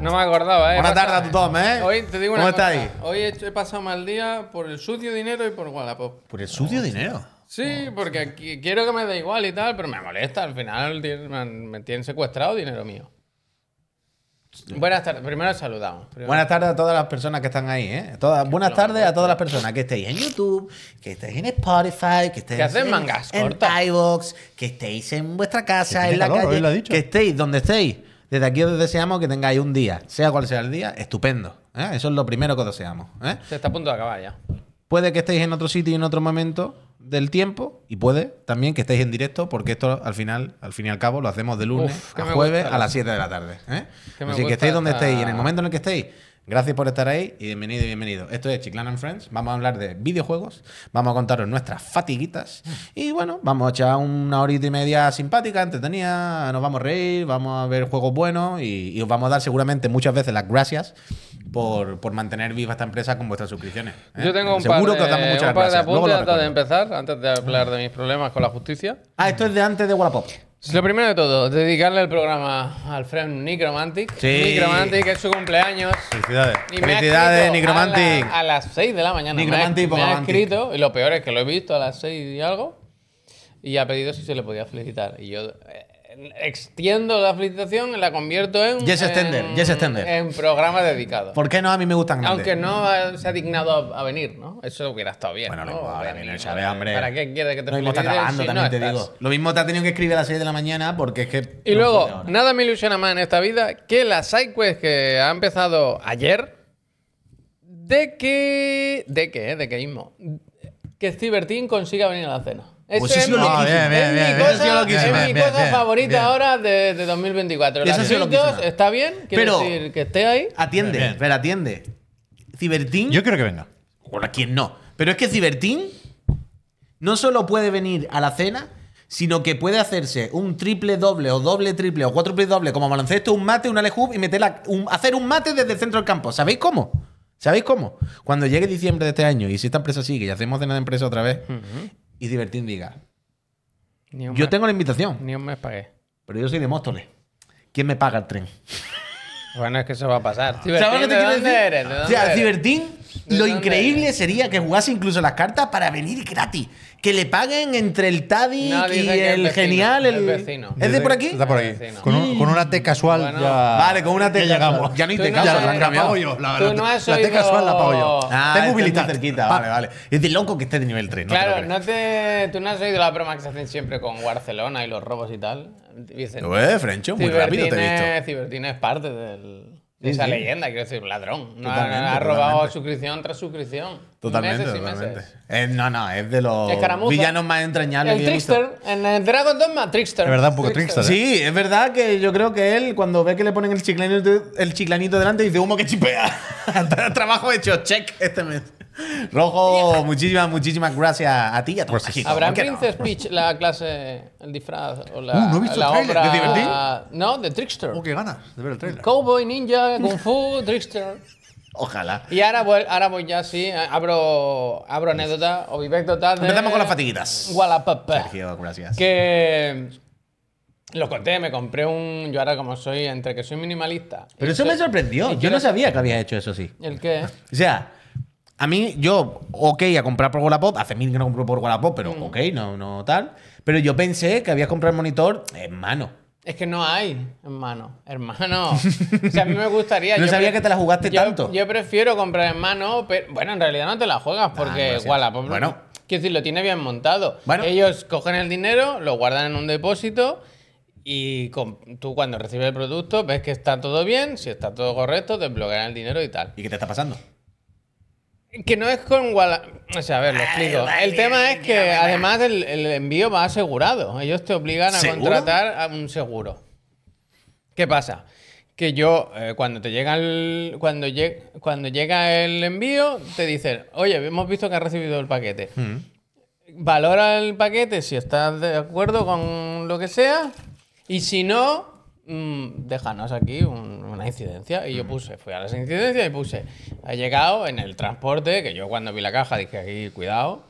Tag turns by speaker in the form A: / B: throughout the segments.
A: No me acordaba, eh.
B: Bona
A: Pasa-
B: tarda a tothom, eh?
A: Hoy te digo una
B: ¿Cómo
A: cosa.
B: estáis?
A: Hoy he, hecho- he pasado mal día por el sucio dinero y por Wallapop.
B: Por el sucio dinero.
A: Sí,
B: Oh,
A: porque qui- quiero que me dé igual y tal, pero me molesta. Al final tienen- me, han- me tienen secuestrado dinero mío. Buenas tardes. Primero saludamos. Primero-
B: Buenas tardes a todas las personas que están ahí, ¿eh? Todas, buenas tardes a todas las personas que estéis en YouTube, que estéis en Spotify, que estéis
A: Que hacen
B: en,
A: mangas
B: en
A: cortas.
B: iVoox, que estéis en vuestra casa,
C: Que
B: en la
C: tiene calor,
B: calle,
C: hoy lo ha dicho.
B: que estéis donde estéis. Desde aquí os deseamos que tengáis un día, sea cual sea el día, estupendo. ¿eh? Eso es lo primero que os deseamos. ¿eh?
A: Se está a punto de acabar ya.
B: Puede que estéis en otro sitio y en otro momento del tiempo y puede también que estéis en directo porque esto al final, al fin y al cabo, lo hacemos de lunes
A: Uf, que
B: a
A: me
B: jueves
A: gusta
B: a
A: la-
B: las 7 de la tarde. ¿eh?
A: Que me
B: Así que
A: gusta
B: estéis donde
A: esta-
B: estéis y en el momento en el que estéis. Gracias por estar ahí y bienvenido y bienvenido. Esto es Chiclana and Friends. Vamos a hablar de videojuegos, vamos a contaros nuestras fatiguitas y bueno, vamos a echar una horita y media simpática, entretenida, nos vamos a reír, vamos a ver juegos buenos y, y os vamos a dar seguramente muchas veces las gracias por, por mantener viva esta empresa con vuestras suscripciones. ¿eh?
A: Yo tengo un par
B: Seguro
A: de,
B: que os damos muchas
A: un par de
B: gracias. Luego
A: apuntes
B: lo
A: antes de
B: recuerdo.
A: empezar, antes de hablar de mis problemas con la justicia.
B: Ah, esto es de antes de Wallapop.
A: Lo primero de todo, dedicarle el programa al friend Necromantic.
B: Sí.
A: Necromantic, es su cumpleaños.
C: Felicidades.
A: Y me ha
B: Felicidades,
A: escrito a
B: Necromantic.
A: la- A, las 6 de la mañana. Me ha-
B: Necromantic,
A: me ha,
B: Pogamantic.
A: escrito, y lo peor es que lo he visto a las 6 y algo, y ha pedido si se le podía felicitar. Y yo eh, extiendo la felicitación, la convierto en.
B: Yes, extender,
A: en-
B: yes, extender.
A: En programa dedicado.
B: ¿Por qué no? A mí me gustan grandes.
A: Aunque no ha- se ha dignado a, a venir, ¿no? Eso hubiera estado bien.
B: Bueno,
A: ¿no?
B: lo mismo, ahora
A: Venir,
B: viene, sabe, hombre.
A: ¿Para qué quiere que te
B: Lo mismo está
A: feliciten
B: trabajando,
A: si
B: también
A: no
B: te
A: estás?
B: digo. Lo mismo te ha tenido que escribir a las 6 de la mañana porque es que.
A: Y
B: no
A: luego,
B: puede ahora.
A: nada me ilusiona más en esta vida que la sidequest que ha empezado ayer. De que. ¿De qué? eh? ¿De qué mismo? Que Steve Bertin consiga venir a la cena. Eso
B: Pues eso
A: es
B: sí lo
A: mi-
B: loquísimo.
C: Ah, bien, bien,
A: es mi
C: bien,
A: cosa-
C: eso sí lo loquísimo.
A: es mi
C: Bien,
A: cosa
C: bien,
A: favorita
C: bien.
A: ahora de, de 2024.
B: Eso
A: Las
B: sí lo
A: Beatles
B: loquísimo.
A: está bien, quiere
B: Pero-
A: decir que esté ahí.
B: Atiende,
C: Bien.
B: pero atiende. Cibertín.
C: Yo creo que venga.
B: Bueno, ¿quién no? Pero es que Cibertín no solo puede venir a la cena, sino que puede hacerse un triple doble o doble triple o cuádruple doble como baloncesto, un mate, un alejub y meter la- un- hacer un mate desde el centro del campo. ¿Sabéis cómo? ¿Sabéis cómo? Cuando llegue diciembre de este año y si esta empresa sigue y hacemos cena de empresa otra vez y Cibertín diga,
A: Ni un
B: yo
A: mes-
B: tengo la invitación,
A: Ni un mes pagué.
B: pero yo soy de Móstoles. ¿Quién me paga el tren?
A: Bueno, es que eso va a pasar. Steve
B: ¿Sabes lo
A: Bertin, ¿de
B: que te quiero
A: dónde
B: decir?
A: eres? ¿De
B: o
A: dónde
B: sea,
A: eres?
B: Cibertín,
A: ¿De
B: lo
A: dónde
B: increíble
A: eres?
B: sería que jugase incluso las cartas para venir gratis. Que le paguen entre el Tadic
A: No,
B: y
A: dice que es
B: el
A: vecino,
B: genial.
A: es
B: El...
A: vecino.
B: ¿Es de por aquí? Mm.
C: Está por aquí.
A: Ah, Sí, no.
C: Con, un- con una T casual
A: Bueno.
C: ya.
B: Vale, con una T
C: ya llegamos.
B: casual. Ya no hay T
A: Tú no
B: casual,
A: has-
B: la han
C: la
B: cambiado.
C: pago yo. La,
A: Tú
C: la-
A: no has
C: la T
A: oído-
C: casual la pago yo.
B: Ah,
C: Tengo Ah,
B: está muy
C: habilitad.
B: cerquita. Vale, vale. Es de loco que esté de nivel 3.
A: Claro, no te, tú no has oído la broma que se hacen siempre con Barcelona y los robos y tal. Dicen,
B: Eh, Frencho, muy rápido te he visto.
A: es, Cibertín es parte del- de
B: Sí,
A: esa
B: sí.
A: leyenda, quiero decir, ladrón. No, ha-
B: Totalmente,
A: ha robado
B: totalmente.
A: suscripción tras suscripción.
B: Totalmente,
A: meses y meses.
B: totalmente. Eh, no, no, es de los
A: Escaramuza.
B: villanos más entrañables.
A: El
B: que yo he visto.
A: Trickster, en el Dragon Dogma, Trickster.
C: Es verdad, un poco trickster.
B: Sí, es verdad que yo creo que él, cuando ve que le ponen el chiclanito, el chiclanito delante, dice humo que chipea. Trabajo hecho, check este mes. Rojo, muchísimas, muchísimas gracias a ti y a todos.
C: Pues sí.
A: ¿Habrá en
B: ¿Por qué no?
A: Princess Peach la clase, el disfraz o la,
C: Uh, no he visto
A: la
C: el tráiler.
A: obra?
C: ¿De Cibertín?
A: No, de Trickster.
C: Oh, qué ganas de ver el trailer.
A: Cowboy, ninja, kung fu, Trickster.
B: Ojalá.
A: Y ahora voy, ahora voy ya, sí, abro, abro anécdotas o vivécdotas de...
B: Empezamos con las fatiguitas.
A: Wallapop.
B: Sergio, gracias.
A: Que... Lo conté, me compré un... Yo ahora como soy, entre que soy minimalista... y
B: Pero eso
A: soy-
B: me sorprendió.
A: y
B: Yo
A: quiero-
B: no sabía que habías hecho eso, sí.
A: ¿El qué?
B: O sea, a mí, yo, ok, a comprar por Wallapop. Hace mil que no compro por Wallapop, pero ok, no, no tal. Pero yo pensé que habías comprado el monitor en mano.
A: Es que no hay, hermano. Hermano. O sea, a mí me gustaría.
B: No
A: yo
B: sabía
A: pre-
B: que te la jugaste
A: yo-
B: tanto.
A: Yo prefiero comprar en mano, pero. Bueno, en realidad no te la juegas porque,
B: gracias.
A: Wallapop.
B: Ah, pues Bueno.
A: Quiero decir, lo tiene bien montado.
B: Bueno.
A: Ellos cogen el dinero, lo guardan en un depósito. Y con- tú cuando recibes el producto ves que está todo bien, si está todo correcto, desbloquean el dinero y tal.
B: ¿Y qué te está pasando?
A: Que no es con Wallapop. O sea, a ver, lo explico. El tema es que además el, el envío va asegurado. Ellos te obligan a
B: ¿Seguro?
A: contratar a un seguro. ¿Qué pasa? Que yo, eh, cuando te llega el. Cuando, lleg- cuando llega el envío, te dicen, oye, hemos visto que has recibido el paquete. Valora el paquete si estás de acuerdo con lo que sea. Y si no, mm, déjanos aquí un- una incidencia. Y yo puse, fui a las incidencias y puse. Ha llegado en el transporte, que yo cuando vi la caja dije aquí, cuidado.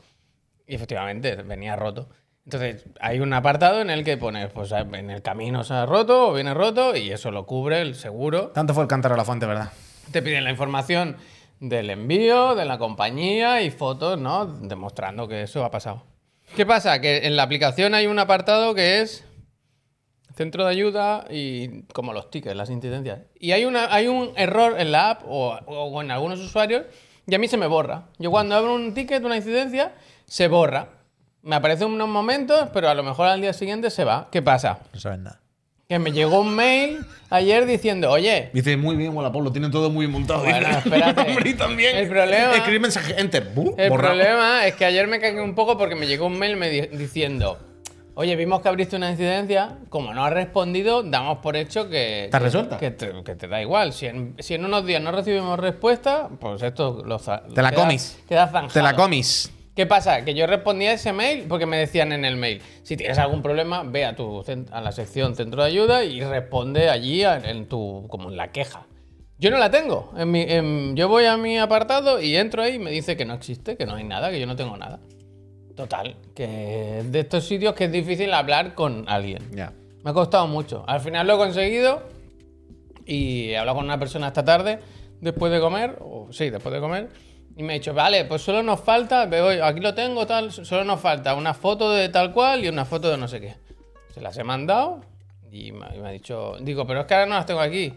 A: Y efectivamente, venía roto. Entonces, hay un apartado en el que pones, pues en el camino se ha roto o viene roto y eso lo cubre el seguro.
B: Tanto fue el cántaro a la fuente, ¿verdad?
A: Te piden la información del envío, de la compañía y fotos, ¿no? Demostrando que eso ha pasado. ¿Qué pasa? Que en la aplicación hay un apartado que es centro de ayuda y como los tickets, las incidencias. Y hay, una, hay un error en la app o, o en algunos usuarios y a mí se me borra. Yo cuando abro un ticket, una incidencia, se borra. Me aparece unos momentos, pero a lo mejor al día siguiente se va. ¿Qué pasa?
C: No sabes nada.
A: Que me llegó un mail ayer diciendo, oye,
B: Dice, muy bien, Wallapop, lo tienen todo muy montado.
A: Bueno,
B: Dice,
A: espérate.
B: Hombre, y también.
A: El problema-
B: Escribir mensaje, enter, bu,
A: El
B: borrado.
A: problema es que ayer me cagué un poco porque me llegó un mail me di- diciendo, oye, vimos que abriste una incidencia, como no has respondido, damos por hecho que...
B: ¿Está
A: que-
B: resuelta?
A: Que te, que te da igual. Si en, si en unos días no recibimos respuesta, pues esto lo... za-
B: Te la
A: queda-
B: comis.
A: Queda zanjado.
B: Te la comis.
A: ¿Qué pasa? Que yo respondía a ese mail porque me decían en el mail, si tienes algún problema, ve a, tu, cen- a la sección centro de ayuda y responde allí a- en tu, como en la queja. Yo no la tengo. En mi- en- yo voy a mi apartado y entro ahí y me dice que no existe, que no hay nada, que yo no tengo nada. Total, que es de estos sitios que es difícil hablar con alguien.
C: Ya.
A: Me ha costado mucho. Al final lo he conseguido y he hablado con una persona esta tarde, después de comer, o sí, después de comer, y me ha dicho, vale, pues solo nos falta, veo, aquí lo tengo, tal, solo nos falta una foto de tal cual y una foto de no sé qué. Se las he mandado y me, ha- y me ha dicho, digo, pero es que ahora no las tengo aquí.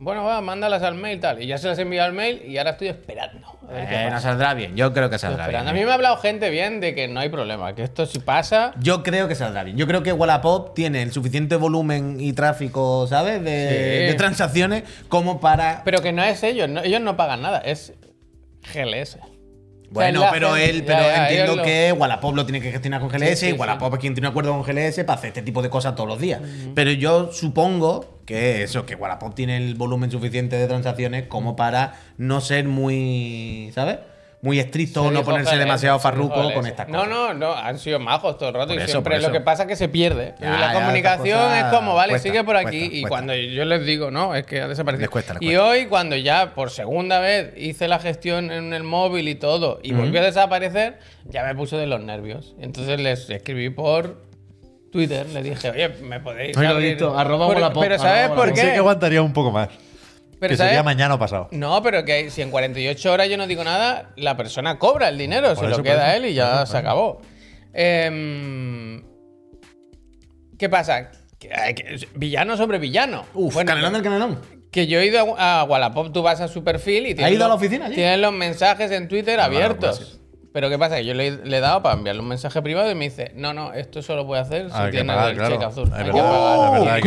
A: Bueno, va, mándalas al mail, tal. Y ya se las he enviado al mail y ahora estoy esperando. A ver qué
B: Eh,
A: pasa.
B: no saldrá bien. Yo creo que
A: Estoy
B: saldrá
A: esperando. A
B: bien.
A: mí me ha hablado gente bien de que no hay problema, que esto si pasa...
B: Yo creo que saldrá bien. Yo creo que Wallapop tiene el suficiente volumen y tráfico, ¿sabes? De,
A: Sí.
B: de transacciones como para.
A: Pero que no es ellos, no- ellos no pagan nada, es GLS.
B: bueno,
A: o sea, la
B: pero
A: gente-
B: él,
A: ya,
B: pero
A: ya,
B: entiendo
A: ellos lo-
B: que Wallapop lo tiene que gestionar con GLS
A: Sí,
B: y
A: sí,
B: Wallapop es quien tiene un acuerdo con GLS para hacer este tipo de cosas todos los días. Pero yo supongo que eso, que Wallapop tiene el volumen suficiente de transacciones como para no ser muy, ¿sabes? Muy estricto o
A: Se
B: no
A: dijo
B: ponerse
A: GLS,
B: demasiado
A: se
B: farruco
A: dijo
B: con
A: GLS.
B: estas
A: No,
B: cosas.
A: no, no, han sido majos todo el rato
B: Por
A: y
B: eso,
A: siempre
B: por eso.
A: lo que pasa es que se pierde. Y
B: Ya, ya,
A: la
B: estas
A: comunicación
B: cosas
A: es como, vale,
B: cuesta,
A: sigue por aquí.
B: cuesta,
A: y
B: cuesta.
A: cuando yo les digo, no, es que ha desaparecido.
C: Les cuesta, les
A: Y
C: cuesta.
A: hoy, cuando ya por segunda vez hice la gestión en el móvil y todo, y volvió a desaparecer, ya me puse de los nervios. Entonces les escribí por. Twitter le dije, oye, me podéis.
B: Oye, lo he
A: abrir?".
B: visto, arroba
A: Por-
B: Wallapop,
A: Pero ¿sabes
B: arroba
A: por qué?
B: Wallapop.
C: Pues Sí que aguantaría un poco más.
A: Pero
C: que
A: ¿sabes?
C: sería mañana o pasado.
A: No, pero que si en 48 horas yo no digo nada, la persona cobra el dinero, se
C: Por
A: lo
C: eso,
A: queda
C: por
A: a
C: eso,
A: él y
C: por
A: ya
C: eso, por
A: se
C: eso.
A: acabó. Em, ¿Qué pasa? Que hay que- villano sobre villano.
B: Uf,
A: Bueno,
B: canelón del canelón.
A: que yo he ido a, a Wallapop, tú vas a su perfil y tienes
B: ido a la
A: los-
B: oficina allí?
A: Tienes los mensajes en Twitter
B: locura,
A: abiertos. Pero ¿qué pasa? Que yo le, le he dado para enviarle un mensaje privado y me dice, no, no, esto solo puede hacer
C: Ah,
A: si
C: hay que
A: tienes
C: pagar,
A: el
C: claro.
A: cheque azul.
C: Es
A: Hay que
C: verdad,
A: pagar.
C: es verdad, hay
B: ¡Oh!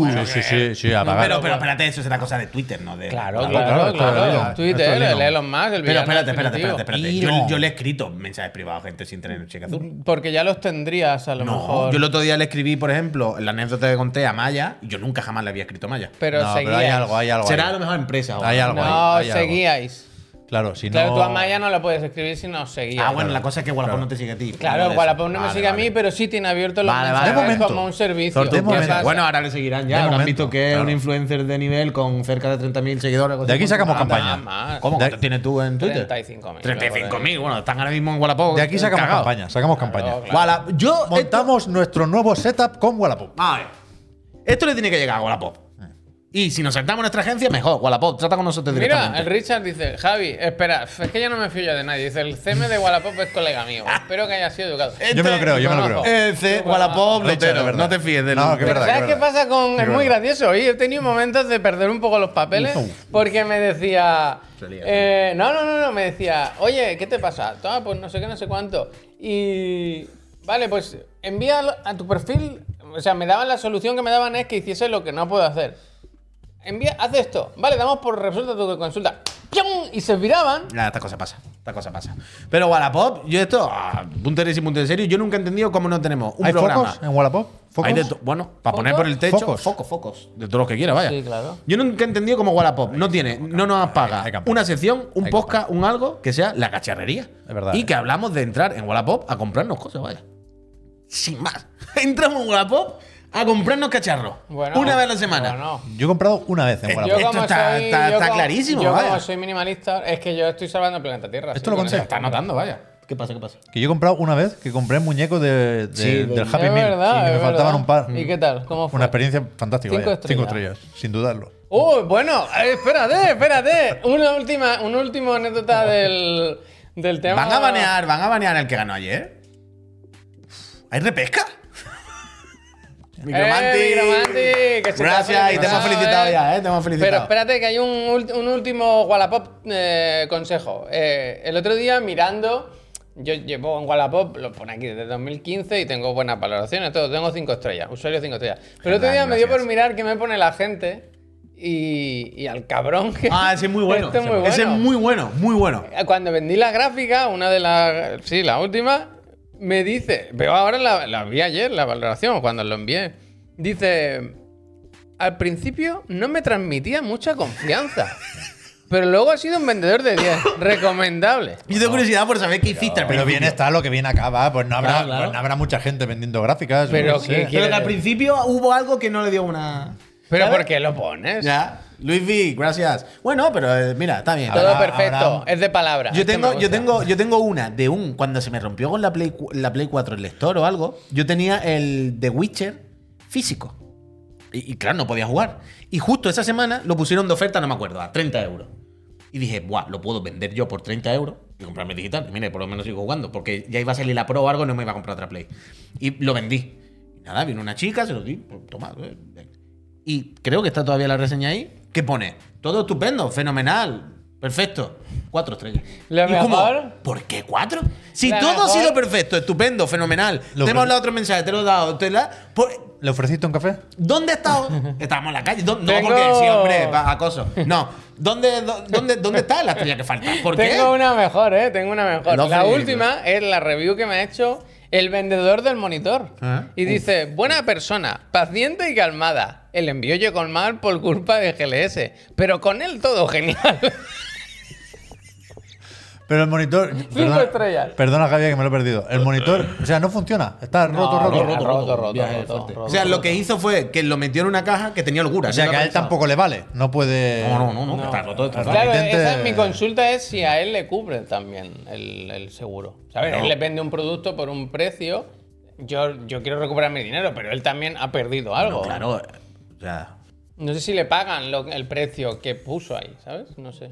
C: que pagar. Sí, sí, sí, sí, a
B: No,
C: pagar.
B: pero, pero espérate, eso será cosa de Twitter, no de.
A: Claro,
B: Wallapop.
A: claro,
C: claro,
A: claro.
C: claro, claro. Esto es
A: Twitter, el
C: Elon.
A: Elon Musk, el
B: Pero
A: villano
B: espérate, espérate,
A: definitivo.
B: espérate, espérate.
C: Y no.
B: Yo, yo le he escrito mensajes privados a gente sin tener cheque azul.
A: Mm, Porque ya los tendrías a lo
B: No,
A: mejor.
B: yo el otro día le escribí, por ejemplo, la anécdota que conté a Maya, y yo nunca jamás le había escrito a Maya.
A: Pero
C: no,
A: seguíais.
C: pero hay algo, hay algo.
B: Será
C: ahí.
B: a lo mejor empresa. o
C: Hay
B: algo.
C: algo ahí,
A: No,
C: hay algo.
A: seguíais.
C: Claro, si
A: Claro,
C: no.
A: tú a Maya no la puedes escribir si no seguías.
B: Ah, bueno, la cosa es que Wallapop no te sigue a ti.
A: Claro,
B: de
A: Wallapop
B: eso.
A: no me
B: Vale,
A: sigue
B: vale.
A: a mí, pero sí tiene abierto los
B: Vale, vale,
A: mensajes
B: de momento.
A: como un servicio.
C: Sorteo de
A: ¿Qué
C: momento.
A: pasa?
B: Bueno, ahora le seguirán ya.
C: De
B: Habrán
C: momento,
B: visto que es
C: claro.
B: un influencer de nivel con cerca de 30.000 seguidores.
C: De aquí sacamos
B: Anda,
C: campaña.
A: más.
B: ¿Cómo?
C: De-
B: ¿Cuánto tienes tú en Twitter?
A: 35.000.
B: 35.000. Bueno, están ahora mismo en Wallapop.
C: De aquí sacamos
B: cagados.
C: campaña, sacamos
A: Claro,
C: campaña.
A: claro.
B: Walla- yo
C: Montamos nuestro nuevo setup con Wallapop.
B: A ver. Esto le tiene que llegar a Wallapop. Y si nos saltamos a nuestra agencia, mejor. Wallapop, trata con nosotros
A: Mira,
B: directamente.
A: el Richard dice, Javi, espera, es que ya no me fío yo de nadie. Dice, el CM de Wallapop es colega mío. Espero que haya sido educado.
C: Yo me lo creo, yo me lo creo.
A: Conozco.
B: Eh, C, Wallapop,
C: Richard,
B: Lotero.
C: es verdad.
B: No te fíes de
C: No, que es
A: Pero
C: verdad,
A: ¿sabes qué
C: verdad.
A: pasa con.?
C: Es
A: Es muy
C: verdad.
A: gracioso. Oye, he tenido momentos de perder un poco los papeles
C: Uf.
A: porque me decía.
B: Se lía,
A: eh, no, no, no, no. Me decía, oye, ¿qué te pasa? Toma, pues no sé qué, no sé cuánto. Y. Vale, pues envía a tu perfil. O sea, me daban la solución que me daban es que hiciese lo que no puedo hacer. Envía, haz esto. Vale, damos por resuelta tu consulta. ¡Pium! Y se viraban.
B: Nada, esta cosa pasa. Esta cosa pasa. Pero Wallapop, yo esto, ah, punto de y punto de serio, yo nunca he entendido cómo no tenemos un
C: ¿Hay
B: programa.
C: focos en Wallapop? ¿Focos?
B: Hay de to- bueno, para poner por el techo.
C: ¿Focos?
B: Focos, focos. De todos los que quiera, vaya.
A: Sí, claro.
B: Yo nunca he entendido cómo Wallapop no tiene, no nos paga
C: hay campaña.
B: una sección, un
C: Hay
B: podcast, un algo que sea la cacharrería.
C: Es verdad,
B: Y
C: eh.
B: que hablamos de entrar en Wallapop a comprarnos cosas, vaya. Sin más. Entramos en Wallapop a comprarnos cacharros.
A: Bueno,
B: una vez a la semana.
A: bueno.
C: Yo he comprado una vez en
B: Eh,
A: Yo
C: Wallapop.
B: Esto
A: como
B: está-
A: soy-
B: está-
A: yo
B: está
A: como-
B: clarísimo,
A: Yo como
B: vaya.
A: soy minimalista, es que yo estoy salvando el planeta Tierra.
C: Esto lo
A: sí, con
C: conté.
A: eso.
B: Está anotando, vaya. ¿Qué pasa? ¿Qué pasa?
C: Que yo he comprado una vez, que compré muñecos de, de-
B: Sí, de-
C: del
A: Es
C: Happy Meal.
A: verdad,
C: que me
A: es
C: faltaban
A: verdad.
C: un par.
A: ¿Y qué tal? ¿Cómo fue?
C: Una experiencia fantástica.
A: Cinco
C: vaya. Cinco
A: estrellas.
C: estrellas, sin dudarlo.
A: ¡Oh, bueno! eh, Espérate, espérate. Una última, una última anécdota del, del tema.
B: ¿Van a banear, van a banear el que ganó ayer? ¿Hay repesca? Micromanti.
A: Eh, Micromanti, que se te ha
B: Gracias, y te hemos
A: felicitado,
B: felicitado
A: eh.
B: ya, ¿eh? Te
A: Pero
B: hemos felicitado.
A: espérate que hay un, ult- un último Wallapop eh, consejo. Eh, el otro día mirando, yo llevo en Wallapop, lo pone aquí desde 2015 y tengo buenas valoraciones, todo, tengo 5 estrellas, usuario 5 estrellas. Pero el otro día
B: Genial,
A: me dio por
B: gracias.
A: mirar qué me pone la gente y, y al cabrón que...
B: Ah, ese es muy bueno.
A: Este es muy bueno.
B: Ese es muy bueno, muy bueno.
A: Cuando vendí la gráfica, una de las... Sí, la última, me dice... Veo ahora, la, la vi ayer, la valoración, cuando lo envié. Dice... Al principio no me transmitía mucha confianza. pero luego ha sido un vendedor de 10. Recomendable.
B: Yo tengo curiosidad por saber qué hiciste. al
C: Pero
B: principio.
C: bien está lo que bien acaba. Pues no habrá,
B: Claro, claro.
C: pues no habrá mucha gente vendiendo gráficas. yo
A: Pero
C: qué sé.
A: que-
B: Pero que al
A: Quiere-
B: principio hubo algo que no le dio una.
A: Pero
B: ¿Sabes?
A: ¿por qué lo pones?
B: Ya. Luis V, gracias. Bueno, pero eh, mira, está bien.
A: Todo
B: Ahora-
A: perfecto.
C: ahora-
A: Es de palabra.
B: Yo
A: Este
B: tengo,
A: me
B: yo,
A: gusta.
B: tengo, yo tengo una de un. Cuando se me rompió con la Play, cu- la Play 4 el lector o algo, yo tenía el The Witcher físico. Y, y claro, no podía jugar. Y justo esa semana lo pusieron de oferta, no me acuerdo, a 30 euros. Y dije, buah, lo puedo vender yo por 30 euros y comprarme digital. Y mire, por lo menos sigo jugando, porque ya iba a salir la Pro o algo, no me iba a comprar otra Play. Y lo vendí. Y nada, vino una chica, se lo di, pues, toma, eh, ven. Y creo que está todavía la reseña ahí. ¿Qué pone? Todo estupendo, fenomenal, perfecto. Cuatro estrellas.
A: Lo
B: Y es como,
A: mejor-
B: ¿Por qué cuatro? Si
A: Lo
B: todo ha
A: mejor-
B: sido perfecto, estupendo, fenomenal.
C: Lo
B: te
C: pre-
B: hemos dado otro mensaje, te lo he dado. Te la... por-
C: ¿Le ofreciste un café?
B: ¿Dónde he estado? Estábamos en la calle. ¿Dó- No,
A: Tengo-
B: porque sí, hombre, va- acoso. No. ¿Dónde, dó- dónde, ¿Dónde está la estrella que falta? ¿Por qué?
A: Tengo una mejor, ¿eh? Tengo una mejor.
B: No
A: la
B: flippes.
A: última es la review que me ha hecho el vendedor del monitor.
B: Ah,
A: Y dice, buena persona, paciente y calmada. El envío llegó mal por culpa de GLS. Pero con él todo genial.
C: Pero el monitor. perdona-
A: estrellas.
C: Perdona, Javier, que me lo he perdido. El monitor, o sea, no funciona. Está roto,
A: No,
C: roto.
A: roto, roto, roto,
B: Viaje
A: roto,
B: fuerte.
A: roto,
B: O sea,
A: roto.
B: lo que hizo fue que lo metió en una caja que tenía locura.
C: O sea, que a él tampoco le vale. No puede.
B: No, no, no, no, está roto, está roto.
A: Claro,
C: Intermitente-
A: esa es mi consulta es si a él le cubre también el, el seguro. ¿Sabes? Él le vende un producto por un precio. Yo, yo quiero recuperar mi dinero, pero él también ha perdido algo.
B: No, claro. O sea,
A: No sé si le pagan lo- el precio que puso ahí, ¿sabes? No sé.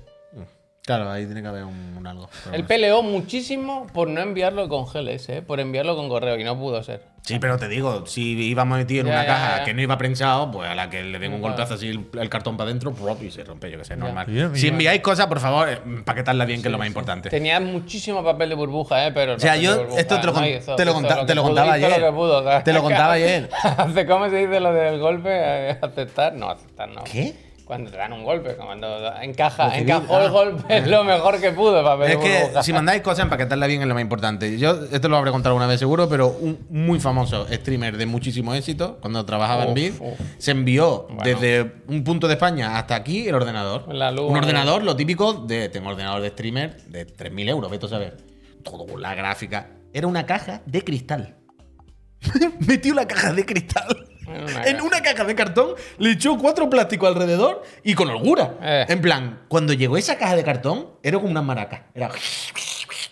B: claro, ahí tiene que haber un, un algo. Pero
A: Él
B: bueno.
A: peleó muchísimo por no enviarlo con GLS, ¿eh? por enviarlo con correo y no pudo ser.
B: Sí, pero te digo, si iba metido en
A: Ya,
B: una
A: ya,
B: caja
A: ya.
B: que no iba prensado, pues a la que le den un golpazo así el, el cartón para adentro, prop, y se rompe, yo que sé, normal.
C: Bien,
B: Si
C: bien.
B: enviáis cosas, por favor, eh, empaquetadla bien, que es lo más importante.
A: Tenía muchísimo papel de burbuja, ¿eh? pero. el
B: O sea,
A: papel
B: yo
A: de burbuja
B: esto te lo,
A: no
B: con-
A: hizo,
B: te lo
A: hizo
B: conta-
A: que
B: te lo
A: pudo,
B: contaba
A: hizo lo
B: ayer.
A: que pudo, ¿sabes?
B: Te lo contaba ayer.
A: Hace- ¿Cómo se dice lo del golpe? Eh, ¿Aceptar? No, aceptar no.
B: ¿Qué?
A: Cuando te dan un golpe, cuando encaja,
B: Recibir,
A: encajó
B: ah.
A: el golpe es lo mejor que pudo, papel
B: Es
A: de
B: que
A: burbuja.
B: si mandáis cosas, empaquetarla bien es lo más importante. Yo, esto lo habré contado una vez seguro, pero un muy famoso streamer de muchísimo éxito, cuando trabajaba en
A: Uf,
B: Vid,
A: uf.
B: se envió
A: Bueno.
B: desde un punto de España hasta aquí el ordenador.
A: La luz, eh.
B: un
A: la
B: ordenador, lo típico de. Tengo ordenador de streamer de 3.000 euros, vete a saber. Todo con la gráfica. Era una caja de cristal. Metió la caja de cristal.
A: En una
B: En
A: caja.
B: una caja de cartón, le echó cuatro plásticos alrededor y con holgura.
A: Eh.
B: En plan, cuando llegó esa caja de cartón, era como una maraca. Era.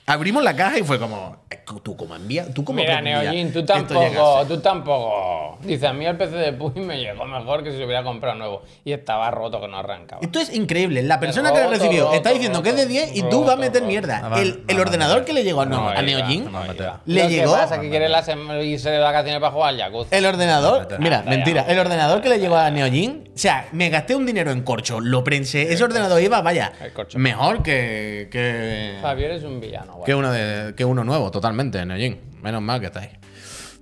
B: Abrimos la caja y fue como. Tú como envía. Tú como
A: Mira,
B: aprendías
A: Neojin, tú
B: que esto
A: tampoco,
B: llegase?
A: tú tampoco. Dice, a mí el PC de Puy me llegó mejor que si se hubiera comprado nuevo. Y estaba roto que no arrancaba.
B: Esto es increíble. La persona que la
A: roto,
B: recibió está
A: roto,
B: diciendo que es de 10 y tú
A: roto,
B: vas a meter
A: roto.
B: mierda.
C: Ah,
B: el
C: va,
B: el
C: va,
B: ordenador
C: va.
B: que le llegó a, no-
A: No,
B: a
A: ahí
B: Neojin
A: va, no, ahí va.
B: le
A: Lo
B: llegó.
A: Que pasa es que quiere la sem- irse de vacaciones para jugar al jacuzzi.
B: El ordenador,
C: Ándate.
B: mira,
A: Ándate ya,
B: mentira, el
A: hombre.
B: ordenador que le llegó a Neojin, o sea, me gasté un dinero en corcho, lo prensé, ese ordenador iba, vaya,
A: El corcho.
B: mejor que que,
A: Javier es un villano, guay.
B: que uno de que uno nuevo, totalmente, Neojin. Menos mal que estáis.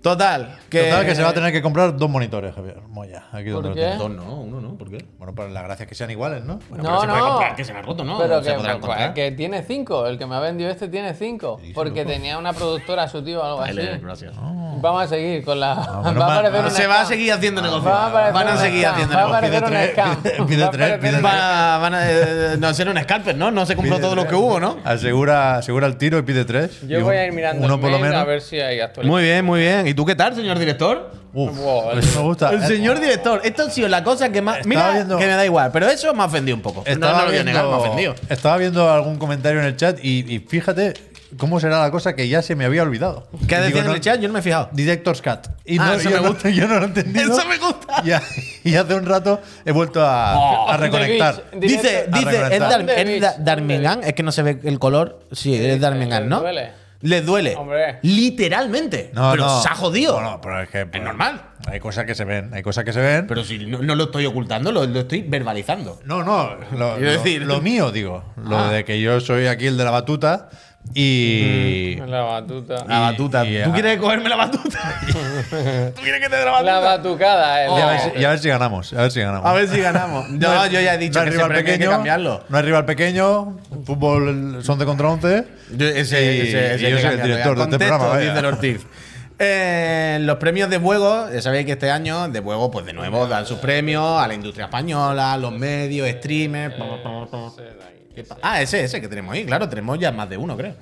B: Total, que
C: Total, que se va a tener que comprar dos monitores, Javier. Moya. Aquí
A: ¿Por
C: donde lo
A: qué?
C: tienes.
B: dos no, uno no, ¿por qué?
C: Bueno, para las gracias que sean iguales, ¿no?
B: Bueno,
A: No,
B: pero se puede
A: no.
B: comprar, que se me ha roto, ¿no?
A: Pero
B: Se
A: que, eh,
B: podrá comprar.
A: que tiene cinco. El que me ha vendido este tiene cinco. Porque tenía una productora, su tío o algo así.
B: Dale, gracias.
A: Vamos a seguir con la.
C: menos
A: va a
C: mal.
A: aparecer
C: No,
A: un
B: Se va a
A: scam.
B: seguir haciendo negocio.
A: Va a aparecer
B: Van a
A: un
B: seguir
A: scam,
B: haciendo
A: va a
B: negocio.
A: aparecer
C: Pide
A: un scam.
C: tres, pide
A: Va a
C: tres,
A: aparecer
C: pide
A: un
C: tres.
A: scam.
B: Van a- van a- eh, no será un scalper, ¿no? No se compró
C: Pide
B: todo lo
C: tres.
B: que hubo, ¿no?
C: Asegura, asegura el tiro y pide tres. Y
A: Yo
C: un-
A: voy a ir mirando
C: Uno
A: el
C: por lo
A: mail
C: menos.
A: a ver si hay actualización.
B: Muy bien, muy bien. ¿Y tú qué tal, señor director?
C: Uf,
A: Wow,
C: eso me gusta.
B: El señor director, esto ha sido la cosa que más.
C: Estaba
B: Mira,
C: viendo-
B: que me da igual, pero eso
C: Eh,
B: me ha ofendido un poco. No, no, lo voy a negar, me ha ofendido.
C: Estaba viendo algún comentario en el chat y, y fíjate ¿Cómo será la cosa que ya se me había olvidado?
B: ¿Qué
C: Y digo,
B: decía en
C: no-
B: el chat? Yo no me he fijado.
C: Director's Cut. Y
B: Ah,
C: no,
B: eso
C: yo,
B: me
C: no-
B: gusta.
C: yo no lo he entendido.
B: Eso me gusta.
C: Y, ha- y hace un rato he vuelto a,
A: Oh,
C: a reconectar.
A: The Beach.
B: Dice,
A: Directo-
B: dice,
C: Arreglar
B: es,
C: tal.
B: Dar-
A: ¿Dónde
B: es
A: vis?
B: Da-
A: ¿Dónde
B: Darmingan,
A: vis?
B: es que no se ve el color. Sí, es Darmingan,
A: les
B: ¿no?
A: duele.
B: Les duele.
A: Hombre.
B: Literalmente.
C: No,
B: pero
C: no.
B: se ha jodido.
C: No, no, pero es que. pues,
B: normal.
C: Hay cosas que se ven, hay cosas que se ven.
B: Pero si no, no lo estoy ocultando, lo, lo estoy verbalizando.
C: no, no, lo,
B: Quiero
C: lo-
B: decir-
C: lo mío, digo. Lo
B: Ah.
C: de que yo soy aquí el de la batuta y.
A: La batuta.
B: La batuta.
C: y-
B: ¿Tú
C: ah.
B: quieres cogerme la batuta? ¿Tú quieres que te dé la
A: La
B: batuta?
A: batucada,
B: Oh.
A: eh.
C: Y a,
A: la
C: ver si,
A: batuta.
C: y a ver si ganamos. A ver si ganamos.
B: A ver si ganamos. No,
C: hay-
B: yo ya he dicho
C: no hay
B: que
C: rival
B: siempre hay que
C: pequeño,
B: cambiarlo.
C: No hay rival pequeño. Fútbol son 11 contra 11.
B: Yo, ese,
C: Y-
B: ese- ese
C: y yo
B: te
C: soy el
B: cambia, ya.
C: director de este
B: Contesto,
C: programa, vaya.
B: dice el Ortiz. Eh, los premios de juego, ya sabéis que este año de juego, pues de nuevo dan sus premios a la industria española, a los medios, streamers. pa, pa, pa, pa. ¿Qué pa- Ah, ese, ese que tenemos ahí, claro, tenemos ya más de uno, creo.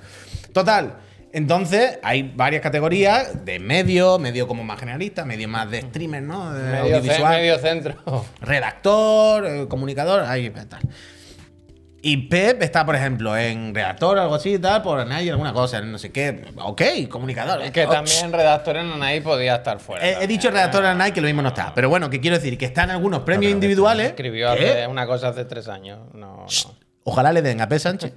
B: Total, entonces hay varias categorías de medio, medio como más generalista, medio más de streamer, ¿no? De
A: Medio, ce-
B: audiovisual
A: medio centro.
B: redactor, eh, comunicador, ahí tal. Y Pep está, por ejemplo, en redactor, algo así y tal, por nadie, alguna cosa, no sé qué. Ok, comunicador. eh.
A: Que
B: Oh,
A: también redactor en Anaí podía estar fuera.
B: He, he
A: también,
B: dicho
A: ¿eh?
B: redactor en Nike que lo mismo no está. Pero bueno, que quiero decir que están algunos premios individuales.
A: Escribió
B: que-
A: hace una cosa hace tres años. No, no.
B: Ojalá le den a P. Sánchez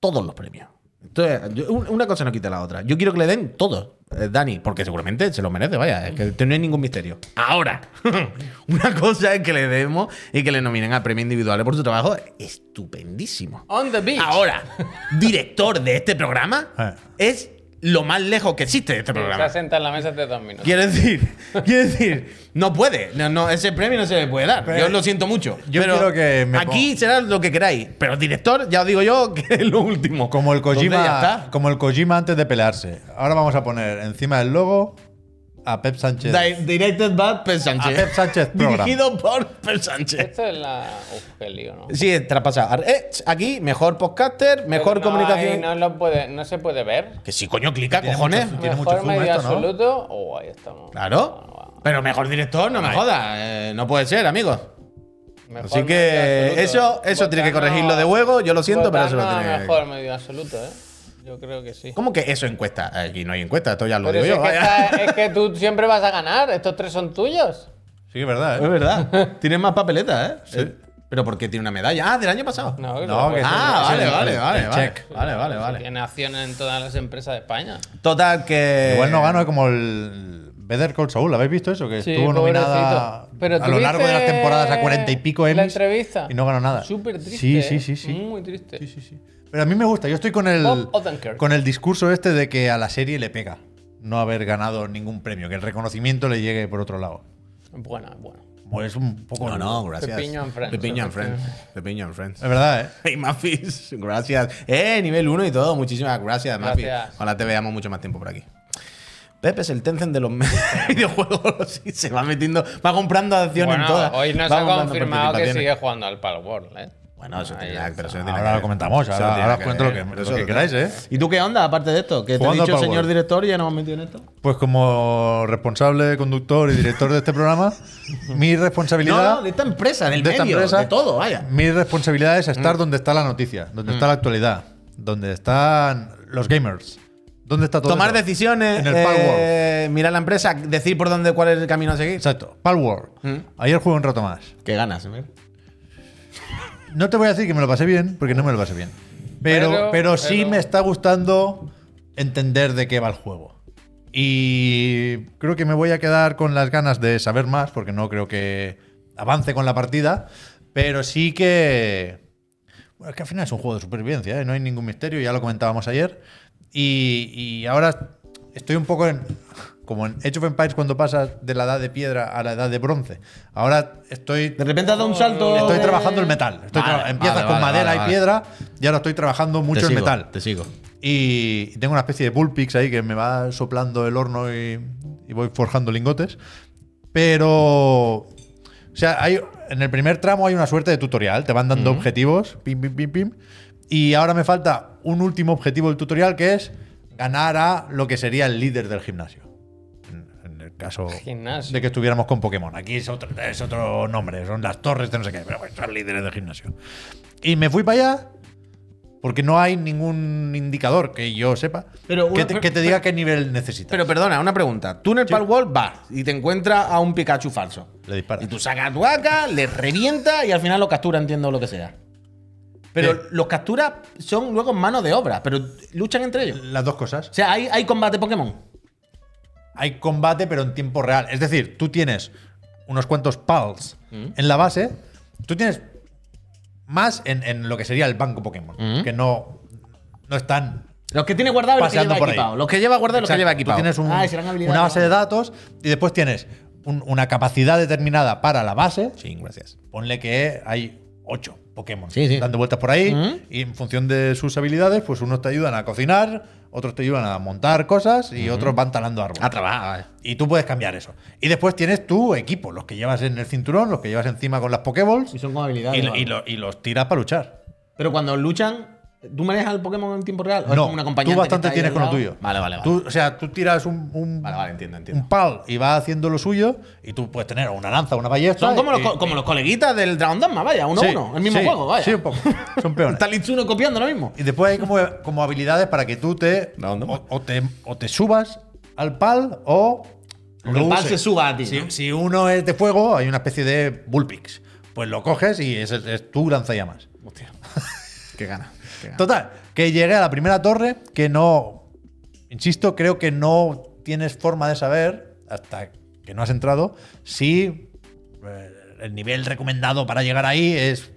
B: todos los premios. Entonces, yo- un- una cosa no quita la otra. Yo quiero que le den todos, eh, Dani, porque seguramente se lo merece, vaya, es que no hay ningún misterio. Ahora, una cosa es que le demos y que le nominen a premios individuales por su trabajo estupendísimo.
A: On the beach.
B: Ahora, director de este
C: Eh.
B: programa es lo más lejos que existe de este
A: Se
B: programa.
A: ha sentado en la mesa hace dos minutos.
B: Quiero decir, quiero decir, no puede, no, no, ese premio no se le puede dar. yo lo siento mucho.
C: yo
B: pero
C: quiero que me
B: aquí será lo que queráis. Pero director, ya os digo yo que es lo último.
C: Como el
B: Entonces ya
C: Kojima,
B: está.
C: como el Kojima antes de pelearse. Ahora vamos a poner encima del logo a Pep Sánchez.
B: Di- directed by Pel Sánchez.
C: A Pep Sánchez Program.
B: Dirigido por Pel Sánchez.
A: Esto es la. Uf, qué lío, ¿no?
B: Sí, traspasado. Ar- eh, aquí, mejor podcaster, mejor
A: Pero no
B: comunicación.
A: hay- no, lo puede, no se puede ver.
B: Que sí, coño, clica,
C: Tiene
B: cojones.
C: mucho-
A: Mejor
C: zoom
A: medio
C: esto, ¿no?
A: absoluto. Oh, ahí estamos.
B: Claro. Pero mejor director, no me jodas. eh, no puede ser, amigos.
A: Mejor
B: Así
A: medio
B: que eso,
A: absoluto.
B: eso tiene que
A: Botano-
B: corregirlo de huevo. Yo lo siento, pero eso lo
A: Botano
B: tiene
A: a
B: que
A: mejor medio absoluto, ¿eh? Yo creo que sí.
B: ¿Cómo que eso encuesta? Aquí no hay encuesta, esto ya lo
A: Pero
B: digo
A: si
B: yo.
A: es, que
B: vaya.
A: esta- es que tú siempre vas a ganar. Estos tres son tuyos.
C: Sí, es verdad.
B: Es
C: ¿eh?
B: verdad. Tiene más papeletas, ¿eh? Pero porque tiene una medalla. Ah, del año pasado.
A: No, que
C: No,
A: se
C: que
A: puede.
B: ah,
C: ese-
B: vale,
C: ese-
B: vale,
C: el-
B: vale,
C: el
B: vale.
C: check.
B: Vale, vale, vale.
A: Tiene acciones en todas las empresas de España.
B: Total que.
C: Igual no gano como el Better Call Saul. ¿Habéis visto eso? Que
A: Eh, Sí,
C: estuvo nominada
A: pobrecito. Pero
C: a lo
A: tú
C: largo de las
A: viste
C: temporadas a cuarenta y pico
A: la
C: Emmys
A: entrevista.
C: y no ganó nada.
A: Súper triste.
C: Sí,
A: ¿eh?
C: sí, sí, sí.
A: Muy triste.
C: Sí, sí, sí. Pero a mí me gusta. Yo estoy con el,
A: Bob Odenkirk.
C: con el discurso este de que a la serie le pega no haber ganado ningún premio, que el reconocimiento le llegue por otro lado.
A: Buena, bueno.
C: Pues un poco.
B: No, no, gracias.
A: Pepiño and Friends.
B: Pepiño and Friends. Pepiño and Friends.
C: Es verdad, ¿eh?
B: Hey, Mafis, gracias. Eh, nivel 1 y todo. Muchísimas gracias, Mafis.
A: Gracias.
B: Ojalá te veamos mucho más tiempo por aquí. Pepe es el Tencent de los me- videojuegos. Sí, se va metiendo, va comprando acciones
A: Bueno,
B: en todas.
A: hoy nos
B: Va
A: ha
B: comprando
A: confirmado que
B: participaciones.
A: sigue jugando al Pal World, ¿eh?
B: Bueno, eso
A: Ahí
B: tiene
A: ya
B: nada, pero eso no tiene
C: Ahora
B: que
C: lo
B: ver. Eso
C: comentamos,
B: no
C: ahora,
B: tiene
C: ahora
B: que
C: os cuento lo
B: ver,
C: que,
B: pero
C: lo
B: eso
C: que
B: no tiene
C: queráis, ¿eh?
B: ¿Y tú qué onda, aparte de esto? Que te he
C: Jugando
B: dicho,
C: al Power.
B: señor director, y ya nos hemos metido en esto.
C: Pues como responsable, conductor y director de este programa, mi
B: No,
C: responsabilidad,
B: no, Pues de esta empresa, del
C: de esta
B: medio,
C: empresa,
B: de todo, vaya. Mm.
C: mi responsabilidad es estar donde está la noticia, donde está la actualidad, donde están los gamers, donde está todo.
B: Tomar
C: eso.
B: decisiones,
C: En el Pal World.
B: eh, mirar la empresa, decir por dónde, cuál es el camino a seguir.
C: Exacto, Pal World.
B: Mm.
C: Ayer jugué un rato más.
B: Que ganas, ¿eh?
C: No te voy a decir que me lo pasé bien, porque no me lo pasé bien. Pero,
A: Pero-
C: pero, sí
A: pero-
C: me está gustando entender de qué va el juego. Y creo que me voy a quedar con las ganas de saber más, porque no creo que avance con la partida. Pero sí que. Bueno, es que al final es un juego de supervivencia, ¿eh? no hay ningún misterio, ya lo comentábamos ayer. Y, y ahora estoy un poco en. Como en Age of Empires cuando pasas de la edad de piedra a la edad de bronce. Ahora estoy
B: De repente has dado un salto.
C: Estoy
B: de-
C: trabajando el metal. Estoy
B: Vale,
C: tra-
B: vale,
C: empiezas
B: vale,
C: con
B: vale,
C: madera
B: vale.
C: y piedra y ahora estoy trabajando
B: Te
C: mucho el
B: sigo,
C: metal.
B: Te sigo.
C: Y tengo una especie de bullpix ahí que me va soplando el horno y, y voy forjando lingotes. Pero. O sea, hay, en el primer tramo hay una suerte de tutorial. Te van dando objetivos. Pim, pim, pim, pim. Y ahora me falta un último objetivo del tutorial que es ganar a lo que sería el líder del gimnasio. En, en el caso
A: Gimnasio.
C: de que estuviéramos con Pokémon. Aquí es otro, es otro nombre, son las torres de no sé qué, pero bueno, son líderes del gimnasio. Y me fui para allá Porque no hay ningún indicador que yo sepa
B: Pero
C: que,
B: una-
C: te,
B: pero-
C: que te diga qué nivel necesitas.
B: Pero perdona, una pregunta. Tú en el Palworld vas y te encuentras a un Pikachu falso.
C: Le disparas.
B: Y tú sacas a tu AK, le revienta y al final lo captura, entiendo lo que sea. Pero
C: Sí.
B: los capturas son luego en manos de obra, pero luchan entre ellos.
C: Las dos cosas.
B: O sea, hay, hay combate Pokémon.
C: Hay combate, pero en tiempo real. Es decir, tú tienes unos cuantos pals
B: Mm.
C: en la base. Tú tienes más en, en lo que sería el banco Pokémon.
B: Mm.
C: Que no, no están
B: Los que tiene guardado y los que
C: Paseando
B: lleva
C: por ahí.
B: equipado. Los que lleva guardado y los que
C: Exacto,
B: lleva
C: tú
B: equipado.
C: tienes un-
B: Ah, y serán habilidades
C: una base de
B: nuevas.
C: datos y después tienes un- una capacidad determinada para la base.
B: Sí, gracias.
C: Ponle que hay ocho Pokémon
B: Sí, sí.
C: dando vueltas por ahí y en función de sus habilidades, pues unos te ayudan a cocinar, otros te ayudan a montar cosas y otros van talando árboles.
B: A trabajar. vale.
C: y tú puedes cambiar eso. Y después tienes tu equipo, los que llevas en el cinturón, los que llevas encima con las Pokéballs
B: Y
C: y,
B: son con habilidades.
C: lo-
B: ¿no?
C: y lo- y los tiras para luchar.
B: Pero cuando luchan, ¿tú manejas el Pokémon en tiempo real? ¿O es
C: No,
B: como un
C: tú
B: acompañante que está
C: bastante
B: ahí
C: tienes
B: al
C: con lo
B: lado?
C: tuyo.
B: Vale, vale, vale.
C: Tú- o sea, tú tiras un, un-
B: Vale, vale, entiendo, entiendo.
C: un pal y va haciendo lo suyo y tú puedes tener una lanza, una ballesta.
B: Son como los,
C: y-
B: co- como los coleguitas del Dragon Dogma, vaya, uno
C: Sí,
B: a uno. El mismo
C: sí,
B: juego, vaya.
C: Sí, un poco. Son peones.
B: Está Litsuno copiando lo mismo.
C: y después hay como, como habilidades para que tú te
B: No, no.
C: o, o te o te subas al pal o
B: Que el pal
C: uses.
B: se suba a ti.
C: Si,
B: ¿no?
C: si uno es de fuego, hay una especie de bullpix. Pues lo coges y es, es tu lanzallamas.
B: Hostia. Qué gana. qué gana.
C: Total, que llegué a la primera torre que no. Insisto, creo que no tienes forma de saber, hasta que no has entrado, si eh, el nivel recomendado para llegar ahí es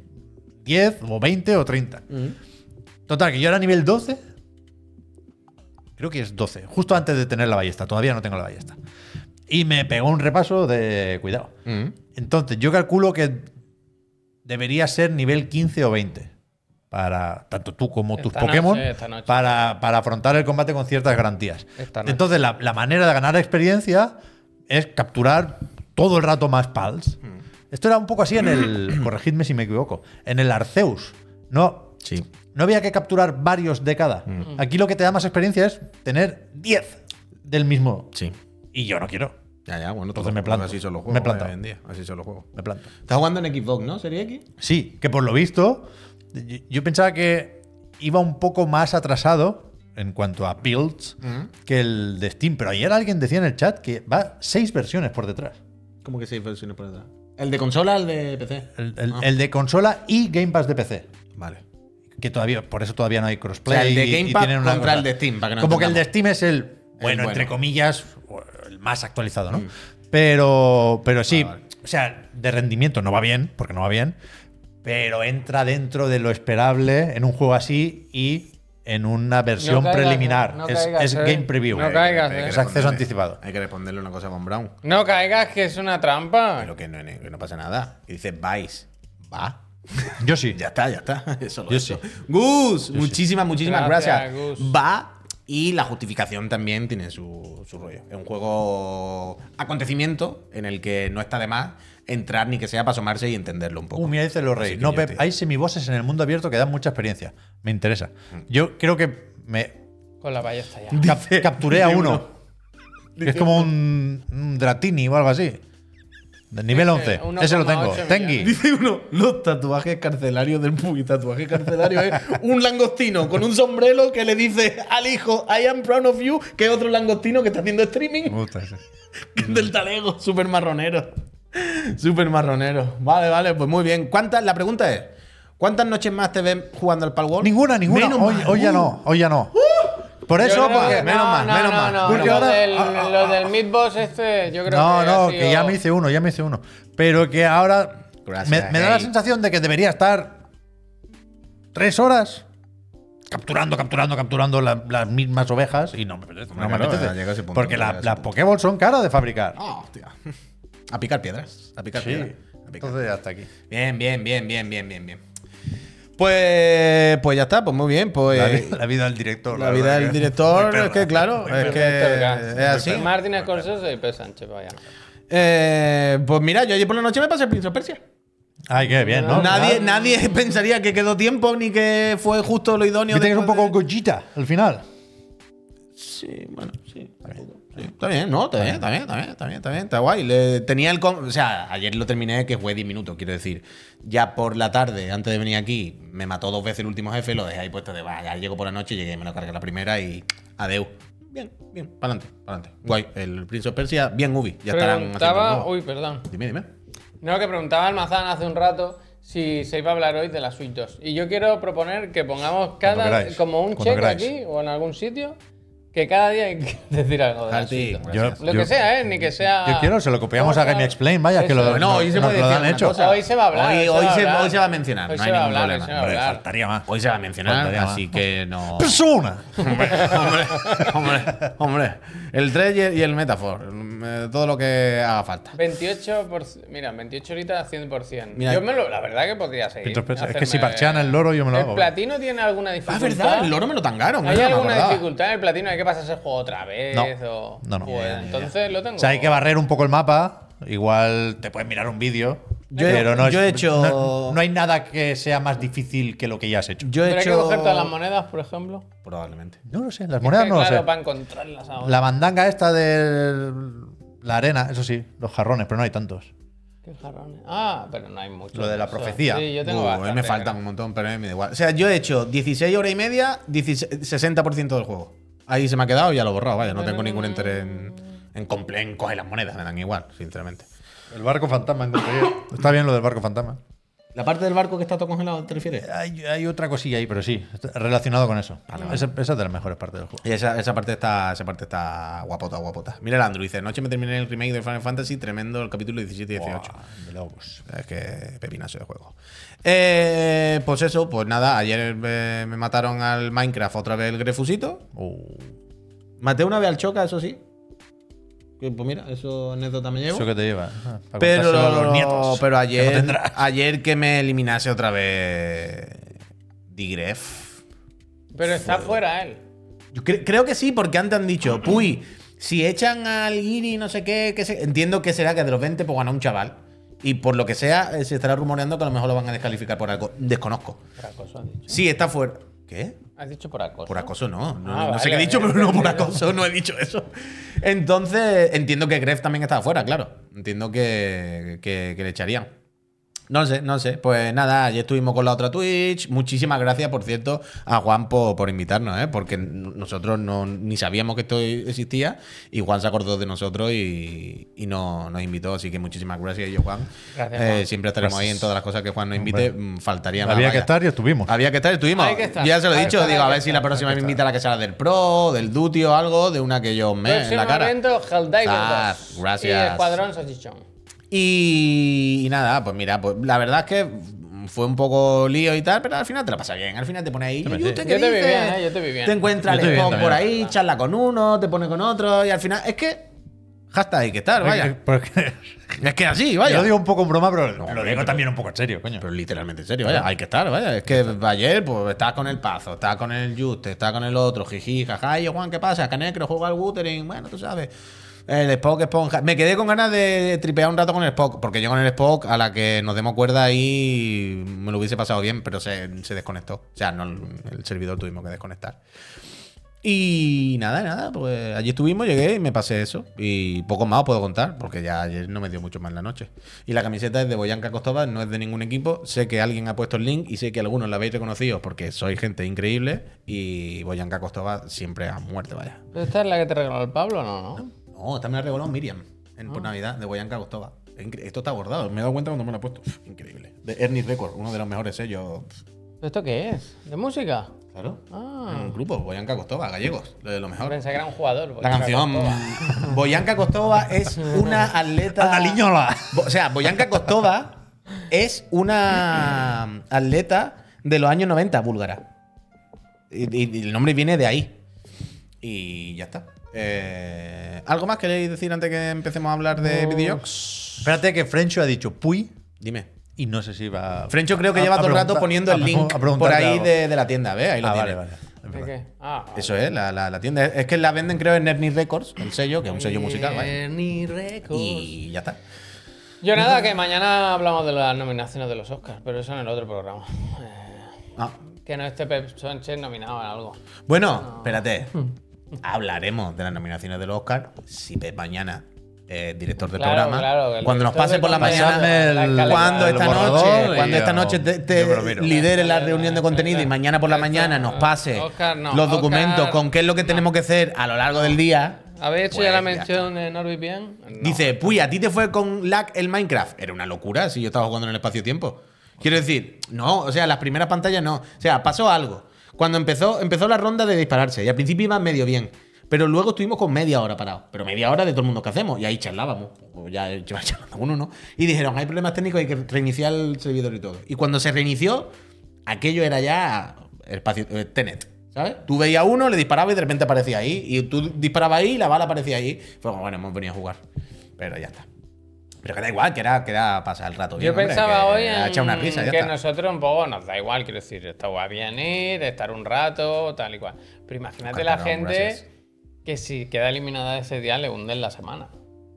C: 10 o 20 o 30. Total, que yo era nivel 12. Creo que es 12, justo antes de tener la ballesta. Todavía no tengo la ballesta. Y me pegó un repaso de cuidado. Entonces, yo calculo que debería ser nivel 15 o 20. Para tanto tú como tus
A: Esta
C: Pokémon.
A: noche, esta noche.
C: Para, para afrontar el combate con ciertas garantías.
A: Esta noche.
C: Entonces, la, la manera de ganar experiencia es capturar todo el rato más pals. Esto era un poco así en el. corregidme si me equivoco. En el Arceus. No.
B: Sí.
C: No había que capturar varios de cada.
B: Mm.
C: Aquí lo que te da más experiencia es tener 10 del mismo.
B: Sí.
C: Y yo no quiero.
B: Ya, ya, bueno.
C: Entonces me planto.
D: Así son los
C: me
D: juegos.
C: he plantado.
D: hoy en día. Así son los juegos.
C: Me planto.
B: Estás jugando en Xbox, ¿no? ¿Sería X?
C: Sí, que por lo visto, yo, yo pensaba que iba un poco más atrasado en cuanto a builds que el de Steam, pero ayer alguien decía en el chat que va seis versiones por detrás.
B: ¿Cómo que pues, seis versiones por detrás? ¿El de consola el de PC?
C: El, el- el de consola y Game Pass de PC.
D: Vale.
C: Que todavía, por eso todavía no hay
B: O
C: crossplay.
B: sea, el de
C: y- y
B: Game Pass
C: tienen una
B: contra el
C: cosa.
B: de Steam. Para que no
C: Como que el de
B: entendamos.
C: Steam es el, bueno,
B: bueno.
C: entre comillas, o el más actualizado, ¿no?
D: Mm.
C: Pero, pero sí, o sea, de rendimiento no va bien, porque no va bien, pero entra dentro de lo esperable en un juego así y en una versión
A: caigas,
C: preliminar.
A: no
C: es
A: caigas,
C: es
A: eh.
C: game preview.
A: No caigas,
D: Hay que
A: eh.
C: Es
D: responderle-
C: acceso anticipado.
D: Hay que responderle una cosa a Von Brown.
A: No caigas, que es una trampa.
D: Pero que no, que no pasa nada. Y dice Vice. Va.
C: Yo sí.
D: Ya está, ya está. Eso lo
C: Yo
D: he
C: sí.
D: hecho. Gus, muchísimas, muchísimas gracias.
A: Gracias, Gus.
D: Va. Y la justificación también tiene su, su rollo. Es un juego acontecimiento en el que no está de más entrar ni que sea para asomarse y entenderlo un poco.
C: Uh, mira, dice los
D: Así
C: reyes.
D: que
C: No,
D: yo
C: Pep,
D: te-
C: hay semibosses en el mundo abierto que dan mucha experiencia. Me interesa.
D: Mm.
C: Yo creo que me
A: Con la ballesta ya.
C: cap- capturé a
D: dice
C: uno.
D: uno.
C: Que es como un, un Dratini o algo así. Del nivel 11. Ese lo
A: 1,8
C: tengo.
A: millones.
C: Tengi.
D: Dice uno, los tatuajes carcelarios del Puy. Tatuaje carcelario es un langostino con un sombrero que le dice al hijo, I am proud of you, que es otro langostino que está haciendo streaming.
C: Me gusta ese.
D: del talego, súper marronero. Súper marronero. Vale, vale, pues muy bien. ¿Cuántas, la pregunta es, ¿cuántas noches más te ven jugando al Palworld?
C: Ninguna, ninguna.
D: Menos
C: Hoy,
D: mal. Uh.
C: hoy ya no. Hoy ya no. Por eso.
A: Yo creo
C: pa-
A: que-
C: menos
A: no,
C: mal,
A: no,
C: menos
A: no,
C: mal.
A: no,
C: Porque
A: lo,
C: ahora.
A: del,
C: ah, ah,
A: lo del mid boss este, yo creo
C: no,
A: que. ha
C: no,
A: sido-
C: que ya me hice uno, ya me hice uno. Pero que ahora.
D: Gracias,
C: me, me da la
D: hey.
C: sensación de que debería estar. Tres horas. Capturando, capturando, capturando la- las mismas ovejas. Y no me apetece. No
D: Hombre,
C: me
D: claro,
C: apetece.
D: ha llegado ese punto,
C: Porque
D: ha
C: la-
D: llegado ese
C: las
D: punto.
C: Pokéballs son caras de fabricar.
D: Ah, hostia. A picar piedras. A picar
C: Sí.
D: piedras. A picar
C: Entonces hasta aquí.
D: Bien, bien, bien, bien, bien, bien, bien. Pues, pues ya está, pues muy bien. Pues,
C: La, vi- la vida del director.
D: La vida del director, es que claro, es que es así.
A: Martin Scorsese y P. Sánchez, vaya.
D: Eh, pues mira, yo ayer por la noche me pasé el Prince of Persia.
C: Ay, qué bien, ¿no?
D: nadie, nadie pensaría que quedó tiempo ni que fue justo lo idóneo.
C: Viste que es un
D: después
C: poco
D: de-
C: gollita al final.
D: Sí, bueno, sí. un poco.
B: Sí, está bien, no, está bien, está bien, está bien, está bien, está, bien, está guay. Le- tenía el. com- O sea, ayer lo terminé, que fue 10 minutos, quiero decir. Ya por la tarde, antes de venir aquí, me mató dos veces el último jefe, lo dejé ahí puesto de, vaya, llego por la noche, llegué, me lo cargué la primera y. Adeu. Bien, bien, para adelante, para adelante. Guay, el Prince of Persia, bien Ubi, ya estarán. haciendo
A: Preguntaba,
B: algo.
A: uy, perdón.
B: Dime, dime.
A: No, que preguntaba Almazán hace un rato si se iba a hablar hoy de las Switch 2. Y yo quiero proponer que pongamos cada
C: queráis,
A: como un
C: cuando
A: check
C: queráis.
A: aquí o en algún sitio que cada día hay que decir algo de las
B: Harti,
A: Switch 2.
C: Yo-
A: Lo
C: yo-
A: que sea, ¿eh? Ni que sea.
B: Ah.
C: Yo quiero, se lo copiamos a
A: Otra-
C: Game Explain, vaya, que
A: Eso.
C: lo,
A: Bueno,
B: hoy
C: nos-
B: se puede
C: nos lo
B: decir
C: han
B: una
C: hecho.
B: cosa.
A: Hoy se va a hablar.
B: Hoy-
A: se
B: hoy
A: va
B: se-
A: hablar.
B: hoy se va a mencionar,
A: Hoy
B: no
A: se
B: hay
A: va a
B: ningún
A: hablar,
B: problema.
A: hoy se va a
C: Hombre,
A: hablar.
C: faltaría más.
B: Hoy se va a mencionar,
C: Faltaría
B: Ah, así
C: más.
B: que no.
C: ¡Persona!
B: Hombre, hombre, hombre, hombre. El 3 y el- y el Metafor. eh, Todo lo que haga falta.
A: 28 por, mira, 28 horitas 100%.
B: Mira-
A: yo me lo, la verdad que podría seguir.
C: Pinto Persa, pues, es que
A: hacerme-
C: si parchean el loro, yo me lo hago.
A: ¿El platino tiene alguna
B: Ah,
A: dificultad?
B: es verdad, el loro me lo tangaron.
A: ¿Hay
B: eso no me
A: alguna
B: acordaba.
A: dificultad en el platino? ¿Hay que pasarse el juego otra vez?
C: No.
A: o-
C: No, no.
A: Pues,
C: Ya, ya, ya.
A: entonces lo tengo.
C: O sea, hay que barrer un poco el mapa. Igual te puedes mirar un vídeo.
B: Yo he-
C: pero no es-
B: yo he hecho-
C: No, no hay nada que sea más difícil que lo que ya has hecho.
B: Yo he
A: Pero hay que
B: hecho.
A: coger todas las monedas, por ejemplo.
B: Probablemente.
C: no lo sé, las monedas no lo
A: claro,
C: sé.
A: para encontrarlas ahora.
C: La bandanga esta de la arena, eso sí, los jarrones, pero no hay tantos.
A: Qué jarrones. Ah, pero no hay mucho.
C: Lo de la
A: eso.
C: profecía.
A: Sí, yo tengo
B: Uh,
A: bastante,
B: me faltan
A: creo.
B: un montón, pero a mí me da igual. O sea, yo he hecho 16 horas y media, 16 60% del juego. Ahí se me ha quedado y ya lo he borrado. Vaya, no tengo ningún interés en, en, comple- en coger las monedas. Me dan igual, sinceramente.
C: El barco fantasma, encontré yo. Está bien lo del barco fantasma.
B: ¿La parte del barco que está todo congelado te refieres?
C: Hay, hay otra cosilla ahí, pero sí, está relacionado con eso. Esa, esa es de las mejores partes del juego.
B: Y esa, esa parte está, esa parte está guapota, guapota. Mira el Andrew, dice, anoche me terminé el remake de Final Fantasy, tremendo el capítulo 17 y 18.
C: Buah, de locos.
B: Es que pepinazo de juego. Eh, pues eso, pues nada, ayer eh, me mataron al Minecraft otra vez el Grefusito.
C: Uh,
B: Maté una vez al Choca, eso sí. Que, Pues mira, eso anécdota me llevo.
C: eso que te lleva. ah, para
B: Pero,
C: contárselo a los nietos,
B: pero
C: que no
B: ayer,
C: tendrás.
B: ayer que me eliminase otra vez Digref.
A: Pero está fuera él.
B: Yo cre- creo que sí, porque antes han dicho, puy, si echan al Iri, no sé qué, que se- entiendo que será que de los 20 pues gana un chaval. Y por lo que sea, eh, se estará rumoreando que a lo mejor lo van a descalificar por algo. Desconozco.
A: Por acoso has dicho.
B: Sí, está fuera. ¿Qué?
A: Has dicho por acoso.
B: Por acoso no. No,
A: Ah,
B: no
A: vale,
B: sé qué he
A: vale,
B: dicho, pero
A: vale,
B: no por
A: vale.
B: acoso no he dicho eso. Entonces, entiendo que Gref también estaba fuera, claro. Entiendo que, que- que le echarían. No sé, no sé. Pues nada, ayer estuvimos con la otra Twitch. Muchísimas gracias, por cierto, a Juan por, por invitarnos, ¿eh? porque n- nosotros no, ni sabíamos que esto existía y Juan se acordó de nosotros y, y no, nos invitó. Así que muchísimas gracias, yo, Juan.
A: Gracias,
B: Eh,
A: Juan.
B: siempre estaremos ahí en todas las cosas que Juan nos invite. Mm, Faltaría más,
C: Había que
B: vaya.
C: estar y estuvimos.
B: Había que estar, estuvimos.
A: Hay que estar.
B: Ya se lo he
A: Hay
B: dicho,
A: que estar,
B: digo, a
A: hay
B: ver
A: que
B: si la
A: estar,
B: próxima me invita a la que sea del Pro, del Duty o algo, de una que yo me en
A: Próximo
B: la cara.
A: evento, Helldiver
B: Ah,
A: 2.
B: gracias.
A: Y Escuadrón Salchichón.
B: Y, y nada, pues mira, pues la verdad es que fue un poco lío y tal, pero al final te lo pasa bien. Al final te pone ahí. "¿Y usted qué
A: Yo te vi
B: dice?".
A: bien, eh, yo te vi bien.
B: Te encuentra
C: Yo te vi
B: el
C: bien
B: spawn por
C: también.
B: ahí, charla con uno, te pone con otro, y al final. Es que. Hashtag hay que estar,
C: Es
B: vaya.
C: que- porque-
B: Es que así, vaya.
C: Yo lo digo un poco en broma, pero lo
B: hombre,
C: digo
B: pero-
C: también un poco en serio, coño.
B: Pero literalmente en serio, vaya, hay que estar, vaya. Es que ayer, pues, estás con el Pazo, estás con el Juste, estás con el otro, jiji, jaja, y yo, Juan, ¿qué pasa? Canecro, juega al Wuthering, bueno, tú sabes. El Spock, Esponja. Me quedé con ganas de tripear un rato con el Spock, porque yo con el Spock, a la que nos demos cuerda ahí, me lo hubiese pasado bien, pero se, se desconectó. O sea, no, el servidor tuvimos que desconectar. Y nada, nada, pues allí estuvimos, llegué y me pasé eso. Y poco más os puedo contar, porque ya ayer no me dio mucho más en la noche. Y la camiseta es de Boyanca Costova, no es de ningún equipo. Sé que alguien ha puesto el link y sé que algunos la habéis reconocido porque sois gente increíble. Y Boyanca Costova siempre a muerte, vaya.
A: ¿Pero ¿Esta es la que te regaló el Pablo o no? no?
B: No, esta me la regaló Miriam en, por Navidad, de Boyanca Costova. Es incre- Esto está bordado, me he dado cuenta cuando me lo ha puesto. Increíble. De Ernest Record, uno de los mejores sellos.
A: ¿Pero ¿Esto qué es? ¿De música?
B: Claro.
A: Ah.
B: Un grupo, Boyanca Costova, gallegos, lo de lo mejor.
A: Pensé que era un jugador. porque
B: Ah. La canción Boyanca Costova es una atleta.
C: ¡Anda, liñola!
B: Bo- O sea, Boyanka Kostova es una atleta de los años 90 búlgara. Y, y- y el nombre viene de ahí. Y ya está. Eh, ¿Algo más queréis decir antes que empecemos a hablar de videojuegos?
C: Espérate que Frencho ha dicho puy
B: Dime.
C: y no sé si va.
B: Frencho creo que
C: a-
B: lleva
C: a
B: todo el rato
C: preguntar-
B: poniendo el
C: a-
B: link
C: a
B: por
C: preguntarle
B: ahí
C: algo.
B: de, de la tienda. ¿Ves? Ahí lo
C: Ah,
B: tiene.
C: vale, vale. Es
A: ¿De
C: verdad.
A: qué? Ah, vale.
B: Eso es, la, la- la tienda. Es que la venden creo en Ernie Records, el sello, que es un sello musical. vaya.
A: Ernie Records.
B: Y ya está.
A: Yo nada, que mañana hablamos de las nominaciones de los Oscars, pero eso en el otro programa. Eh,
B: Ah.
A: Que no esté Pep Sánchez nominado en algo. Hmm.
B: Bueno, espérate. Hablaremos de las nominaciones del Oscar si Pep mañana es director del
A: Claro,
B: programa.
A: claro, el
B: cuando nos
A: director
B: pase
A: de
B: por la
A: campaña,
B: mañana,
A: la escaleta,
B: cuando
A: el
B: esta
C: borrador
B: noche,
C: y
B: cuando esta
C: yo-
B: noche te, te
C: yo me lo miro.
B: lidere la reunión de contenido y mañana por la mañana nos pase
A: Oscar, no.
B: los documentos
A: Oscar,
B: con qué es lo que tenemos que hacer a lo largo del día.
A: ¿Habéis hecho
B: Pues
A: ya la
B: ya
A: mención de NordVPN? No.
B: Dice, puy, a ti te fue con lag el Minecraft. Era una locura si yo estaba jugando en el espacio-tiempo. Quiero decir, no, o sea, las primeras pantallas no. O sea, pasó algo. Cuando empezó, empezó la ronda de dispararse y al principio iba medio bien. Pero luego estuvimos con media hora parados. Pero media hora de todo el mundo que hacemos. Y ahí charlábamos. O Ya iba charlando con uno, Y dijeron, hay problemas técnicos, hay que reiniciar el servidor y todo. Y cuando se reinició, aquello era ya espacio, eh, Tenet. ¿Sabes? Tú veías a uno, le disparabas y de repente aparecía ahí. Y tú disparabas ahí y la bala aparecía ahí. Fue como, bueno, hemos venido a jugar. Pero ya está. Pero que da igual, que era, que era pasar el rato. bien,
A: Yo
B: hombre,
A: pensaba
B: que
A: hoy
B: era
A: en
B: echar una risa, ya
A: que
B: está.
A: nosotros un poco nos da igual, quiero decir, está guay bien ir, estar un rato, tal y cual. Pero imagínate
B: Ah,
A: la
B: claro,
A: gente
B: gracias.
A: que si queda eliminada de ese día le hunden la semana.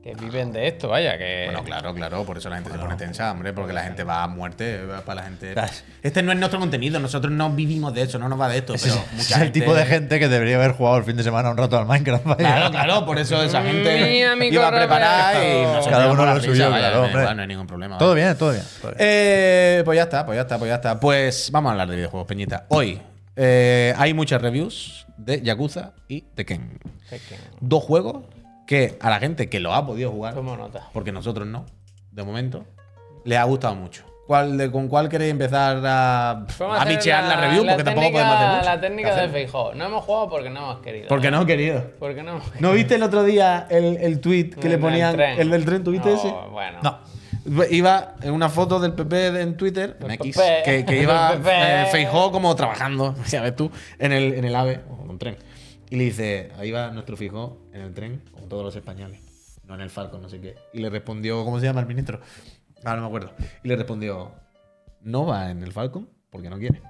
A: Que viven de esto, vaya, que...
B: Bueno, claro, claro, por eso la gente se pone tensa, hombre, porque la gente va a muerte, va para la gente. Este no es nuestro contenido, nosotros no vivimos de eso, no nos va de esto, pero mucha
C: es el tipo de gente ¿eh? que debería haber jugado el fin de semana un rato al Minecraft. vaya.
B: Claro, claro, por eso esa gente
A: Mía, mi
B: iba a preparar
A: correo.
B: y nosotros
C: Cada uno
B: íbamos a la
C: lo
B: risa,
C: suyo,
B: vaya,
C: claro,
B: no,
C: hombre.
B: igual, no hay ningún problema.
C: Todo
B: vaya.
C: bien, todo bien. todo bien.
B: Eh, pues ya está, pues ya está, pues ya está. Pues vamos a hablar de videojuegos, Peñita. Hoy eh, hay muchas reviews de Yakuza y Tekken.
A: que- que-
B: Dos juegos que a la gente que lo ha podido jugar,
A: Tomo nota.
B: porque nosotros no, de momento, les ha gustado mucho. ¿Cuál, de- ¿Con cuál queréis empezar a,
A: Vamos
B: a
A: hacer
B: bichear la, review? Porque tampoco
A: técnica-
B: podemos hacer mucho.
A: La técnica
B: ¿Qué
A: del
B: hacemos?
A: Feijóo. No hemos jugado porque no hemos querido.
B: Porque no, querido.
A: Porque no hemos
B: ¿No viste el otro día el, el tweet que le
A: del
B: ponían?
A: tren.
B: El del tren, ¿tuviste
A: No,
B: ese?
A: Bueno.
C: No.
B: Iba en una foto del PP de- en Twitter, en X,
A: PP.
B: que, que iba
A: Del PP.
B: eh, Feijóo como trabajando, ya ves tú, en el, en el AVE, o en un tren. Y le dice, ahí va nuestro Feijóo en el tren, como todos los españoles, no en el Falcon, no sé qué. Y le respondió, ¿cómo se llama el ministro? Ahora no me acuerdo. Y le respondió, no va en el Falcon porque no quiere.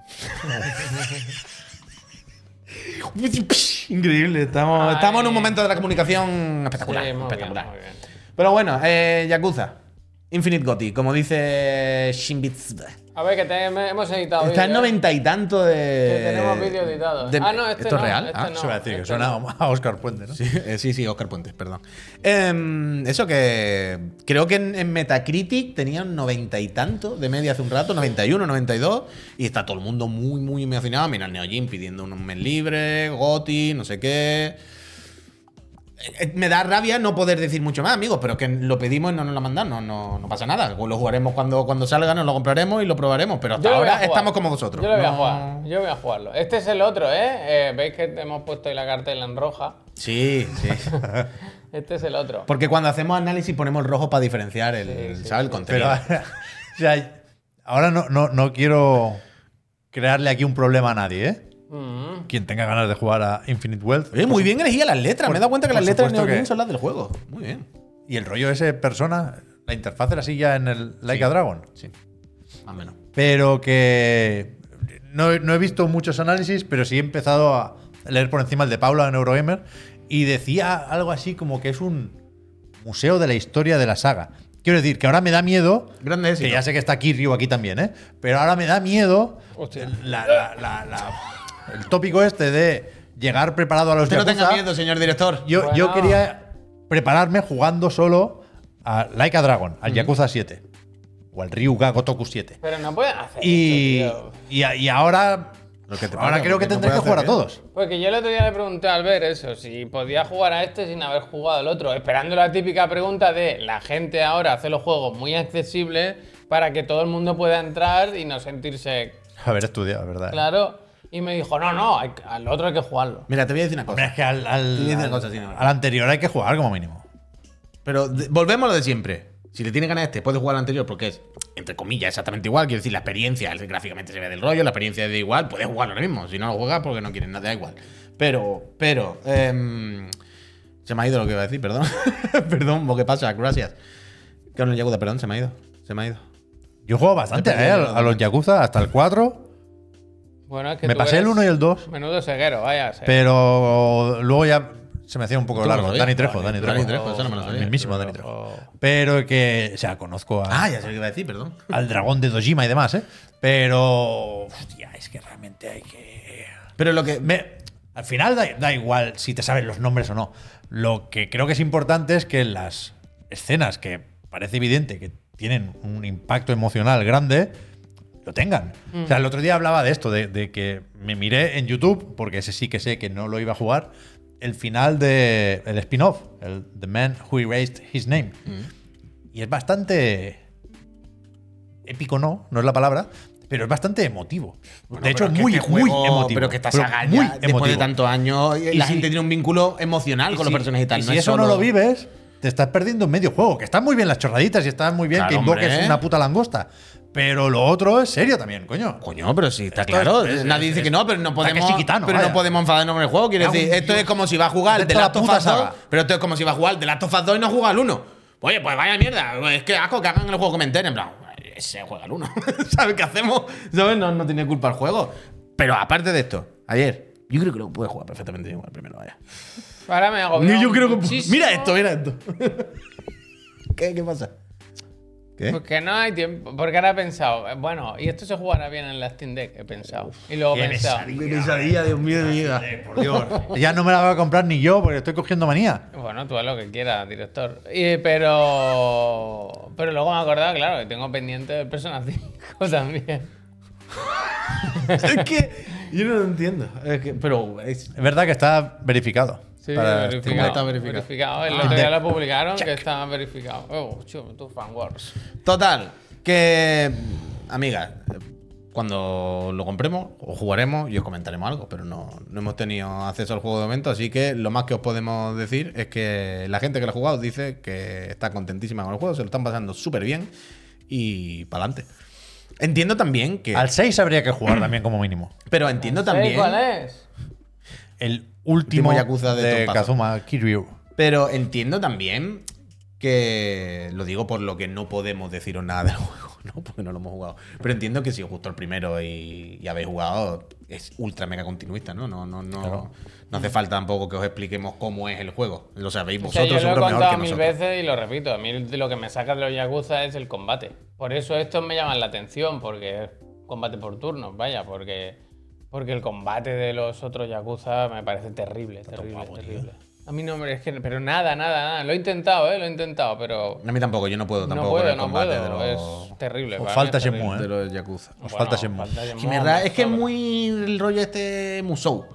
B: Increíble, estamos,
A: Ay.
B: estamos en un momento de la comunicación
A: Sí,
B: espectacular.
A: muy
B: espectacular.
A: bien, muy bien.
B: Pero bueno, eh, Yakuza. Infinite Gotti, como dice Shinbits.
A: A ver, que te- hemos editado.
B: Está en
A: vídeo, ¿eh?
B: noventa y tanto de.
A: Que tenemos vídeo editado.
B: de-
A: Ah, no, este
B: ¿Esto es
A: no,
B: real?
A: este
B: Ah,
A: no.
C: Eso iba a decir, que
A: este
C: suena
A: no.
C: a Oscar Puente, ¿no?
B: Sí, eh, sí, sí, Oscar Puentes, perdón. Em, eso que. Creo que en, en Metacritic tenían noventa y tanto de media hace un rato, 91, 92. Y está todo el mundo muy, muy emocionado. Mira, el Neo Jim pidiendo unos mes libres, Gotti, no sé qué. Eh, Me da rabia no poder decir mucho más, amigos, pero que lo pedimos y no nos lo mandan, no, no, no pasa nada. Lo jugaremos cuando, cuando salga, nos lo compraremos y lo probaremos, pero hasta
A: Yo lo voy a
B: ahora
A: jugar.
B: estamos como vosotros.
A: Yo lo voy a
B: No-
A: jugar. Yo voy a jugarlo. Este es el otro, ¿eh? Eh, Veis que hemos puesto ahí la cartela en roja.
B: Sí, sí.
A: Este es el otro.
B: Porque cuando hacemos análisis ponemos el rojo para diferenciar el,
A: Sí, ah, sí,
B: ¿sabes? el
C: Pero
B: contenido.
C: o sea, ahora no, no, no quiero crearle aquí un problema a nadie, ¿eh?
A: Mm.
C: Quien tenga ganas de jugar a Infinite Wealth.
B: Oye, muy bien elegía las letras. Me he dado cuenta que
C: por
B: las letras de
C: supuesto
B: Neon
C: que-
B: son las del juego. Muy bien.
C: Y el rollo ese persona, la interfaz era así ya en el Like a Dragon.
B: Sí. Más o menos.
C: Pero que no, no he visto muchos análisis, pero sí he empezado a leer por encima el de Paula en Eurogamer. Y decía algo así como que es un museo de la historia de la saga. Quiero decir, que ahora me da miedo
B: Grande éxito.
C: Que ya sé que está Kiryu aquí también, ¿eh? Pero ahora me da miedo
A: Hostia.
C: la- la- la- la- el tópico este de llegar preparado a los
B: Usted no
C: Yakuza.
B: tenga miedo, señor director.
C: Yo, yo
A: Bueno.
C: quería prepararme jugando solo a Like a Dragon, al Yakuza 7. O al Ryuga Gotoku 7.
A: Pero no puedes hacer
C: Y,
A: esto, tío.
C: y, a- y ahora.
B: Lo que te
C: ahora
B: pasa,
C: creo
B: que
C: que
B: no
C: tendré que
B: puede
C: jugar a
B: hacer bien.
C: todos.
A: Porque yo el otro día le pregunté al ver eso, si podía jugar a este sin haber jugado al otro, esperando la típica pregunta de la gente ahora hace los juegos muy accesibles para que todo el mundo pueda entrar y no sentirse
C: Haber estudiado, ¿verdad?
A: claro. Y me dijo, no, no, hay- al otro hay que jugarlo.
B: Mira, te voy a decir una
C: Hombre,
B: cosa.
C: es que al, al-
B: Te voy a decir
C: al-
B: una cosa, señor.
C: al anterior hay que jugar como mínimo.
B: Pero de- volvemos a lo de siempre. Si le tienes ganas a este, puedes jugar al anterior porque es, entre comillas, exactamente igual. Quiero decir, la experiencia el- gráficamente se ve del rollo, la experiencia es de igual, puedes jugarlo ahora mismo. Si no lo juegas porque no quieres nada, da igual. Pero, pero, em, se me ha ido lo que iba a decir, perdón. perdón, lo que pasa, gracias. Que no llego de perdón, se me ha ido. Se me ha ido.
C: Yo juego bastante,
B: Depende
C: ¿eh?
B: de lo
C: A los Yakuza, hasta el 4.
A: Bueno, es que
C: Me
A: tú
C: pasé el
A: eres
C: 1 y el 2.
A: Menudo ceguero, vaya. a ser.
C: Pero luego ya se me hacía un poco
B: ¿Tú no
C: largo.
B: lo
C: Dani
B: sabías?
C: Trejo, Dani
B: Dani
C: Trejo.
B: Trejo, eso no me lo sabía.
C: El mismísimo Dani Trejo. Pero que, o sea, conozco a-
B: Ah, ya sé lo que iba a decir, perdón.
C: al dragón de Dojima y demás, ¿eh? Pero. Hostia, es que realmente hay que.
B: Pero lo que.
C: Me, Al final da, da igual si te sabes los nombres o no. Lo que creo que es importante es que las escenas que parece evidente que tienen un impacto emocional grande, lo tengan. O sea, el otro día hablaba de esto, de, de que me miré en YouTube, porque ese sí que sé que no lo iba a jugar, el final del el spin-off, el The Man Who Erased His Name. Y es bastante épico no, no es la palabra, pero es bastante emotivo. de hecho,
B: pero que
C: muy,
B: este
C: muy
B: juego-
C: emotivo.
B: Pero que esta
C: Pero
B: saga
C: muy
B: ya, después de
C: emotivo.
B: tantos años, la
C: si-
B: gente tiene un vínculo emocional con
C: Y
B: los
C: si-
B: personajes y tal.
C: y
B: no
C: si
B: es
C: eso no
B: solo-
C: lo vives, te estás perdiendo medio juego. Que están muy bien las chorraditas y está muy bien
B: Claro,
C: que invoques
B: hombre.
C: una puta langosta. Pero lo otro es serio también, coño.
B: Coño, pero sí, está
C: Esto
B: claro.
C: es- es-
B: Nadie dice
C: es-
B: que no, pero no
C: está que
B: podemos,
C: chiquitano,
B: pero
C: vaya.
B: no podemos enfadarnos con el juego. Quiero
C: Cago
B: decir,
C: en
B: esto
C: Dios.
B: es como si va a jugar
C: Esto
B: de
C: es la
B: Last of
C: puta
B: Us 2,
C: saga.
B: pero esto es como si va a jugar de Last of Us 2 y no juega al 1. Oye, pues vaya mierda. Es que asco que hagan el juego que enteren. En plan, se juega al 1. ¿Sabes qué hacemos? ¿Sabes? No, no tiene culpa el juego. Pero aparte de esto, ayer, yo creo que lo puede jugar perfectamente igual primero, vaya.
A: Ahora me hago.
D: Ni yo creo que. Mira esto, mira esto. ¿Qué, ¿Qué pasa? ¿Qué?
A: Porque no hay tiempo. Porque ahora he pensado, eh, bueno, y esto se jugará bien en la Steam Deck, he pensado. Y luego he
C: Qué
A: pensado.
C: pesadilla.
D: Qué pesadilla, Dios mío de mi vida.
C: Por Dios. ya no me la voy a comprar ni yo porque estoy cogiendo manía.
A: Bueno, tú haz lo que quieras, director. Y- pero. Pero luego me he acordado, claro, que tengo pendiente el Persona 5 también.
D: es que yo no lo entiendo. Es que- pero es-
C: Es verdad que está verificado.
A: Sí,
C: Para- este
A: verificado.
D: está verificado.
A: El otro día lo publicaron que estaba verificado. Oh, chulo, tú fan wars.
B: Total, que. Amiga, cuando lo compremos o jugaremos y os comentaremos algo, pero no, no hemos tenido acceso al juego de momento, así que lo más que os podemos decir es que la gente que lo ha jugado dice que está contentísima con el juego, se lo están pasando súper bien y para adelante. Entiendo también que.
C: Al 6 habría que jugar también como mínimo.
B: pero entiendo
A: Sí,
B: también.
A: ¿Cuál es?
C: El último,
B: Último Yakuza de
C: de,
B: Tompazo.
C: Kazuma Kiryu.
B: Pero entiendo también que lo digo por lo que no podemos deciros nada del juego, ¿no? Porque no lo hemos jugado. Pero entiendo que si os gustó el primero y, y habéis jugado, es ultra mega continuista, ¿no? No, no, no, no hace falta tampoco que os expliquemos cómo es el juego. Lo sabéis
A: O sea,
B: vosotros
A: yo lo he
B: seguro mejor
A: contado
B: que
A: mil
B: nosotros.
A: veces y lo repito. A mí lo que me saca de los Yakuza es el combate. Por eso estos me llaman la atención, porque es combate por turnos, vaya, porque, porque el combate de los otros Yakuza me parece terrible, terrible,
B: guapo, tío.
A: terrible. A mí no, hombre, es que, pero nada, nada, nada. Lo he intentado, ¿eh? Lo he intentado, pero
B: A mí tampoco, yo no puedo
A: no
B: tampoco con
A: puedo,
B: el
A: no
B: combate
A: puedo.
B: de los,
A: Es terrible.
C: Os
A: para mí
C: falta
A: es
C: Shenmue,
A: terrible.
C: ¿eh?
D: de los Yakuza.
C: Os falta Shenmue.
B: Es que en verdad, es que es muy el rollo este Musou.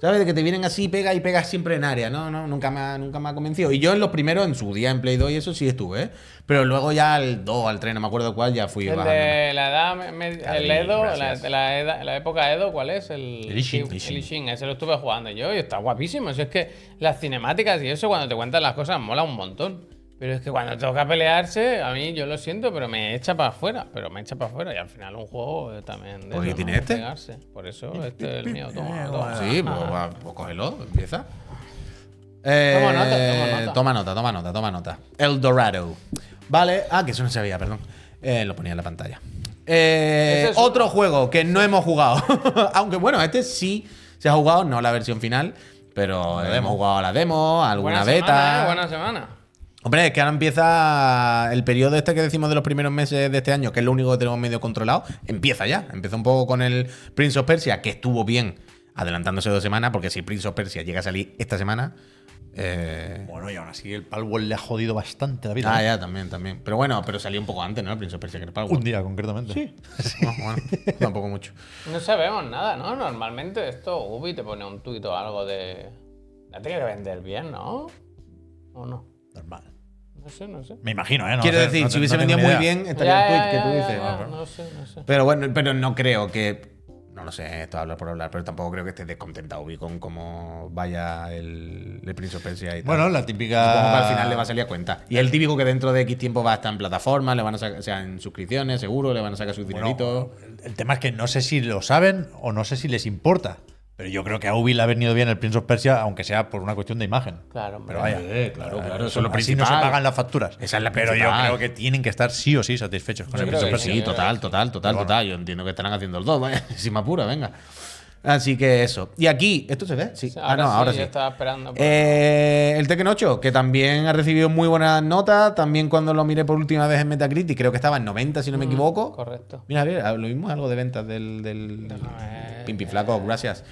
B: ¿Sabes? De que te vienen así, pega y pegas siempre en área. No, no, nunca me ha, nunca me ha convencido. Y yo en los primeros, en su día en Play 2 y eso sí estuve, ¿eh? Pero luego ya al 2, al 3, no me acuerdo cuál, ya fui
A: El
B: bajando.
A: de la edad, me- me- el
B: Cadil,
A: Edo, la,
B: gracias.
A: la eda- la época Edo, ¿cuál es? El,
C: El Ishin.
A: sí,
B: El Ishin.
A: el Ishin, ese lo estuve jugando yo y está guapísimo. Si es que las cinemáticas y eso, cuando te cuentan las cosas, mola un montón. Pero es que cuando toca pelearse, a mí yo lo siento, pero me echa para afuera. Pero me echa para afuera y al final un juego eh, también. De
B: Porque
A: eso,
B: tiene
A: ¿no?
B: este.
A: Pegarse. Por eso este es el mío. Toma, toma.
B: Sí, pues, va, pues cógelo, empieza.
A: Toma nota,
B: Eh,
A: toma nota.
B: toma nota, toma nota, toma nota. El Dorado. Vale, ah, que eso no se veía, perdón. Eh, lo ponía en la pantalla. Eh,
A: Ese es
B: otro juego que no hemos jugado. Aunque bueno, este sí se ha jugado, no la versión final, pero hemos jugado a la demo, a alguna
A: Buena
B: beta.
A: semana, eh, buena semana.
B: Hombre, es que ahora empieza el periodo este que decimos de los primeros meses de este año, que es lo único que tenemos medio controlado, empieza ya. Empieza un poco con el Prince of Persia, que estuvo bien adelantándose dos semanas, porque si Prince of Persia llega a salir esta semana... eh,
C: Bueno, y aún así el Palworld le ha jodido bastante la vida.
B: Ah,
C: ¿eh?
B: ya, también, también. Pero bueno, pero salió un poco antes, ¿no? El Prince of Persia que el Palworld.
C: Un día concretamente. Sí.
B: No, Ah, bueno, tampoco mucho.
A: No sabemos nada, ¿no? Normalmente esto Ubi te pone un tuit o algo de... La tiene que vender bien, ¿no? ¿O no?
C: Normal.
A: No sé, no sé.
C: Me imagino, ¿eh? No,
B: Quiero
C: no-
B: decir,
C: no-
B: si
C: no
B: hubiese
C: tengo
B: vendido
C: ni
B: muy
C: idea.
B: bien,
A: Ya,
B: estaría
A: ya,
B: el tweet que tú
A: ya,
B: dices.
A: ya,
B: Ah, pero-
A: No sé, no sé.
B: Pero bueno, pero no creo que. No lo sé, esto hablar por hablar, pero tampoco creo que esté descontentado Ubi con cómo vaya el, el Prince of Persia y tal.
C: Bueno, la Eh. típica.
B: Supongo que al final le va a salir a cuenta. Y el típico que dentro de X tiempo va a estar en plataformas, le van a sacar, o sea, en suscripciones, seguro, le van a sacar sus
C: Bueno,
B: dineritos.
C: el- el tema es que no sé si lo saben o no sé si les importa. Pero yo creo que a Ubi le ha venido bien el Prince of Persia, aunque sea por una cuestión de imagen.
A: Claro, hombre.
C: Pero vaya.
B: Eh, claro, claro, eso es lo
C: así no se
B: principal.
C: pagan las facturas.
B: Esa es la
C: Pero yo
B: principal.
C: creo que tienen que estar sí o sí satisfechos con
A: Yo
C: el
A: creo
C: Prince of
A: que
C: Persia.
B: Sí, total, total, total, total. Yo entiendo que estarán haciendo el 2, vaya, si me apura, venga. Así que eso. Y aquí, ¿esto se ve? Sí. ah, no, ahora sí.
A: Yo estaba esperando. por-
B: Eh, el Tekken 8, que también ha recibido muy buenas notas. También cuando lo miré por última vez en Metacritic, creo que estaba en 90, si no me equivoco.
A: Mm, Correcto.
B: Mira, a ver, lo mismo es algo de ventas del, del, del
A: ver.
B: Pimpi Flaco, gracias.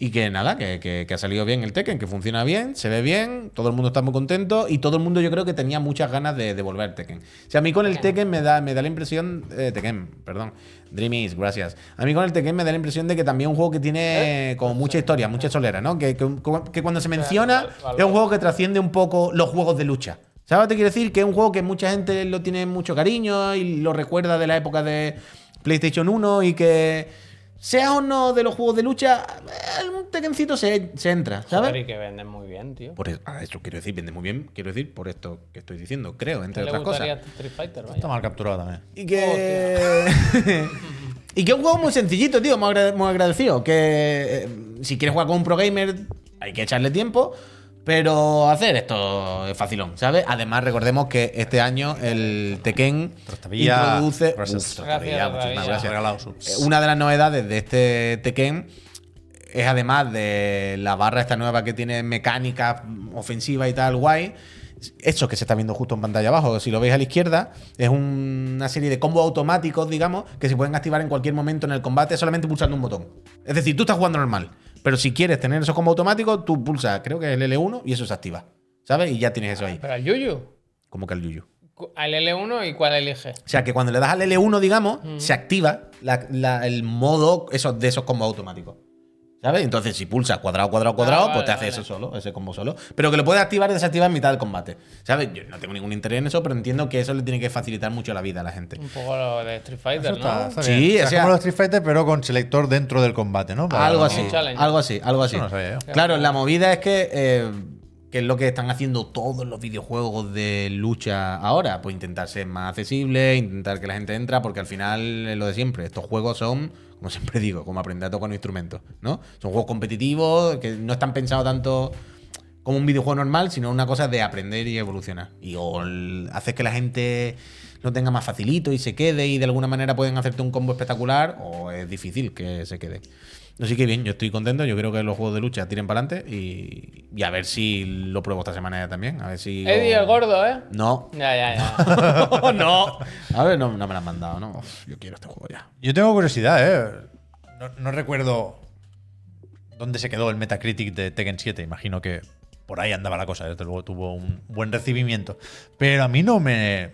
B: Y que nada, que, que- que ha salido bien el Tekken, que funciona bien, se ve bien, todo el mundo está muy contento y todo el mundo yo creo que tenía muchas ganas de, de volver Tekken. O sea, a mí con el Tekken me da, me da la impresión. eh, Tekken, perdón. Dreamies, gracias. A mí con el Tekken me da la impresión de que también es un juego que tiene como mucha historia, mucha solera, ¿no? Que, que- que cuando se menciona
A: val- valor.
B: es un juego que trasciende un poco los juegos de lucha. ¿Sabes lo que te quiero decir? Que es un juego que mucha gente lo tiene mucho cariño y lo recuerda de la época de PlayStation 1 y que sea o no de los juegos de lucha, eh, un tequencito se, se entra,
A: Joder,
B: ¿sabes?
A: y que venden muy bien, tío.
B: Por eso, a eso quiero decir, vende muy bien, quiero decir por esto que estoy diciendo, creo,
A: ¿Qué
B: entre
A: le
B: otras
A: gustaría a este
B: cosas.
A: Street Fighter, vaya?
C: Está mal capturado también.
B: Y que. y que es un juego muy sencillito, tío. Muy, agra- muy agradecido. Que eh, si quieres jugar con un pro gamer, hay que echarle tiempo. Pero hacer esto es facilón, ¿sabes? Además, recordemos que este año el Tekken
C: Trastavilla,
B: introduce.
C: gracias.
B: Uf, Trastavilla,
A: Gracias,
B: muchísimas
A: Trastavilla.
B: gracias.
C: Regalado su-
B: Eh, Una de las novedades de este Tekken es además de la barra esta nueva que tiene mecánica ofensiva y tal, guay. Esto que se está viendo justo en pantalla abajo, si lo veis a la izquierda, es un- una serie de combos automáticos, digamos, que se pueden activar en cualquier momento en el combate solamente pulsando un botón. Es decir, tú estás jugando normal, pero si quieres tener esos combos automáticos, tú pulsas, creo que es el L1 y eso se activa, ¿sabes? Y ya tienes eso ahí,
A: Pero al Yuyu,
B: como que el Yuyu.
A: cu- al L1 y cuál elige.
B: O sea, que cuando le das al L1, digamos, se activa la- la- el modo esos, de esos combos automáticos. ¿Sabes? Entonces, si pulsas cuadrado, cuadrado, cuadrado, pues
A: Ah, vale,
B: te hace
A: vale.
B: eso solo, ese combo solo. Pero que lo puedes activar y desactivar en mitad del combate. ¿Sabes? Yo no tengo ningún interés en eso, pero entiendo que eso le tiene que facilitar mucho la vida a la gente.
A: Un poco lo de Street Fighter,
C: Eso está,
A: ¿no?
C: está
B: Sí,
C: bien.
B: o
C: es
B: sea-
C: como los Street Fighter, pero con selector dentro del combate, ¿no? Para
B: algo
C: no-
B: así,
A: challenge.
B: algo así, algo así.
C: Eso no sabía yo.
B: Claro, la movida es que, eh, que es lo que están haciendo todos los videojuegos de lucha ahora, pues intentar ser más accesible, intentar que la gente entra, porque al final es lo de siempre, estos juegos son, como siempre digo, como aprender a tocar un instrumento, ¿no? Son juegos competitivos que no están pensados tanto como un videojuego normal, sino una cosa de aprender y evolucionar. Y o el- haces que la gente lo tenga más facilito y se quede y de alguna manera pueden hacerte un combo espectacular o es difícil que se quede. Así que bien, yo estoy contento, yo creo que los juegos de lucha tiren para adelante y, y a ver si lo pruebo esta semana ya también, a ver si...
A: Eddie
B: o-
A: el gordo, ¿eh?
B: No.
A: Ya, ya, ya.
B: no. A ver, no, no me lo han mandado, ¿no? Uf, yo quiero este juego ya.
C: Yo tengo curiosidad, ¿eh? No, no recuerdo dónde se quedó el Metacritic de Tekken 7. Imagino que por ahí andaba la cosa. Desde luego tuvo un buen recibimiento. Pero a mí no me,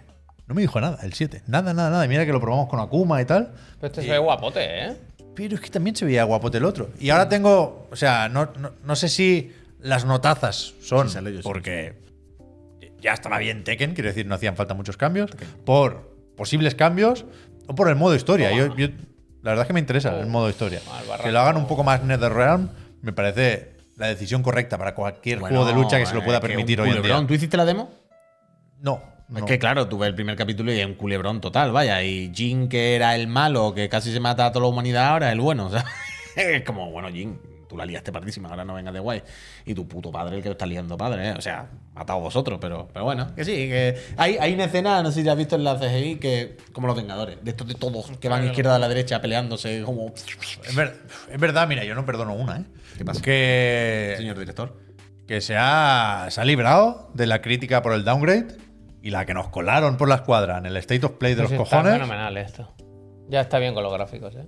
C: no me dijo nada el 7. Nada, nada, nada. Y Mira que lo probamos con Akuma y tal.
A: Pero este se ve guapote, ¿eh?
C: Pero es que también se veía guapote el otro. Y ahora tengo, o sea, no, no- no sé si las notazas son
B: Sí, sale yo, sí.
C: porque ya estaba bien Tekken, quiero decir, no hacían falta muchos cambios, por posibles cambios o por el modo historia. Yo, yo- la verdad es que me interesa el modo historia.
A: al barranco.
C: Que lo hagan un poco más NetherRealm me parece la decisión correcta para cualquier
B: Bueno,
C: juego de lucha que se lo pueda
B: es que es un
C: permitir hoy en día.
B: culebrón. ¿Tú hiciste la demo?
C: No, no.
B: Es que claro, tú ves el primer capítulo y es un culebrón total, vaya. Y Jin, que era el malo, que casi se mata a toda la humanidad, ahora es el bueno. O sea, es como, bueno, Jin, tú la liaste pardísima, ahora no vengas de guay. Y tu puto padre el que lo está liando padre, ¿eh? O sea, matado vosotros, pero, pero bueno, que sí, que hay, hay una escena, no sé si has visto en la CGI, que como los Vengadores, de estos de todos que van izquierda a la derecha peleándose como...
C: Es, ver- es verdad, mira, yo no perdono una, ¿eh?
B: ¿Qué pasa?
C: Que
B: Señor director.
C: que se ha, se ha librado de la crítica por el downgrade y la que nos colaron por la escuadra en el State of Play de los
A: Sí, Está
C: cojones.
A: fenomenal esto. Ya está bien con los gráficos, ¿eh?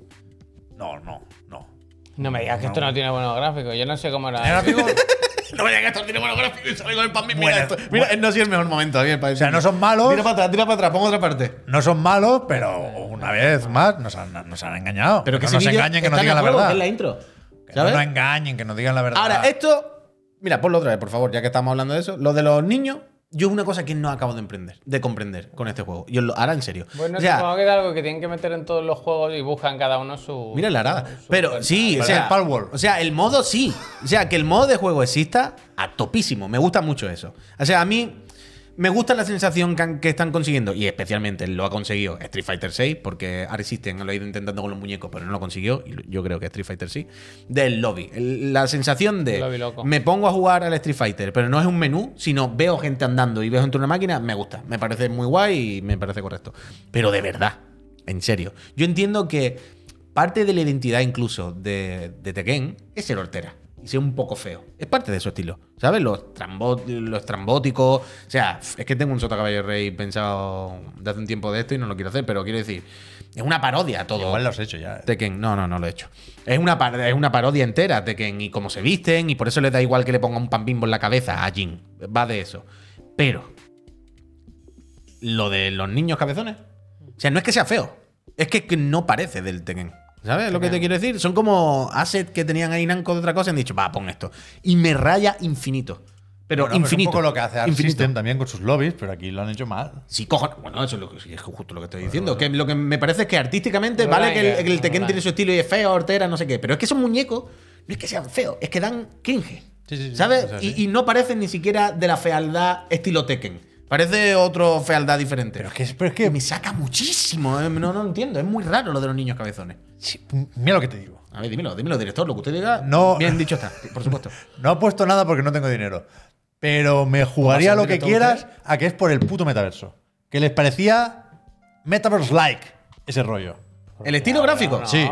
C: No, no, no.
A: No me digas que esto no tiene buenos gráficos. Yo no sé cómo era.
B: No vaya a gastar dinero en los gráficos y sale con el pan. Mira
C: Bueno,
B: esto. Mira, no ha sido el mejor momento, Javier, para
C: O sea,
B: decirlo.
C: no son malos,
B: Tira para atrás, tira para atrás, pon otra parte.
C: no son malos, pero una vez más nos han, nos han engañado.
B: Pero que
C: no
B: ese
C: nos
B: vídeo
C: engañen, que nos
B: está en
C: digan la
B: el juego,
C: verdad.
B: Es la intro.
C: Que no
B: ¿Sabes?
C: nos engañen, que nos digan la verdad.
B: Ahora, eh, esto. Mira, ponlo otra vez, por favor, ya que estamos hablando de eso. Lo de los niños, yo es una cosa que no acabo de emprender, de comprender con este juego. Yo lo, ahora en serio.
A: Bueno,
B: O sea,
A: supongo que es algo que tienen que meter en todos los juegos y buscan cada uno su.
B: Mira la arada.
A: su-
B: Pero sí, o
C: Parece
B: sea,
C: el Palworld.
B: o sea, el modo sí. O sea, que el modo de juego exista a topísimo. Me gusta mucho eso. O sea, a mí me gusta la sensación que, han- que están consiguiendo. Y especialmente lo ha conseguido Street Fighter 6, porque ahora existen, lo ha ido intentando con los muñecos, pero no lo consiguió. Y yo creo que Street Fighter sí. Del lobby. El- la sensación de.
A: El lobby loco.
B: Me pongo a jugar al Street Fighter, pero no es un menú, sino veo gente andando y veo gente en una máquina, me gusta. Me parece muy guay y me parece correcto. Pero de verdad, en serio. Yo entiendo que parte de la identidad incluso de, de Tekken es ser hortera. y sea un poco feo. Es parte de su estilo. ¿Sabes? Los, trambó- los trambóticos. O sea, pf, es que tengo un Sota Caballo Rey pensado de hace un tiempo de esto y no lo quiero hacer, pero quiero decir, es una parodia todo.
C: Igual lo has hecho ya. ¿eh?
B: Tekken, no, no, no lo he hecho. Es una, par- es una parodia entera, Tekken, y cómo se visten, y por eso les da igual que le ponga un pan bimbo en la cabeza a Jin. Va de eso. Pero, lo de los niños cabezones. O sea, no es que sea feo, es que que no parece del Tekken. ¿Sabes lo que te quiero decir? Son como assets que tenían ahí Namco de otra cosa y han dicho, va, pon esto. Y me raya infinito. Pero
C: Bueno, Es
B: infinito.
C: un poco lo que hace Arc
B: infinito.
C: System también con sus lobbies, pero aquí lo han hecho mal.
B: Sí, cojones. Bueno, eso es, lo que- es justo lo que estoy diciendo. Que lo que me parece es que artísticamente,
A: No
B: vale
A: like
B: que el,
A: it,
B: que el
A: no
B: Tekken
A: like.
B: tiene su estilo y es feo, hortera, no sé qué. Pero es que esos muñecos no es que sean feos, es que dan cringe.
C: Sí, sí, sí,
B: ¿Sabes?
C: o sea,
B: Y-
C: sí.
B: y, no parecen ni siquiera de la fealdad estilo Tekken. Parece otro fealdad diferente.
C: Pero es que, pero es que
B: me saca muchísimo. eh, No, no lo entiendo. Es muy raro lo de los niños cabezones.
C: sí, mira lo que te digo.
B: A ver, dímelo, dímelo, director. Lo que usted diga,
C: No.
B: bien dicho está, por supuesto.
C: No he puesto nada porque no tengo dinero. Pero me jugaría
B: ¿Cómo
C: lo
B: hace
C: que
B: un
C: quieras
B: director
C: a que es por el puto metaverso. Que les parecía Metaverse like ese rollo.
B: El estilo gráfico.
A: No,
C: Sí.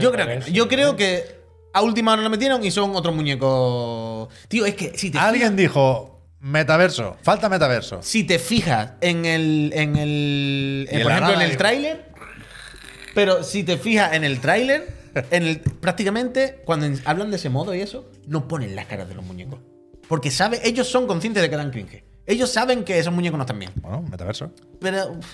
B: Yo creo que no. Yo creo que a última hora lo metieron y son otros muñecos. Tío, es que si te
C: Alguien
B: fijas,
C: dijo metaverso, falta metaverso.
B: si te fijas en el en el
C: Y
B: en-
C: en
B: por
C: la
B: ejemplo en
C: nada
B: el
C: digo.
B: tráiler, pero si te fijas en el tráiler, en el prácticamente cuando en- hablan de ese modo y eso, no ponen las caras de los muñecos, porque sabe, ellos son conscientes de que dan cringe. Ellos saben que esos muñecos no están bien.
C: Bueno, metaverso.
B: Pero uf,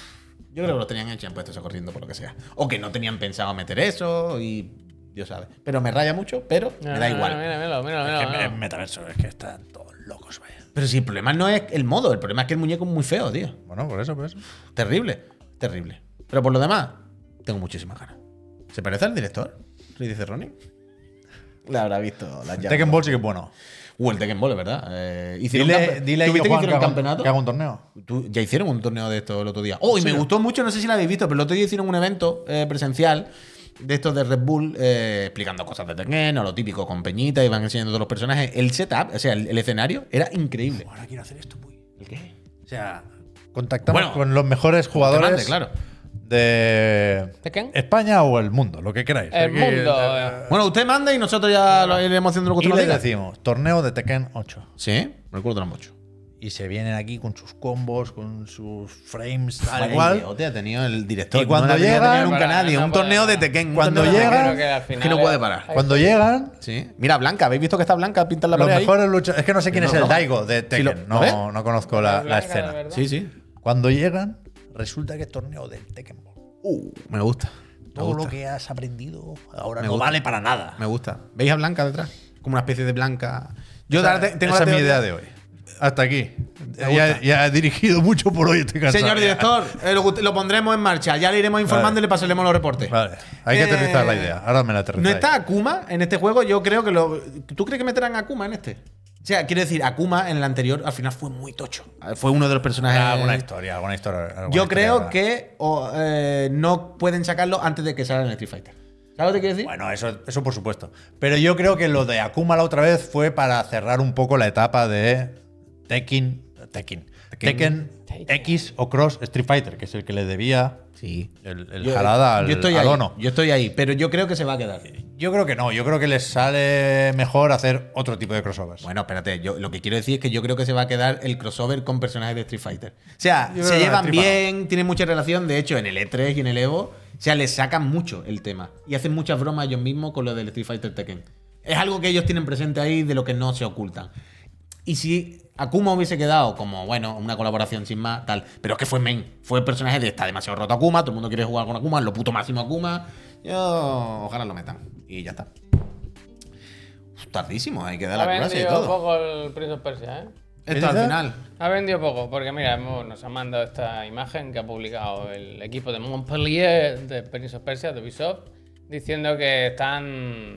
B: yo creo que lo tenían hecho y han puesto eso corriendo por lo que sea. O que no tenían pensado meter eso y Dios sabe. Pero me raya mucho, pero me da igual.
A: Ah, Mira, míralo, míralo,
C: Es que
A: míralo,
C: es
A: míralo.
C: metaverso, es que están todos locos, vaya.
B: Pero si el problema no es el modo, el problema es que el muñeco es muy feo, tío.
C: Bueno, por eso, pues.
B: Terrible, terrible. Pero por lo demás, tengo muchísimas ganas. ¿Se parece al director? ¿Le dice Ronnie? La habrá visto la
C: Tekken Ball sí que es bueno.
B: O el Tekken Ball, ¿verdad? Eh, hicieron
C: Dile,
B: campe-
C: dile a
B: ¿Tuviste que
C: Juan que
B: hicieron
C: haga-
B: campeonato?
C: que haga un torneo.
B: Tú- ya hicieron un torneo de esto el otro día. Oh, y me gustó mucho, no sé si lo habéis visto, pero el otro día hicieron un evento eh, presencial de estos de Red Bull eh, explicando cosas de Tekken o lo típico con Peñita y van enseñando todos los personajes. El setup, o sea, el, el escenario era increíble.
C: Ahora quiero hacer esto, muy.
B: ¿El qué?
C: O sea, contactamos
B: Bueno,
C: con los mejores jugadores
B: mande, claro.
C: de
A: ¿Tekken?
C: España o el mundo, lo que queráis.
A: El
C: Aquí,
A: mundo.
C: eh,
A: eh.
B: Bueno, usted manda y nosotros ya lo iremos haciendo lo que
C: Y
B: usted nos
C: le
B: diga.
C: decimos, torneo de Tekken 8.
B: Sí, recuerdo tan mucho.
C: Y se vienen aquí con sus combos, con sus frames,
B: Vaya
C: tal igual.
B: idiote ha tenido el director.
C: Y cuando
B: no la tenía
C: llegan-
B: que tener nunca
A: Para,
B: nadie.
A: no
B: un
A: puede
B: torneo de
A: parar.
B: Tekken. un
C: Cuando
B: torneo de
C: llegan-
A: Creo
B: Tekken.
A: que al
B: Es que no
A: final
B: puede
A: es-
B: parar.
C: Cuando llegan,
B: Sí. Mira, Blanca. ¿Habéis visto que está Blanca? Pinta en la
C: los
B: pared ahí.
C: mejores luchadores. Es que no sé quién
B: No,
C: es el
B: no.
C: Daigo de Tekken.
B: lo- ¿lo ves?
C: no, no conozco la, la
A: Blanca, de
C: escena.
A: verdad.
B: Sí, sí.
C: Cuando llegan, resulta que es torneo del Tekken. Ball.
B: Uh, me gusta. Me
C: Todo lo
B: gusta.
C: que has aprendido ahora
B: Me
C: no
B: gusta.
C: vale para nada.
B: Me gusta. ¿Veis a Blanca detrás? Como una especie de Blanca. Yo
C: Esa-
B: ahora te- tengo
C: esa
B: la
C: es mi
B: teoría-
C: idea de hoy. Hasta aquí.
B: Me
C: Ya,
B: gusta.
C: ya he dirigido mucho por hoy. Estoy cansado.
B: Señor
C: ya.
B: director, eh, lo, lo pondremos en marcha. Ya le iremos informando
C: Vale.
B: y le pasaremos los reportes.
C: Vale, hay que
B: Eh,
C: aterrizar la idea. Ahora me la aterrizáis.
B: ¿No está Akuma en este juego? Yo creo que lo. ¿Tú crees que meterán a Akuma en este? O sea, quiero decir, Akuma en el anterior al final fue muy tocho. Fue uno de los personajes.
C: Ah, alguna historia, alguna historia. alguna
B: Yo
C: historia
B: creo
C: habrá.
B: que o, eh, no pueden sacarlo antes de que salga en el Street Fighter. ¿Sabes lo que quiero decir?
C: Bueno, eso, eso por supuesto. Pero yo creo que lo de Akuma la otra vez fue para cerrar un poco la etapa de Tekken. Tekken. Tekken,
A: Tekken.
C: X o Cross Street Fighter, que es el que le debía
B: sí.
C: el, el jalada al,
B: yo estoy
C: al
B: ahí,
C: Ono.
B: Yo estoy ahí, pero yo creo que se va a quedar.
C: Yo creo que no, yo creo que les sale mejor hacer otro tipo de crossovers.
B: Bueno, espérate, yo lo que quiero decir es que yo creo que se va a quedar el crossover con personajes de Street Fighter. O sea,
C: Yo creo
B: se
C: que
B: llevan
C: la tripa
B: bien, tienen mucha relación, de hecho, en el E3 y en el Evo, o sea, les sacan mucho el tema. Y hacen muchas bromas ellos mismos con lo del Street Fighter Tekken. Es algo que ellos tienen presente ahí de lo que no se ocultan. Y si Akuma hubiese quedado como, bueno, una colaboración sin más, tal. Pero es que fue main. Fue el personaje de está demasiado roto Akuma, todo el mundo quiere jugar con Akuma, lo puto máximo Akuma. Yo, ojalá lo metan. Y ya está. Uf, Tardísimo, hay que dar
A: Ha
B: la clase y
A: vendido
B: todo.
A: poco el Prince of Persia, ¿eh?
B: Esto al
C: ¿Esa?
B: final.
A: Ha vendido poco, porque mira, hemos- nos ha mandado esta imagen que ha publicado el equipo de Montpellier de Prince of Persia, de Ubisoft, diciendo que están,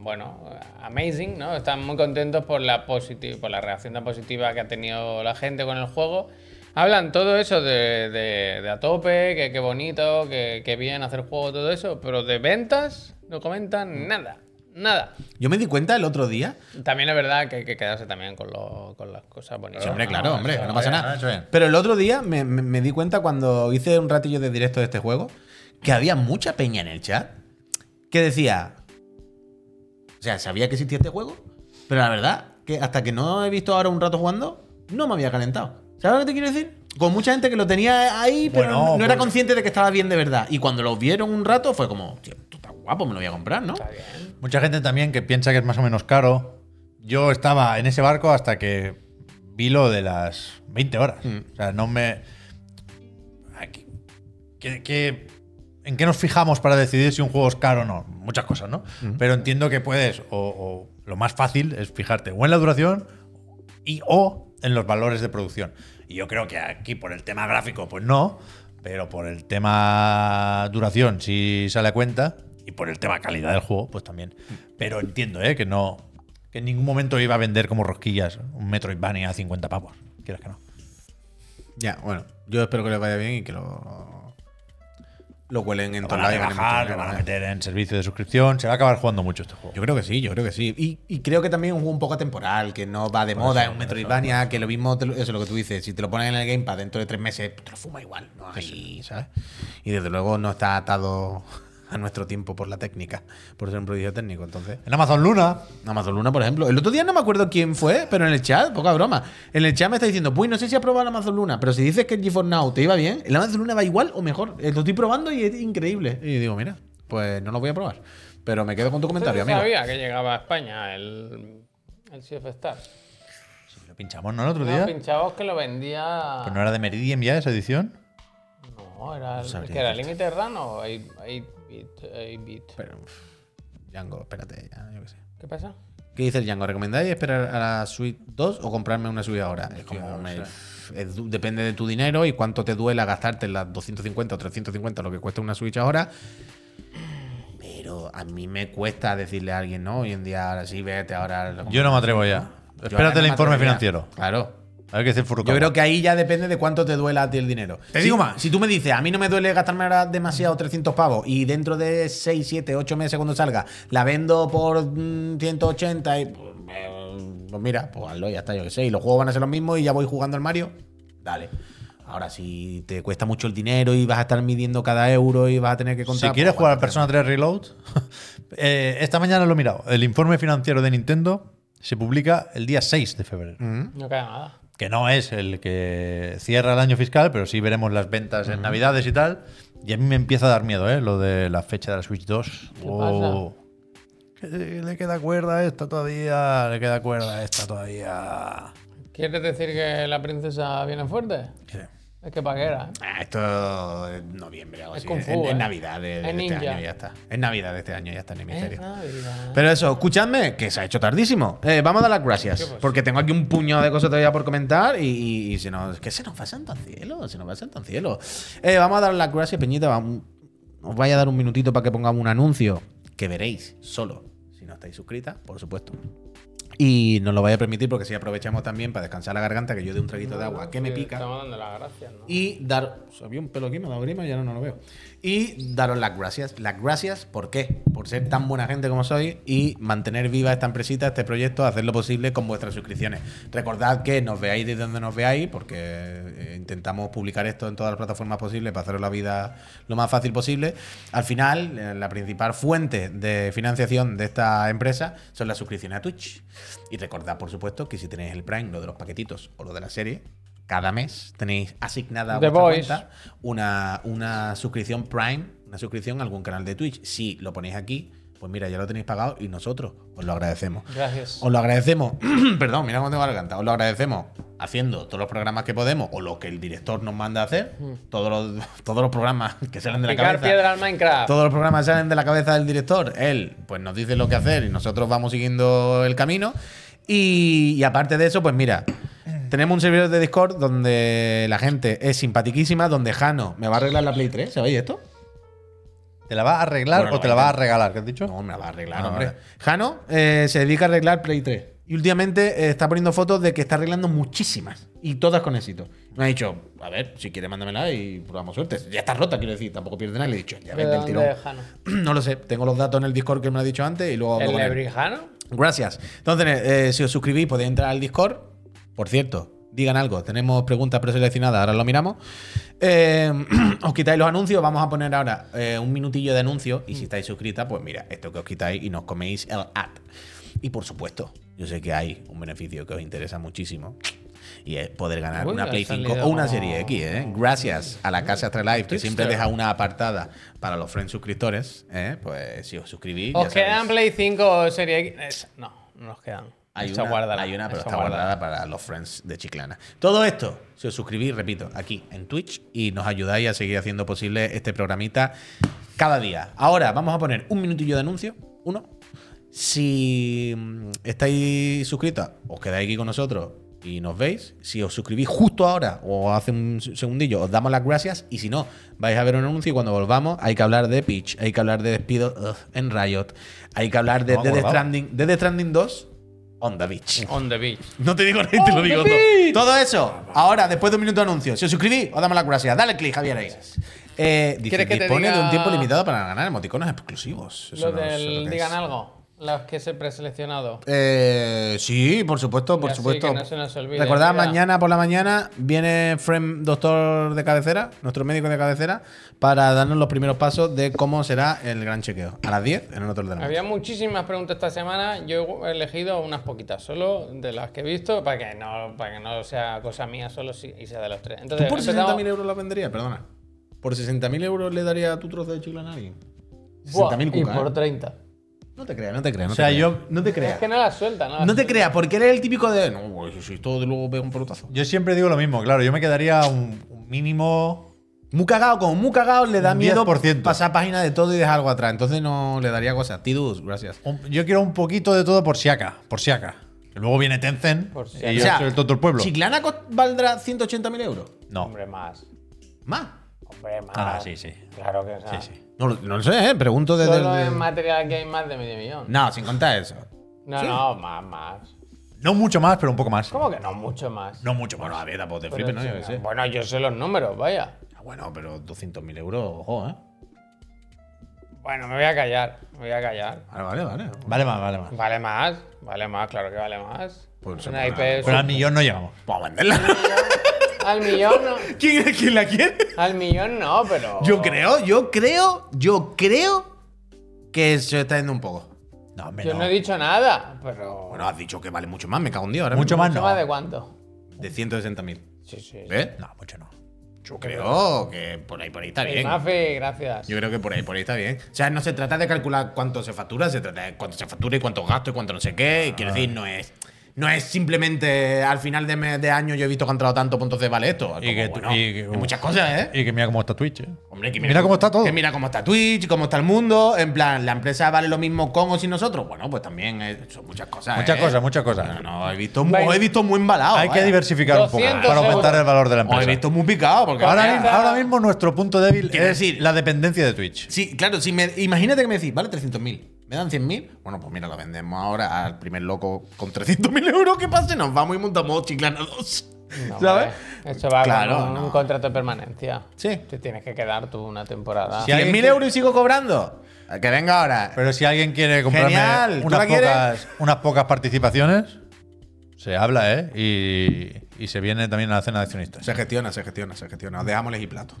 A: bueno, amazing, ¿no? Están muy contentos por la, posit- por la reacción tan positiva que ha tenido la gente con el juego. Hablan todo eso de, de- de a tope, que qué bonito, que, que bien hacer juego, todo eso, pero de ventas no comentan nada, nada.
B: Yo me di cuenta el otro día.
A: También es verdad que hay que quedarse también con, lo- con las cosas bonitas.
B: Sí, hombre,
A: ¿no?
B: claro, hombre,
A: Eso-
B: que no pasa
C: bien, no, Ah, eso
B: nada.
C: bien.
B: Pero el otro día me, me- me di cuenta cuando hice un ratillo de directo de este juego que había mucha peña en el chat que decía. O sea, sabía que existía este juego, Pero la verdad, que hasta que no he visto ahora un rato jugando, no me había calentado. ¿Sabes lo que te quiero decir? Con mucha gente que lo tenía ahí, pero
C: Bueno,
B: no era
C: pues-
B: consciente de que estaba bien de verdad. Y cuando lo vieron un rato, fue como, tío, tú estás guapo, me lo voy a comprar, ¿no?
C: Mucha gente también que piensa que es más o menos caro. Yo estaba en ese barco hasta que vi lo de las 20 horas. O sea, no me. Aquí- ¿qué- qué- en qué nos fijamos para decidir si un juego es caro o no? Muchas cosas, ¿no? Pero entiendo que puedes, o, o lo más fácil es fijarte o en la duración y o en los valores de producción. Y yo creo que aquí por el tema gráfico, pues no, pero por el tema duración sí sale a cuenta y por el tema calidad del juego, pues también. Pero entiendo, ¿eh? Que no, que en ningún momento iba a vender como rosquillas un Metroidvania a 50 pavos. Quieras que no.
B: Ya, bueno, yo espero que les vaya bien y que lo. Lo cuelen en
C: Lo van a rebajar, lo van a meter en servicio de suscripción. Se va a acabar jugando mucho este juego.
B: ¿eh? Yo creo que sí, yo creo que sí. Y, y creo que también es un juego un poco temporal, que no va de
C: Por
B: moda,
C: eso,
B: es un
C: por eso,
B: Metroidvania, que lo mismo, te lo- eso es lo que tú dices, si te lo ponen en el Game Pass dentro de tres meses, te lo fuma igual, no hay, ¿sabes? Y desde luego no está atado a nuestro tiempo por la técnica, por ser un prodigio técnico, entonces...
C: En Amazon Luna,
B: Amazon Luna, por ejemplo. El otro día no me acuerdo quién fue, pero en el chat, poca broma. En el chat me está diciendo, pues no sé si has probado el Amazon Luna, pero si dices que el GeForce Now te iba bien, el Amazon Luna va igual o mejor. Eh, Lo estoy probando y es increíble. Y digo, mira, pues no lo voy a probar. Pero me quedo con tu comentario,
A: Yo
B: amigo.
A: sabía que llegaba a España el, el Sea of Stars.
C: si lo pinchamos, ¿no? El otro
A: No,
C: día.
A: pinchados que lo vendía.
B: Pues
C: Pero no era de Meridian ya esa edición.
A: No, era,
B: sabría
A: que era
B: decirte.
A: límite rano. 8-bit. 8-bit.
B: Pero, uf, Django, espérate, ya, yo qué sé.
A: ¿Qué pasa?
B: ¿Qué dice el Django? ¿Recomendáis esperar a la Suite 2 o comprarme una Suite ahora? Es como, me- es du- depende de tu dinero y cuánto te duela gastarte las 250 o 350, lo que cuesta una Switch ahora. Pero a mí me cuesta decirle a alguien, ¿no? Hoy en día, ahora sí, vete ahora. lo
C: Yo no me atrevo ya.
B: Yo ahora
C: Espérate
B: no
C: el
B: me
C: informe
B: atrevería.
C: financiero.
B: Claro.
C: A ver qué dice el
B: Yo
C: Furukawa.
B: creo que ahí ya depende de cuánto te duela a ti el dinero.
C: Te
B: Si-
C: digo más.
B: Si tú me dices, a mí no me duele gastarme ahora demasiado 300 pavos y dentro de 6, 7, 8 meses cuando salga, la vendo por mm, 180 y... Pues mira, pues hazlo, ya está, yo qué sé. Y los juegos van a ser los mismos y ya voy jugando al Mario. Dale. Ahora, si te cuesta mucho el dinero y vas a estar midiendo cada euro y vas a tener que contar...
C: Si quieres
B: pues,
C: jugar al
B: aguántate.
C: Persona 3 Reload, eh, esta mañana lo he mirado. El informe financiero de Nintendo se publica el día 6 de febrero,
B: Mm.
A: No queda nada.
C: que no es el que cierra el año fiscal, pero sí veremos las ventas
B: Mm.
C: en Navidades y tal. Y a mí me empieza a dar miedo, ¿eh? Lo de la fecha de la Switch 2. Oh. Que Le queda cuerda a esta todavía, le queda cuerda a esta todavía.
A: ¿Quieres decir que la princesa viene fuerte?
C: Sí.
A: Es que paguera. ¿eh?
B: Ah, Esto es noviembre, algo
A: Es
B: así.
A: Kung
B: Es,
A: Fu,
B: es
A: ¿eh?
B: Navidad de,
A: Es
B: de este
A: ninja. ¿Eh?
B: año, ya está. Es Navidad de este año, ya está en el misterio.
A: Es Navidad.
B: Pero eso, escuchadme, que se ha hecho tardísimo. Eh, vamos a dar las gracias. Porque tengo aquí un puñado de cosas todavía por comentar y, y- y se nos. Que se nos va santo al cielo, se nos va santo al cielo. Eh, vamos a dar las gracias, Peñita. vam- Os vaya a dar un minutito para que pongamos un anuncio que veréis solo. Si no estáis suscritas, por supuesto. Y nos lo vaya a permitir porque si aprovechamos también para descansar la garganta, que yo de un traguito de agua que me
A: Sí,
B: pica.
A: Estamos dando las gracias, ¿no?
B: Y dar. Había un pelo aquí, me ha dado grima y ahora no lo veo. Y daros las gracias. Las gracias, ¿por qué? Por ser tan buena gente como soy y mantener viva esta empresita, este proyecto, hacer lo posible con vuestras suscripciones. Recordad que nos veáis desde donde nos veáis, porque eh, intentamos publicar esto en todas las plataformas posibles para haceros la vida lo más fácil posible. Al final, eh, la principal fuente de financiación de esta empresa son las suscripciones a Twitch. Y recordad, por supuesto, que si tenéis el Prime, lo de los paquetitos o lo de la serie, cada mes tenéis asignada a
A: The
B: vuestra
A: Voice.
B: cuenta una, una suscripción Prime, una suscripción a algún canal de Twitch. Si lo ponéis aquí, pues mira, ya lo tenéis pagado y nosotros os lo agradecemos.
A: Gracias.
B: Os lo agradecemos, perdón, mira cómo tengo la garganta. Os lo agradecemos haciendo todos los programas que podemos o lo que el director nos manda a hacer. Todos los, todos los programas que salen de la
A: Mm. Picar
B: cabeza.
A: piedra al Minecraft.
B: Todos los programas salen de la cabeza del director. Él, pues nos dice lo que hacer y nosotros vamos siguiendo el camino. Y, y aparte de eso, pues mira, tenemos un servidor de Discord donde la gente es simpatiquísima, donde Jano me va a arreglar la Play 3. ¿Sabéis esto?
C: ¿Te la vas a arreglar
B: Bueno,
C: o te
B: lo
C: la
B: voy a
C: vas a regalar? ¿Qué has dicho?
B: No, me la va a arreglar,
C: Ah,
B: hombre.
C: vale.
B: Jano eh, se dedica a arreglar Play 3. Y últimamente eh, está poniendo fotos de que está arreglando muchísimas. Y todas con éxito. Me ha dicho, a ver, si quiere, mándamela y probamos suerte. Ya está rota, quiero decir. Tampoco pierde nada. Y Le he dicho, ya
A: ¿De
B: vete el
A: dónde
B: tirón.
A: es Jano?
B: No lo sé, tengo los datos en el Discord que me lo ha dicho antes y luego hablo
A: ¿El
B: con él.
A: lebrijano?
B: Gracias. Entonces, eh, si os suscribís, podéis entrar al Discord. Por cierto, digan algo. Tenemos preguntas preseleccionadas, ahora lo miramos. Eh, os quitáis los anuncios, vamos a poner ahora eh, un minutillo
A: Mm.
B: de anuncio. Y si estáis suscritas, pues mira, esto que os quitáis y nos coméis el ad. Y por supuesto, Yo sé que hay un beneficio que os interesa muchísimo y es poder ganar
A: Uy,
B: una
A: ha
B: Play 5
A: salido-
B: o una Serie X, ¿eh? Gracias a la Casa Astralife, que siempre deja una apartada para los friends suscriptores, ¿eh? Pues si os suscribís, ya
A: ¿Os quedan Play
B: sabéis.
A: 5 o Serie X? Esa- no, no nos quedan.
B: Hay
A: Esa
B: una,
A: guárdala,
B: hay una, pero
A: esa
B: está guardada. para los friends de Chiclana. Todo esto, si os suscribís, repito, aquí en Twitch y nos ayudáis a seguir haciendo posible este programita cada día. Ahora vamos a poner un minutillo de anuncio, uno. Si mm, estáis suscritos, os quedáis aquí con nosotros y nos veis. Si os suscribís justo ahora o hace un segundillo, os damos las gracias. Y si no, vais a ver un anuncio y cuando volvamos hay que hablar de Pitch, hay que hablar de despido ugh, en Riot, hay que hablar de
C: No,
B: Death
C: volvamos.
B: Stranding, de Death Stranding 2 on the beach.
A: On the beach.
B: No te digo nada y te lo digo todo. Todo eso, ahora, después de un minuto de anuncio. Si os suscribís, os damos las gracias. Dale clic, Javier ahí. Eh, dice,
A: ¿Quieres que te
B: dispone de un
A: diga-
B: tiempo limitado para ganar emoticonos exclusivos. Eso
A: Lo
B: no sé lo
A: del,
B: que
A: digan
B: es.
A: algo. Los que se preseleccionado.
B: Eh, sí, por supuesto, por
A: Así
B: supuesto.
A: que no se nos olvide,
B: Recordad,
A: mira.
B: mañana por la mañana viene Frem, doctor de cabecera, nuestro médico de cabecera, para darnos los primeros pasos de cómo será el gran chequeo. A las 10 en el otro de la noche.
A: Había muchísimas preguntas esta semana. Yo he elegido unas poquitas, solo de las que he visto, para que no, para que no sea cosa mía solo si- y sea de los tres.
B: ¿Tú
A: Entonces,
B: por
A: empezamos-
B: 60.000 euros la venderías? Perdona. ¿Por 60.000 euros le daría tu trozo de chicle a nadie?
A: Buah,
B: 60.000
A: Y
B: cuca,
A: por
B: ¿eh?
A: 30.
B: No te creas, no te creas. No
C: O sea,
B: te creas.
C: yo no te
A: Es
C: creas.
A: que no la suelta, ¿no? la
B: No te
A: suelta.
B: creas, porque eres el típico de. No, pues si todo de luego pega un pelotazo.
C: Yo siempre digo lo mismo, claro. Yo me quedaría un, un mínimo.
B: Muy cagado, como muy cagado, le da
C: Un
B: miedo
C: 10%.
B: pasar página de todo y dejar algo atrás. Entonces no le daría cosas. Tidus, gracias.
C: un- yo quiero un poquito de todo por si acá. Por si acá. Que luego viene Tencent.
A: Por si
C: y yo soy el tonto del pueblo.
B: ¿Chiclana cost- valdrá 180.000 euros?
C: No.
A: Hombre, más.
B: ¿Más?
A: Hombre, más.
C: Ah, sí, sí.
A: Claro que sí.
B: No, lo- no lo sé, ¿eh? Pregunto desde.
A: Solo
B: de-
A: en material que hay más de medio millón.
B: No, sin contar eso.
A: No, no, más, más.
C: No mucho más, pero un poco más.
A: ¿Cómo que no? Mucho más.
B: No mucho. Bueno, a ver, tampoco te
A: Pero
B: flipes, ¿no? Yo
A: sí,
B: qué sé.
A: Bueno, yo sé los números, vaya.
B: Ah, Bueno, pero 200.000 euros, ojo, ¿eh?
A: Bueno, me voy a callar, me voy a callar.
B: Vale, vale, vale.
C: Vale más, vale más.
A: Vale más, vale más, claro que vale más.
B: Pues
A: Una
B: se
A: IP
B: pone-
A: es
C: Pero al
A: un-
C: millón no llegamos.
B: Vamos a venderla.
A: al millón no.
B: ¿Quién, quién la quiere?
A: Al millón no, pero.
B: Yo creo, yo creo, yo creo que se está yendo un poco.
C: No,
A: Yo
C: menos.
A: no he dicho nada, pero.
B: Bueno, has dicho que vale mucho más, me cago en Dios. Ahora
C: Mucho
B: mismo.
C: más
A: ¿Mucho
C: no.
A: más de cuánto?
B: De 160.000.
A: Sí, sí.
B: ¿Eh?
C: No, mucho no.
B: Yo creo que por ahí, por ahí está
A: Sí,
B: bien.
A: Mafi, gracias.
B: Yo creo que por ahí, por ahí está bien. O sea, no se trata de calcular cuánto se factura, se trata de cuánto se factura y cuánto gasto y cuánto no sé qué. Y
C: Ah.
B: Quiero decir, no es, no es simplemente al final de, mes- de año yo he visto que ha entrado tanto, pues entonces vale esto.
C: Y que tú-
B: bueno,
C: y que- uh,
B: hay muchas cosas, ¿eh?
C: Y que mira cómo está Twitch, ¿eh?
B: Hombre, que
C: Mira cómo está todo.
B: Que mira cómo está Twitch, cómo está el mundo. En plan, la empresa vale lo mismo con o sin nosotros. Bueno, pues también eh, son muchas cosas.
C: Muchas
B: ¿eh?
C: cosas, muchas
B: No,
C: cosas.
B: no, he visto, mu-
A: Veinte-
B: os he visto muy embalado.
C: Hay que
B: vaya.
C: diversificar un poco
A: 200
C: para aumentar
A: euros.
C: el valor de la
B: Os he
C: empresa.
B: visto muy picado. Porque
C: Ahora,
B: vaya,
C: mi- ahora mismo nuestro punto débil
B: Quiero
C: es
B: decir-
C: la dependencia de Twitch.
B: Sí, claro, si me, imagínate que me decís, vale 300.000. ¿Me dan 100.000? Bueno, pues mira, lo vendemos ahora al primer loco con 300.000 euros. ¿Qué pase? Nos vamos y montamos Chiclana 2.
A: No,
B: ¿Sabes?
A: hombre, Eso va
B: Claro,
A: con un,
B: no.
A: un contrato de permanencia.
B: Sí.
A: Te tienes que quedar tú una temporada.
C: Sí. Si alguien
B: 100.000
C: quiere-
B: euros y sigo cobrando. Que venga ahora.
C: Pero si alguien quiere comprarme
B: Genial, ¿tú
C: unas,
B: la quieres?
C: pocas, unas pocas participaciones, se habla, ¿eh? Y, y se viene también a la cena de accionistas.
B: Se gestiona, se gestiona, se gestiona. Os dejamos y plato.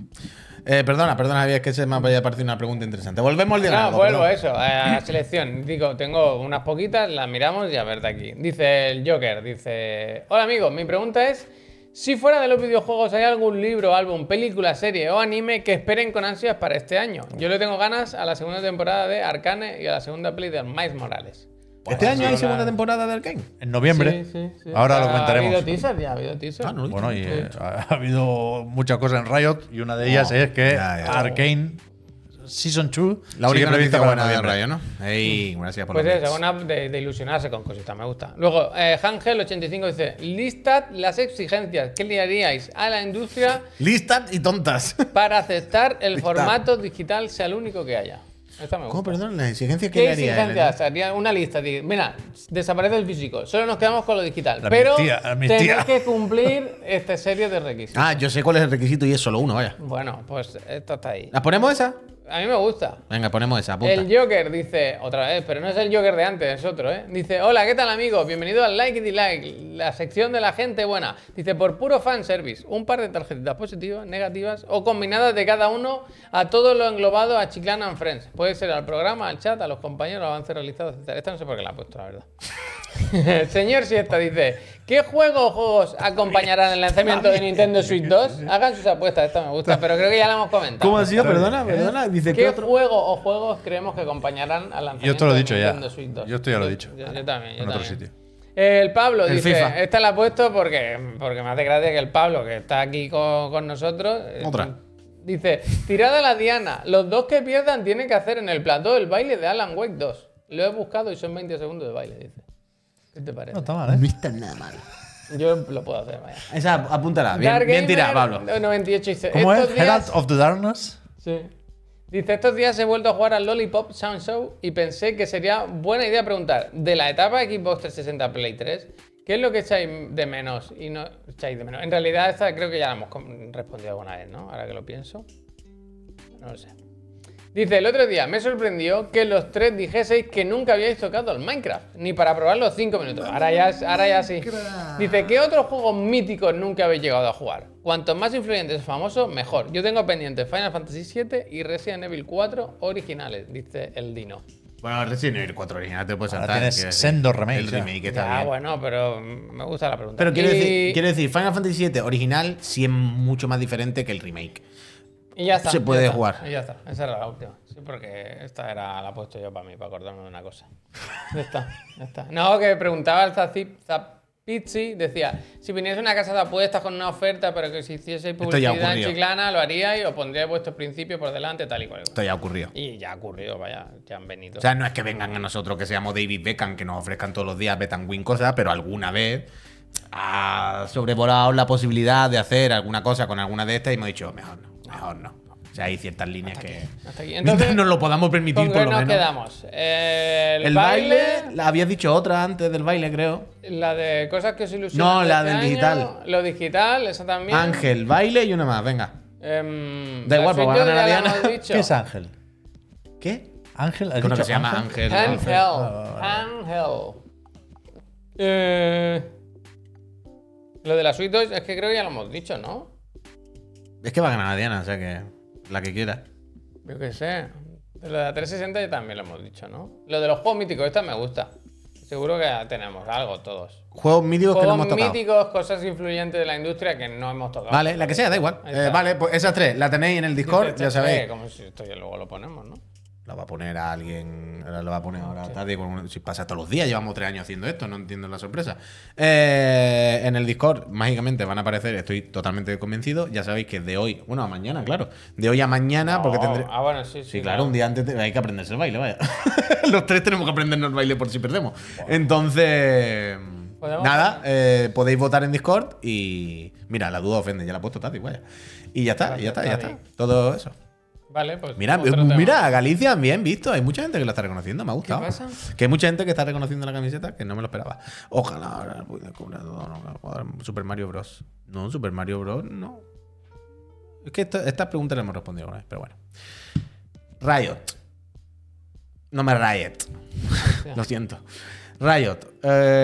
B: Eh, perdona, perdona, Javier, es que se me ha parecido una pregunta interesante. Volvemos al
A: No,
B: diálogo.
A: Ah, vuelvo a
B: perdón.
A: eso, a la selección. Digo, tengo unas poquitas, las miramos y a ver de aquí. Dice el Joker, dice... Hola amigos, mi pregunta es... Si fuera de los videojuegos, ¿hay algún libro, álbum, película, serie o anime que esperen con ansias para este año? Yo le tengo ganas a la segunda temporada de Arcane y a la segunda play de Miles Morales.
B: ¿Este
A: Pues,
B: año hay
A: una-
B: segunda temporada de Arkane?
C: En noviembre.
A: Sí, sí, sí.
C: Ahora
A: Ha
C: lo
A: habido
C: contaremos.
A: teaser ya, ha habido teaser.
B: Ah, no, lo he
C: Bueno, y
B: dicho.
C: eh, ha ha habido muchas cosas en Riot y una de ellas es que
B: Oh, Ya, ya.
C: Arkane Season 2
B: La única noticia
C: prevista para
B: buena de
C: noviembre.
B: Rayo, ¿no? Ey, gracias por
A: Pues
B: los
A: eso,
B: bits.
A: una de, de ilusionarse con cositas, me gusta. Luego, eh, Hangel85 dice: Listad las exigencias que le haríais a la industria
B: Listas y tontas.
A: para aceptar el formato digital sea el único que haya. Esta me gusta.
B: ¿Cómo, perdón? Las exigencias que
A: ¿Qué
B: le haría él,
A: exigencias? Haría una lista. di- Mira, desaparece el físico, solo nos quedamos con lo digital.
C: La
A: pero
C: amnistía, la amnistía.
A: tenéis que cumplir esta serie de
B: ¿eh?
A: requisitos.
B: Ah, yo sé cuál es el requisito y es solo uno, vaya.
A: Bueno, pues esta está ahí.
B: ¿Las ponemos esas?
A: A mí me gusta.
B: Venga, ponemos esa, apunta.
A: El Joker dice, otra vez, pero no es el Joker de antes, es otro, ¿eh? Dice, hola, ¿qué tal amigos? Bienvenido al Like y Dislike, la sección de la gente buena. Dice, por puro fanservice, un par de tarjetitas positivas, negativas o combinadas de cada uno a todo lo englobado a Chiclana and Friends. Puede ser al programa, al chat, a los compañeros, avance realizados, etc. Esta no sé por qué la ha puesto, la verdad. Señor Siesta dice, ¿qué juego o juegos acompañarán el lanzamiento de Nintendo Switch 2? Hagan sus apuestas, esta me gusta, pero creo que ya la hemos comentado.
D: ¿Cómo ha sido? Perdona, perdona. Dice
A: ¿Qué
D: que otro.
A: juego o juegos creemos que acompañarán al lanzamiento
C: Yo te lo he
A: de
C: dicho ya.
A: Nintendo Switch 2?
C: Yo esto ya lo he dicho.
A: Yo, yo también. yo
C: En otro
A: también.
C: sitio.
A: El Pablo dice,
B: FIFA.
A: esta la he puesto porque, porque me hace gracia que el Pablo, que está aquí con, con nosotros... eh,
B: Otra.
A: Dice, tirada la diana, los dos que pierdan tienen que hacer en el plató el baile de Alan Wake 2. Lo he buscado y son 20 segundos de baile, dice. ¿Qué te parece?
C: No está mal, ¿eh?
B: No está nada mal.
A: Yo lo puedo hacer, vaya.
B: Esa, apúntala.
C: Ah,
B: Bien,
A: Dark
B: bien tirada,
A: Gamer
B: Pablo.
A: 98 dice,
C: ¿Cómo es?
A: "Estos días-
C: Herald of the Darkness.
A: Sí. Dice, estos días he vuelto a jugar al Lollipop Sound Show y pensé que sería buena idea preguntar, de la etapa Xbox 360 Play 3, ¿qué es lo que echáis de menos? Y no echáis de menos. En realidad esta creo que ya la hemos com- respondido alguna vez, ¿no? Ahora que lo pienso. No lo sé. Dice, el otro día me sorprendió que los tres dijeseis que nunca habíais tocado el Minecraft, ni para probarlo 5 minutos. Ahora ya, ahora ya sí. Dice, ¿qué otros juegos míticos nunca habéis llegado a jugar? Cuanto más influyentes y famosos, mejor. Yo tengo pendientes Final Fantasy VII y Resident Evil 4 originales, dice el Dino.
B: Bueno, Resident Evil 4 original te puedes
C: Ahora
B: saltar.
C: tienes
B: quiero
C: sendos remakes,
B: El
C: ya.
B: remake está
A: Ah,
B: bien.
A: bueno, pero mm, me gusta la pregunta.
B: Pero quiero,
A: Y-
B: decir, quiero decir, Final Fantasy VII original sí es mucho más diferente que el remake.
A: Y ya está.
B: se
A: ya
B: puede
A: está,
B: jugar.
A: Y ya está. Esa era la última. Sí, porque esta era la he puesto yo para mí, para acordarme de una cosa. Ya está, ya está. No, que preguntaba al Zazip- Zapizzi, decía, si viniese una casa de apuestas con una oferta, pero que si hiciese
B: ya
A: publicidad en
B: ocurrió.
A: Chiclana, lo haría y os pondría vuestros principios por delante, tal y cual.
B: Esto ya ha ocurrido.
A: Y ya ha ocurrido, vaya, ya han venido.
B: O sea, no es que vengan a nosotros que seamos David Beckham, que nos ofrezcan todos los días Betanwin cosas, pero alguna vez ha sobrevolado la posibilidad de hacer alguna cosa con alguna de estas y hemos dicho, mejor no, mejor no. O sea, hay ciertas líneas que.
A: Hasta aquí.
B: Mientras
A: Entonces,
B: nos lo podamos
A: ¿con
B: permitir,
A: qué
B: por lo
A: nos
B: menos.
A: quedamos? El,
B: El
A: baile,
B: baile, la habías dicho otra antes del baile, creo.
A: la de cosas que os ilusionan.
B: No,
A: de
B: la
A: este
B: del
A: año,
B: digital.
A: Lo digital, esa también.
B: Ángel, baile y una más, venga.
A: Em,
B: Da
A: la
B: igual, pues va a
A: suite
B: ganar
A: ya
B: la
A: la
B: Diana.
A: hemos dicho.
C: ¿Qué es Ángel?
B: ¿Qué?
C: Ángel, ¿has
B: Creo que
C: dicho
B: se llama Ángel.
A: Ángel.
B: ¿no?
A: Ángel. Eh, lo de la Suite 2 es que creo que ya lo hemos dicho, ¿no?
B: Es que va a ganar la Diana, o sea que. La que quiera.
A: Yo qué sé. De lo de la 360 ya también lo hemos dicho, ¿no? Lo de los juegos míticos, esta me gusta. Seguro que tenemos algo todos.
B: Juegos míticos que no
A: Juegos
B: hemos tocado.
A: míticos, cosas influyentes de la industria que no hemos tocado.
B: Vale, la que sea, da igual.
A: Ahí
B: Eh,
A: está.
B: vale, pues esas tres, la tenéis en el Discord, ya
A: Eh,
B: sabéis.
A: Como si esto ya luego lo ponemos, ¿no?
B: La va a poner a alguien, ahora lo va a poner ahora tarde, con un- si pasa todos los días, llevamos tres años haciendo esto, no entiendo la sorpresa. Eh, en el Discord, mágicamente van a aparecer, estoy totalmente convencido, ya sabéis que de hoy, bueno, a mañana, claro, de hoy a mañana, porque
A: Oh,
B: tendré...
A: Ah, bueno, sí, sí.
B: Sí, claro, un día antes te- hay que aprenderse el baile, vaya. los tres tenemos que aprendernos el baile por si perdemos. Entonces,
A: Podemos-
B: nada, eh, podéis votar en Discord y mira, la duda ofende, ya la ha puesto Tati, vaya. Y ya está, y ya está, ya
A: Tati.
B: está. Todo eso.
A: Vale, pues.
B: Mira,
A: otro
B: eh,
A: tema.
B: mira, Galicia, bien visto. Hay mucha gente que la está reconociendo, me ha gustado.
A: pasa?
B: Que hay mucha gente que está reconociendo la camiseta que no me lo esperaba. Ojalá ahora pudiera cobrar todo, no, no, joder, Super Mario Bros. No, Super Mario Bros. No. Es que esto- estas preguntas las hemos respondido alguna vez, pero bueno. Riot. No me riot. lo siento. Riot.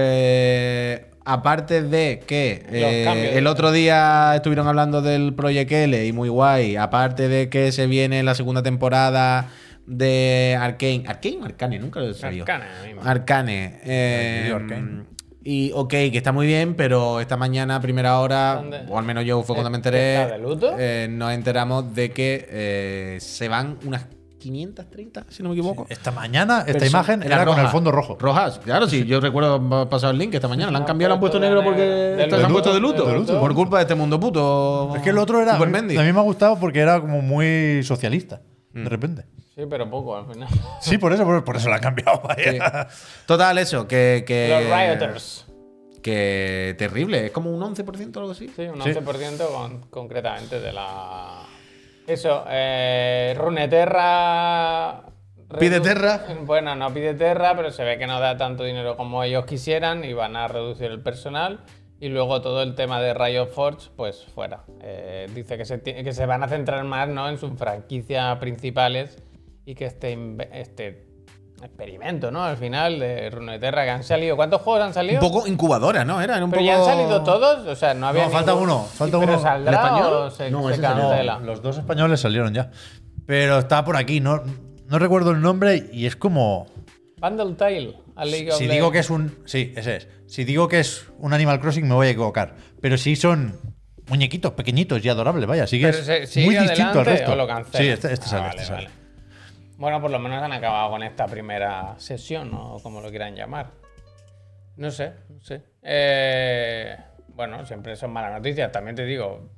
B: eh, aparte de que eh,
A: cambios de-
B: el otro día estuvieron hablando del Project L y muy guay. Aparte de que se viene la segunda temporada de Arkane. ¿Arkane o Arcane? Nunca lo he sabido.
A: Arcane, a mí me-
B: Arcane. eh,
C: Yo, Arcane.
B: y ok, que está muy bien, pero esta mañana, a primera hora,
A: ¿Dónde?
B: o al menos yo fue cuando me
A: ¿Es que
B: enteré,
A: está de luto?
B: eh, nos enteramos de que eh, se van unas 530, si no me equivoco.
C: Esta mañana, esta
B: Persona-
C: imagen era con
B: roja.
C: el fondo rojo.
B: Rojas, claro, sí. Yo recuerdo ha pasado el link esta mañana. La han
A: La
B: cambiado, la han puesto negro porque
A: de
B: esto- la han
C: luto.
B: puesto de luto,
A: De luto.
B: Por culpa de este mundo puto.
C: Es que el otro era. A mí,
B: Supermendi.
C: a mí me ha gustado porque era como muy socialista.
D: Mm.
C: De repente.
A: Sí, pero poco al final.
C: Sí, por eso, por, por eso la han cambiado. vaya.
B: Total, eso, que. que
A: Los Rioters.
B: Que terrible. Es como un 11% o algo así.
A: Sí, un
C: Sí.
A: 11% con- concretamente de la. Eso, eh, Runeterra.
B: Pide
A: redu-
B: terra.
A: Bueno, no pide terra, pero se ve que no da tanto dinero como ellos quisieran y van a reducir el personal. Y luego todo el tema de Riot Forge, pues fuera. Eh, dice que se, ti- que se van a centrar más ¿no? en sus franquicias principales y que este, inve- este experimento, ¿no? Al final de Runeterra que han salido. ¿Cuántos juegos han salido?
B: Un poco incubadora, ¿no? Era, era un
A: ¿Pero
B: poco...
A: ya han salido todos? O sea, no había.
C: No, falta
A: ningún-
C: uno, falta
A: ¿Pero
C: uno.
A: saldrá
B: ¿El español?
A: o se,
B: No,
A: se
B: ese salió.
A: cancela?
C: Los dos españoles salieron ya. Pero está por aquí, no, no recuerdo el nombre y es como.
A: Bundle Tale, a League of
C: Si
A: Legends.
C: digo que es un. Sí, ese es. Si digo que es un Animal Crossing, me voy a equivocar. Pero sí son muñequitos pequeñitos y adorables, vaya. Así que
A: Pero
C: es
A: se- sigue
C: muy distinto al
A: adelante
C: resto.
A: o lo cancela.
C: sí, este, este
A: Ah,
C: sale.
A: vale,
C: este sale.
A: vale. Bueno, por lo menos han acabado con esta primera sesión, o como lo quieran llamar. No sé, no sé. Eh, bueno, siempre son malas noticias, también te digo.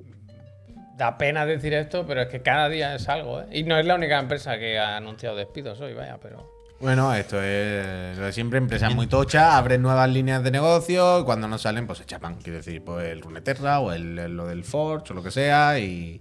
A: Da pena decir esto, pero es que cada día es algo, ¿eh? Y no es la única empresa que ha anunciado despidos hoy, vaya, pero.
D: Bueno, esto es lo de siempre, empresas muy tochas, abren nuevas líneas de negocio, y cuando no salen, pues se chapan. Quiero decir, pues el Runeterra o el, el- lo del Forge o lo que sea. Y...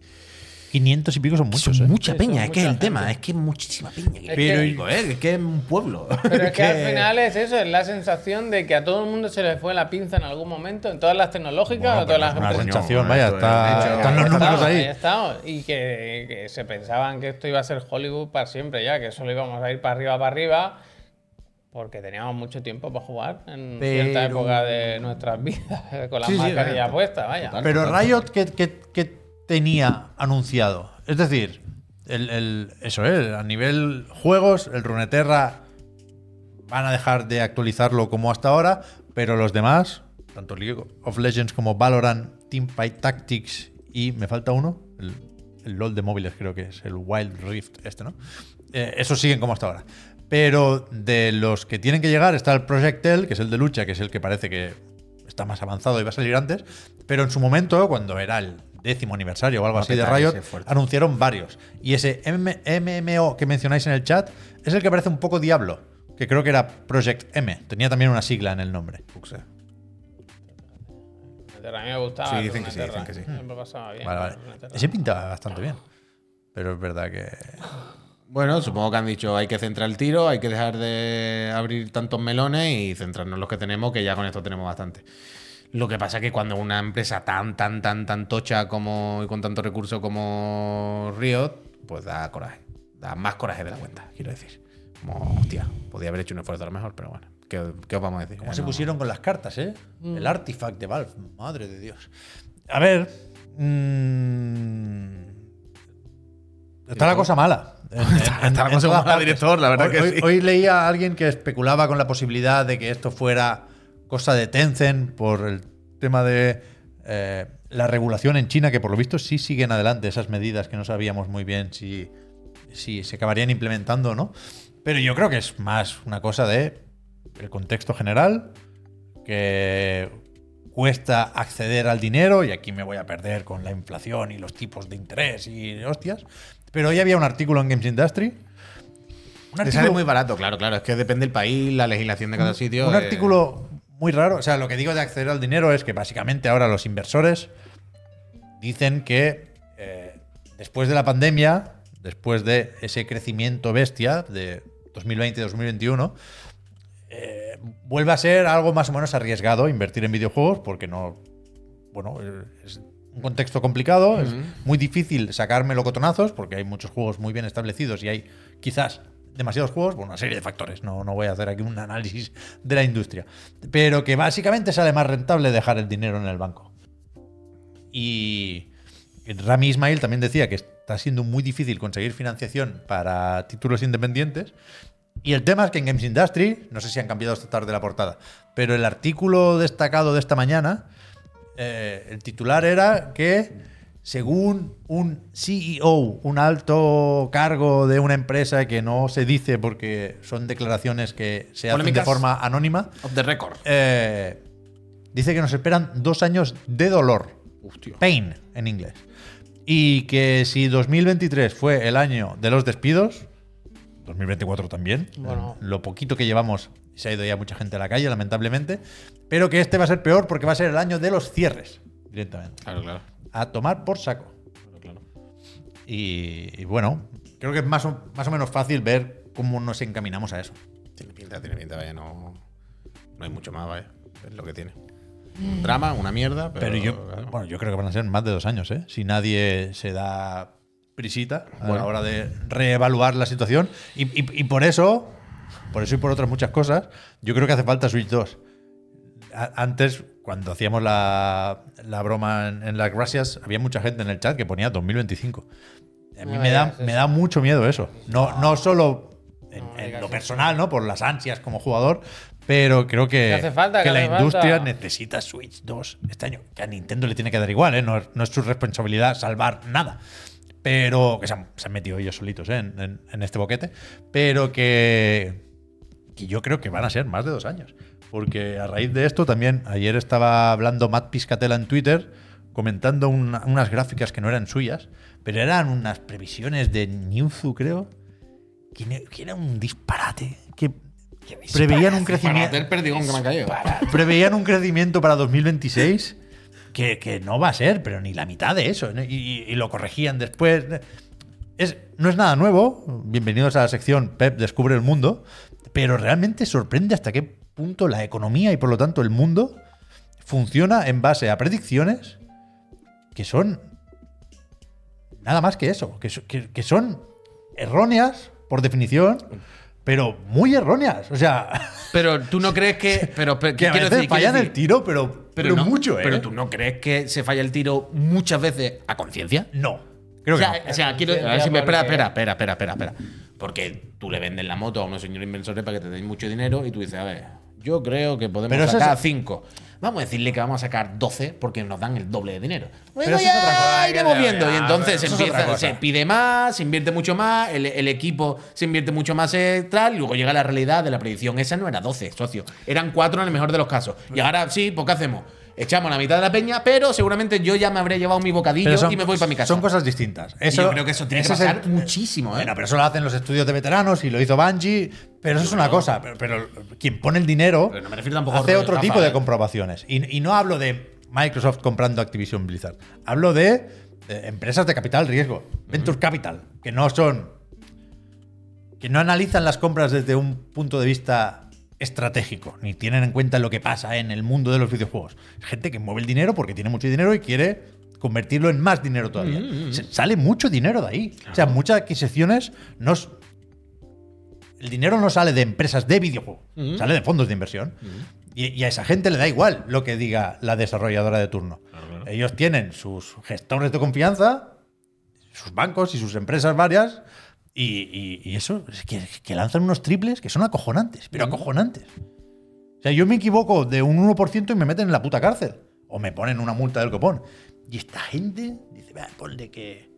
C: 500 y pico son muchos, ¿eh?
B: Mucha
A: Sí,
B: peña,
A: son
B: es que es el
A: mucha
B: tema,
A: gente.
B: es que es muchísima peña.
A: Es
D: Pero
A: que-
D: digo, eh, es que es un pueblo.
A: Pero es que al final es eso, es la sensación de que a todo el mundo se le fue la pinza en algún momento, en todas las tecnológicas o todas las
C: Una
A: empresas.
C: sensación,
D: coño,
C: vaya.
D: esto
C: está-
D: es- de hecho,
C: están los
A: Ahí
C: números
A: estamos,
C: ahí.
A: ahí estamos. Y que, que se pensaban que esto iba a ser Hollywood para siempre ya, que solo íbamos a ir para arriba, para arriba, porque teníamos mucho tiempo para jugar en cierta
B: Pero-
A: época de nuestras vidas, con las
D: Sí, sí,
A: mascarillas
D: vaya,
A: puestas, vaya.
D: total.
C: Pero Riot, ¿qué, qué- qué tenía anunciado? Es decir, el, el- eso es, a nivel juegos, el Runeterra van a dejar de actualizarlo como hasta ahora, pero los demás, tanto League of Legends como Valorant, Teamfight Tactics y me falta uno, el, el LOL de móviles creo que es, el Wild Rift este, ¿no? Eh, esos siguen como hasta ahora. Pero de los que tienen que llegar está el Project L, que es el de lucha, que es el que parece que está más avanzado y va a salir antes, pero en su momento, cuando era el décimo aniversario o algo
D: Va a
C: así de
D: petar
C: Riot,
D: ese fuerte.
C: anunciaron varios. Y ese M- MMO que mencionáis en el chat es el que parece un poco Diablo, que creo que era Project M. Tenía también una sigla en el nombre.
D: eh.
A: Runeterra, A mí me gustaba.
D: Sí,
A: el
D: dicen que sí,
A: Runeterra.
D: dicen que sí.
A: Siempre pasaba bien.
C: Vale, vale.
A: el Runeterra.
C: Ese pintaba bastante bien. Pero es verdad que.
D: Bueno, supongo que han dicho hay que centrar el tiro, hay que dejar de abrir tantos melones y centrarnos en los que tenemos, que ya con esto tenemos bastante. Lo que pasa es que cuando una empresa tan, tan, tan, tan tocha como y con tanto recurso como Riot, pues da coraje. Da más coraje de la cuenta, quiero decir. Como, hostia, podía haber hecho un esfuerzo a lo mejor, pero bueno. ¿Qué, qué os vamos a decir?
C: ¿Cómo
D: Ya
C: se
D: no- Mm.
C: pusieron con las cartas, eh? El artifact de Valve, madre de Dios. A ver. mm, está la cosa mala. En- en-
D: Está la
C: en
D: cosa
C: todas
D: mala,
C: partes.
D: director, la verdad
C: Hoy-
D: que
C: hoy-
D: sí.
C: Hoy leía a alguien que especulaba con la posibilidad de que esto fuera cosa de Tencent por el tema de eh, la regulación en China, que por lo visto sí siguen adelante esas medidas que no sabíamos muy bien si, si se acabarían implementando o no. Pero yo creo que es más una cosa de el contexto general, que cuesta acceder al dinero, y aquí me voy a perder con la inflación y los tipos de interés y hostias. Pero hoy había un artículo en Games Industry. Un
D: Te sale muy barato, claro, claro. Es que depende del país, la legislación de cada sitio.
C: un
D: eh,
C: artículo muy raro. O sea, lo que digo de acceder al dinero es que básicamente ahora los inversores dicen que eh, después de la pandemia, después de ese crecimiento bestia de 2020-2021, eh, vuelve a ser algo más o menos arriesgado invertir en videojuegos porque no. Bueno, eh, es un contexto complicado, es muy difícil sacarme locotonazos porque hay muchos juegos muy bien establecidos y hay quizás demasiados juegos, bueno, una serie de factores, no, no voy a hacer aquí un análisis de la industria, pero que básicamente sale más rentable dejar el dinero en el banco. Y Rami Ismail también decía que está siendo muy difícil conseguir financiación para títulos independientes. Y el tema es que en Games Industry, no sé si han cambiado esta tarde la portada, pero el artículo destacado de esta mañana, eh, el titular era que según un CEO, un alto cargo de una empresa que no se dice porque son declaraciones que se hacen de
D: Polémicas.
C: forma anónima,
D: Of the record.
C: eh, dice que nos esperan dos años de dolor. Pain en inglés. Y que si 2023 fue el año de los despidos, 2024 también. eh,
A: Bueno.
C: Lo poquito que llevamos se ha ido ya mucha gente a la calle, lamentablemente. Pero que este va a ser peor porque va a ser el año de los cierres directamente.
D: Claro, claro.
C: A tomar por saco.
D: claro.
C: Y, y bueno, creo que es más o- más o menos fácil ver cómo nos encaminamos a eso.
D: Tiene pinta, tiene pinta, vaya, no. No hay mucho más, vaya. Es lo que tiene.
C: Mm.
B: Un drama, una mierda. Pero,
C: Pero yo, bueno, yo creo que van a ser más de dos años, ¿eh? Si nadie se da prisita a la hora de reevaluar la situación. Y, y- y por eso, por eso y por otras muchas cosas, yo creo que hace falta Switch 2. A- antes, cuando hacíamos la, la broma en, en las gracias, había mucha gente en el chat que ponía 2025. A mí
A: No
C: me da,
A: digas
C: me
A: eso.
C: da mucho miedo eso. No, no solo en,
A: No
C: en
A: digas
C: lo
A: eso.
C: personal, ¿no? Por las ansias como jugador, pero creo que,
A: Que hace falta,
C: que
A: que
C: la
A: hace
C: industria
A: falta.
C: necesita Switch 2 este año. Que a Nintendo le tiene que dar igual, ¿eh? No, es- no es su responsabilidad salvar nada. Pero que se han, se han metido ellos solitos ¿eh? en, en- en este boquete. Pero que, que yo creo que van a ser más de dos años. Porque a raíz de esto también, ayer estaba hablando Matt Piscatella en Twitter comentando una- unas gráficas que no eran suyas, pero eran unas previsiones de Newzoo, creo, que, ne- que era un disparate. Que preveían un crecimiento
B: el perdigón que me ha caído.
C: preveían un crecimiento para 2026 que, que no va a ser, pero ni la mitad de eso. ¿no? Y, y- y lo corregían después. Es, no es nada nuevo. Bienvenidos a la sección Pep Descubre el Mundo. Pero realmente sorprende hasta qué punto la economía y por lo tanto el mundo funciona en base a predicciones que son nada más que eso, que, so- que- que son erróneas por definición, pero muy erróneas. O sea,
B: Pero tú no crees que. Pero, pero,
C: que
B: ¿qué
C: a
B: quiero
C: veces
B: decir? Quiero
C: fallan
B: decir-
C: el tiro, pero, pero,
B: no,
C: mucho, ¿eh?
B: Pero tú no crees que se falla el tiro muchas veces a conciencia.
C: No. Creo
B: o
C: que
B: sea,
C: no.
B: o sea, quiero.
A: conciencia
B: a ver si me- espera,
A: porque-
B: espera, espera, espera, espera, espera. Porque tú le vendes la moto a unos señores inversores para que te den mucho dinero y tú dices, a ver, yo creo que podemos
C: Pero eso
B: sacar
C: es-
B: 5. Vamos a decirle que vamos a sacar 12 porque nos dan el doble de dinero.
C: eso
B: Bueno,
C: es
B: ya
C: otra cosa.
B: iremos viendo. Y
C: Ya,
B: entonces
C: pero
B: se,
C: eso es otra
B: empieza,
C: cosa.
B: se pide más, se invierte mucho más, el, el equipo se invierte mucho más eh, tal, y luego llega la realidad de la predicción. Esa no era 12, socio. Eran 4 en el mejor de los casos. Y ahora sí, pues ¿qué hacemos? Echamos la mitad de la peña, pero seguramente yo ya me habré llevado mi bocadillo
C: Pero son-
B: y me voy para mi casa.
C: Son cosas distintas.
B: Y
C: Eso,
B: yo creo que eso tiene que
C: ese es
B: pasar
C: el-
B: muchísimo, ¿eh?
C: Bueno, pero eso lo hacen los estudios de veteranos y lo hizo Bungie. Pero eso es una cosa. Pero, pero quien pone el dinero
B: Pero no me refiero tampoco a
C: hace
B: rollo
C: otro
B: estafa,
C: tipo de
B: ¿eh?
C: comprobaciones. Y, y no hablo de Microsoft comprando Activision Blizzard. Hablo de eh, empresas de capital riesgo. Venture Capital. Que no son. Que no analizan las compras desde un punto de vista estratégico, ni tienen en cuenta lo que pasa en el mundo de los videojuegos. Gente que mueve el dinero porque tiene mucho dinero y quiere convertirlo en más dinero
B: Mm,
C: todavía. Se- Sale mucho dinero de ahí. O sea, muchas adquisiciones no, s- el dinero no sale de empresas de videojuegos, sale de fondos de inversión. Y, y a esa gente le da igual lo que diga la desarrolladora de turno. Ellos tienen sus gestores de confianza, sus bancos y sus empresas varias, y, y- y eso, es que, que lanzan unos triples que son acojonantes, pero acojonantes. O sea, yo me equivoco de un 1% y me meten en la puta cárcel, o me ponen una multa del copón. Y esta gente dice, "Va, ponle que...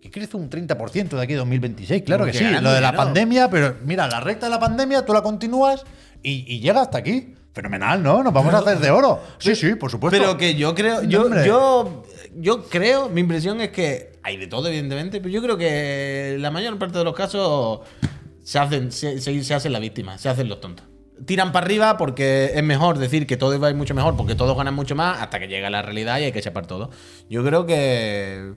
C: Que crece un 30% de aquí a 2026, claro que
B: Porque
C: sí.
B: ganan
C: Lo de la
B: dinero.
C: pandemia pandemia, pero mira, la recta de la pandemia tú la continúas y, y llega hasta aquí. Fenomenal, ¿no? Nos vamos a hacer de oro. Sí, sí, por supuesto.
B: Pero que yo creo, yo,
C: Hombre.
B: yo, yo creo, mi impresión es que hay de todo, evidentemente, pero yo creo que la mayor parte de los casos se hacen, se, se- se hacen la víctima, se hacen los tontos. Tiran para arriba porque es mejor decir que todo va a ir mucho mejor, porque todos ganan mucho más, hasta que llega la realidad y hay que chapar todo. Yo creo que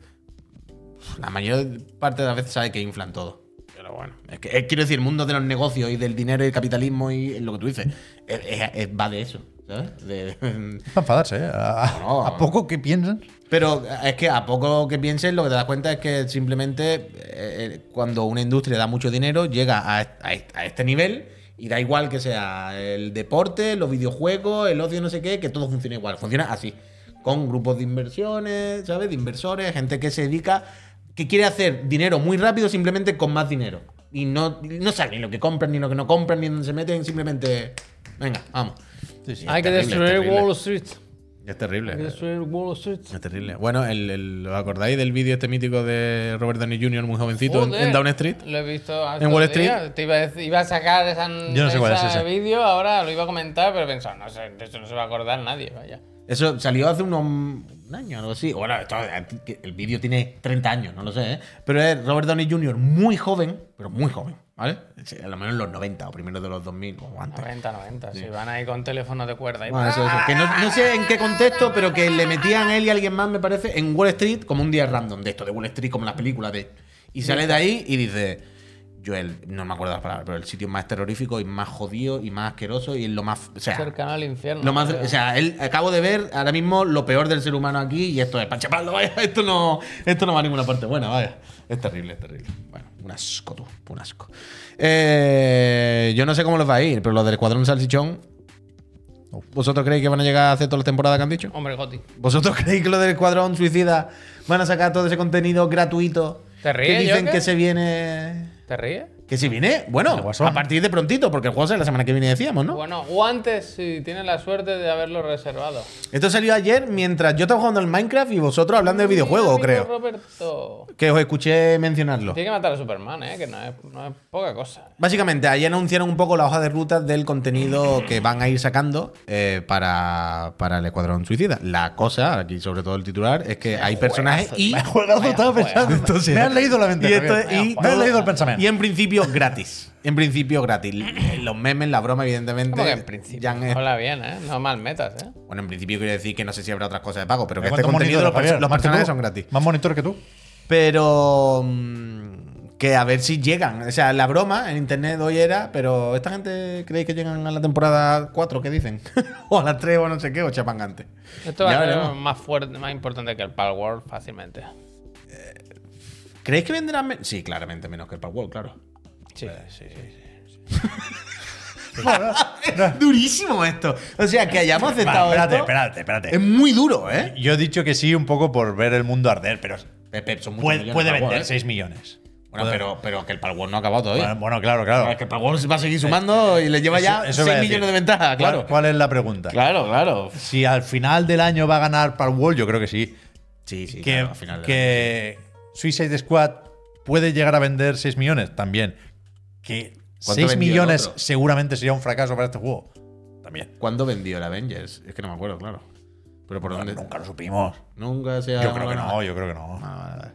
B: la mayor parte de las veces sabe que inflan todo. Pero bueno, es que es- quiero decir, el mundo de los negocios y del dinero y el capitalismo y lo que tú dices, es- es- es- va de eso, ¿sabes? De-
C: Para enfadarse, ¿eh? A,
B: No.
C: a poco que piensan.
B: Pero es que a poco que pienses, lo que te das cuenta es que simplemente eh, eh, cuando una industria da mucho dinero, llega a, est- a est- a este nivel y da igual que sea el deporte, los videojuegos, el ocio, no sé qué, que todo funciona igual. Funciona así. Con grupos de inversiones, ¿sabes? De inversores, gente que se dedica, que quiere hacer dinero muy rápido simplemente con más dinero. Y no, no saben ni lo que compran, ni lo que no compran, ni dónde se meten, simplemente. Venga, vamos.
A: Hay que destruir Wall Street.
B: Es terrible.
A: Hay que destruir Wall Street.
B: Es terrible. Bueno, el, el- ¿os acordáis del vídeo este mítico de Robert Downey Jr. muy jovencito en,
A: Joder,
B: en Down Street?
A: Lo he visto
B: En Wall Street.
A: Te iba, a decir- iba a sacar esa,
C: Yo no sé cuál es
A: esa
C: ese.
A: vídeo, ahora lo iba a comentar, pero he pensado, no sé, de eso no se va a acordar nadie, vaya.
B: Eso salió hace unos, un año, algo así. Bueno, esto- que el vídeo tiene 30 años, no lo sé, ¿eh? Pero es Robert Downey Jr. muy joven, pero muy joven, ¿vale? Sí, A lo menos en los 90 o primero de los 2000 o antes.
A: 90, 90, si van ahí con teléfonos de cuerda. Y...
B: Bueno, eso, eso. Que no, no sé en qué contexto, pero que le metían él y alguien más, me parece, en Wall Street, como un día random de esto, de Wall Street, como en las películas de. Y sale de ahí y dice: yo el, no me acuerdo las palabras, pero el sitio más terrorífico y más jodido y más asqueroso y es lo más, o sea,
A: Cercano al infierno.
B: lo más,
A: creo.
B: o sea, él, acabo de ver ahora mismo lo peor del ser humano aquí y esto es panchapardo, vaya, esto no, esto no va a ninguna parte buena, vaya. Es terrible, es terrible. Bueno, un asco tú, un asco. Eh, yo no sé cómo les va a ir, pero los del Escuadrón Salchichón, ¿vosotros creéis que van a llegar a hacer toda la temporada que han dicho?
A: Hombre, Goti.
B: ¿Vosotros creéis que lo del Escuadrón Suicida van a sacar todo ese contenido gratuito?
A: ¿Te ríes,
B: Que dicen
A: Joker?
B: que se viene...
A: ¿Te ríes?
B: Que si viene, bueno,
C: El
A: pues,
C: Guasón.
B: a partir de prontito, porque el juego sale la semana que viene, decíamos, ¿no?
A: Bueno, guantes si tienes la suerte de haberlo reservado.
B: Esto salió ayer mientras yo estaba jugando al Minecraft y vosotros hablando de videojuegos,
A: Mira, amigo
B: creo.
A: Roberto.
B: Que os escuché mencionarlo.
A: Tiene que matar a Superman, ¿eh? Que no es, no es poca cosa.
B: Básicamente, ahí anunciaron un poco la hoja de ruta del contenido que van a ir sacando eh, para, para el Escuadrón Suicida. La cosa, aquí sobre todo el titular, es que hay personajes y,
C: Juegazo, estaba pensando.
B: Entonces-
C: me han leído la mente.
B: y esto-
C: Javier.
B: y-
C: me han leído el pensamiento.
B: y en principio gratis. En principio gratis. Los memes, la broma, evidentemente.
A: Como que en principio.
B: ya han-
A: Hola, bien, ¿eh? No mal metas, ¿eh?
B: Bueno, en principio quiere decir que no sé si habrá otras cosas de pago, pero que
C: Mira
B: este
C: cuántos
B: contenido, los, perso-
C: monitores, Javier,
B: los
C: más que
B: personajes
C: tú.
B: son gratis.
C: Más monitor que tú.
B: Pero mm, que a ver si llegan. O sea, la broma en internet hoy era, pero ¿esta gente creéis que llegan a la temporada 4? ¿Qué dicen? o a la 3 o no sé qué, o chapan antes.
A: Esto va
B: Ya
A: a ser
B: veremos.
A: más fuerte, más importante que el Pal World fácilmente.
B: ¿Creéis que venderán menos? Sí, claramente menos que el Power World, claro.
A: Sí.
B: Durísimo esto. O sea, que hayamos aceptado
C: Ah. Vale, espérate,
B: esto
C: espérate, espérate.
B: Es muy duro, ¿eh?
C: Em, Yo he dicho que sí un poco por ver el mundo arder, pero
B: Pepe, son muchos
C: puede,
B: millones
C: puede
B: de Power
C: vender
B: World, ¿eh?
C: 6 millones.
B: Bueno, pero, pero que el Power World no ha acabado todavía.
C: Bueno, bueno, claro,
B: Es
C: claro.
B: que el Power World va a seguir sumando y le lleva ya
C: Eso- eso
B: 6
C: iba a decir. pues-
B: millones de ventaja, claro.
C: ¿Cuál, cuál es la pregunta?
B: Claro, claro.
C: Si al final del año va a ganar Parwall, yo creo que sí.
B: Sí, sí,
C: que
B: claro, al final del
C: que Suicide Squad puede llegar a vender 6 millones también. Que
B: ¿Cuánto
C: 6
B: vendió el
C: millones
B: otro?
C: seguramente sería un fracaso para este juego. También.
B: ¿Cuándo vendió el Avengers? Es que no me acuerdo, claro. Pero por dónde.
C: Nunca lo supimos.
B: Nunca se ha.
C: Yo creo que
B: bueno,
C: no, yo creo que no.
B: vale, vale, vale.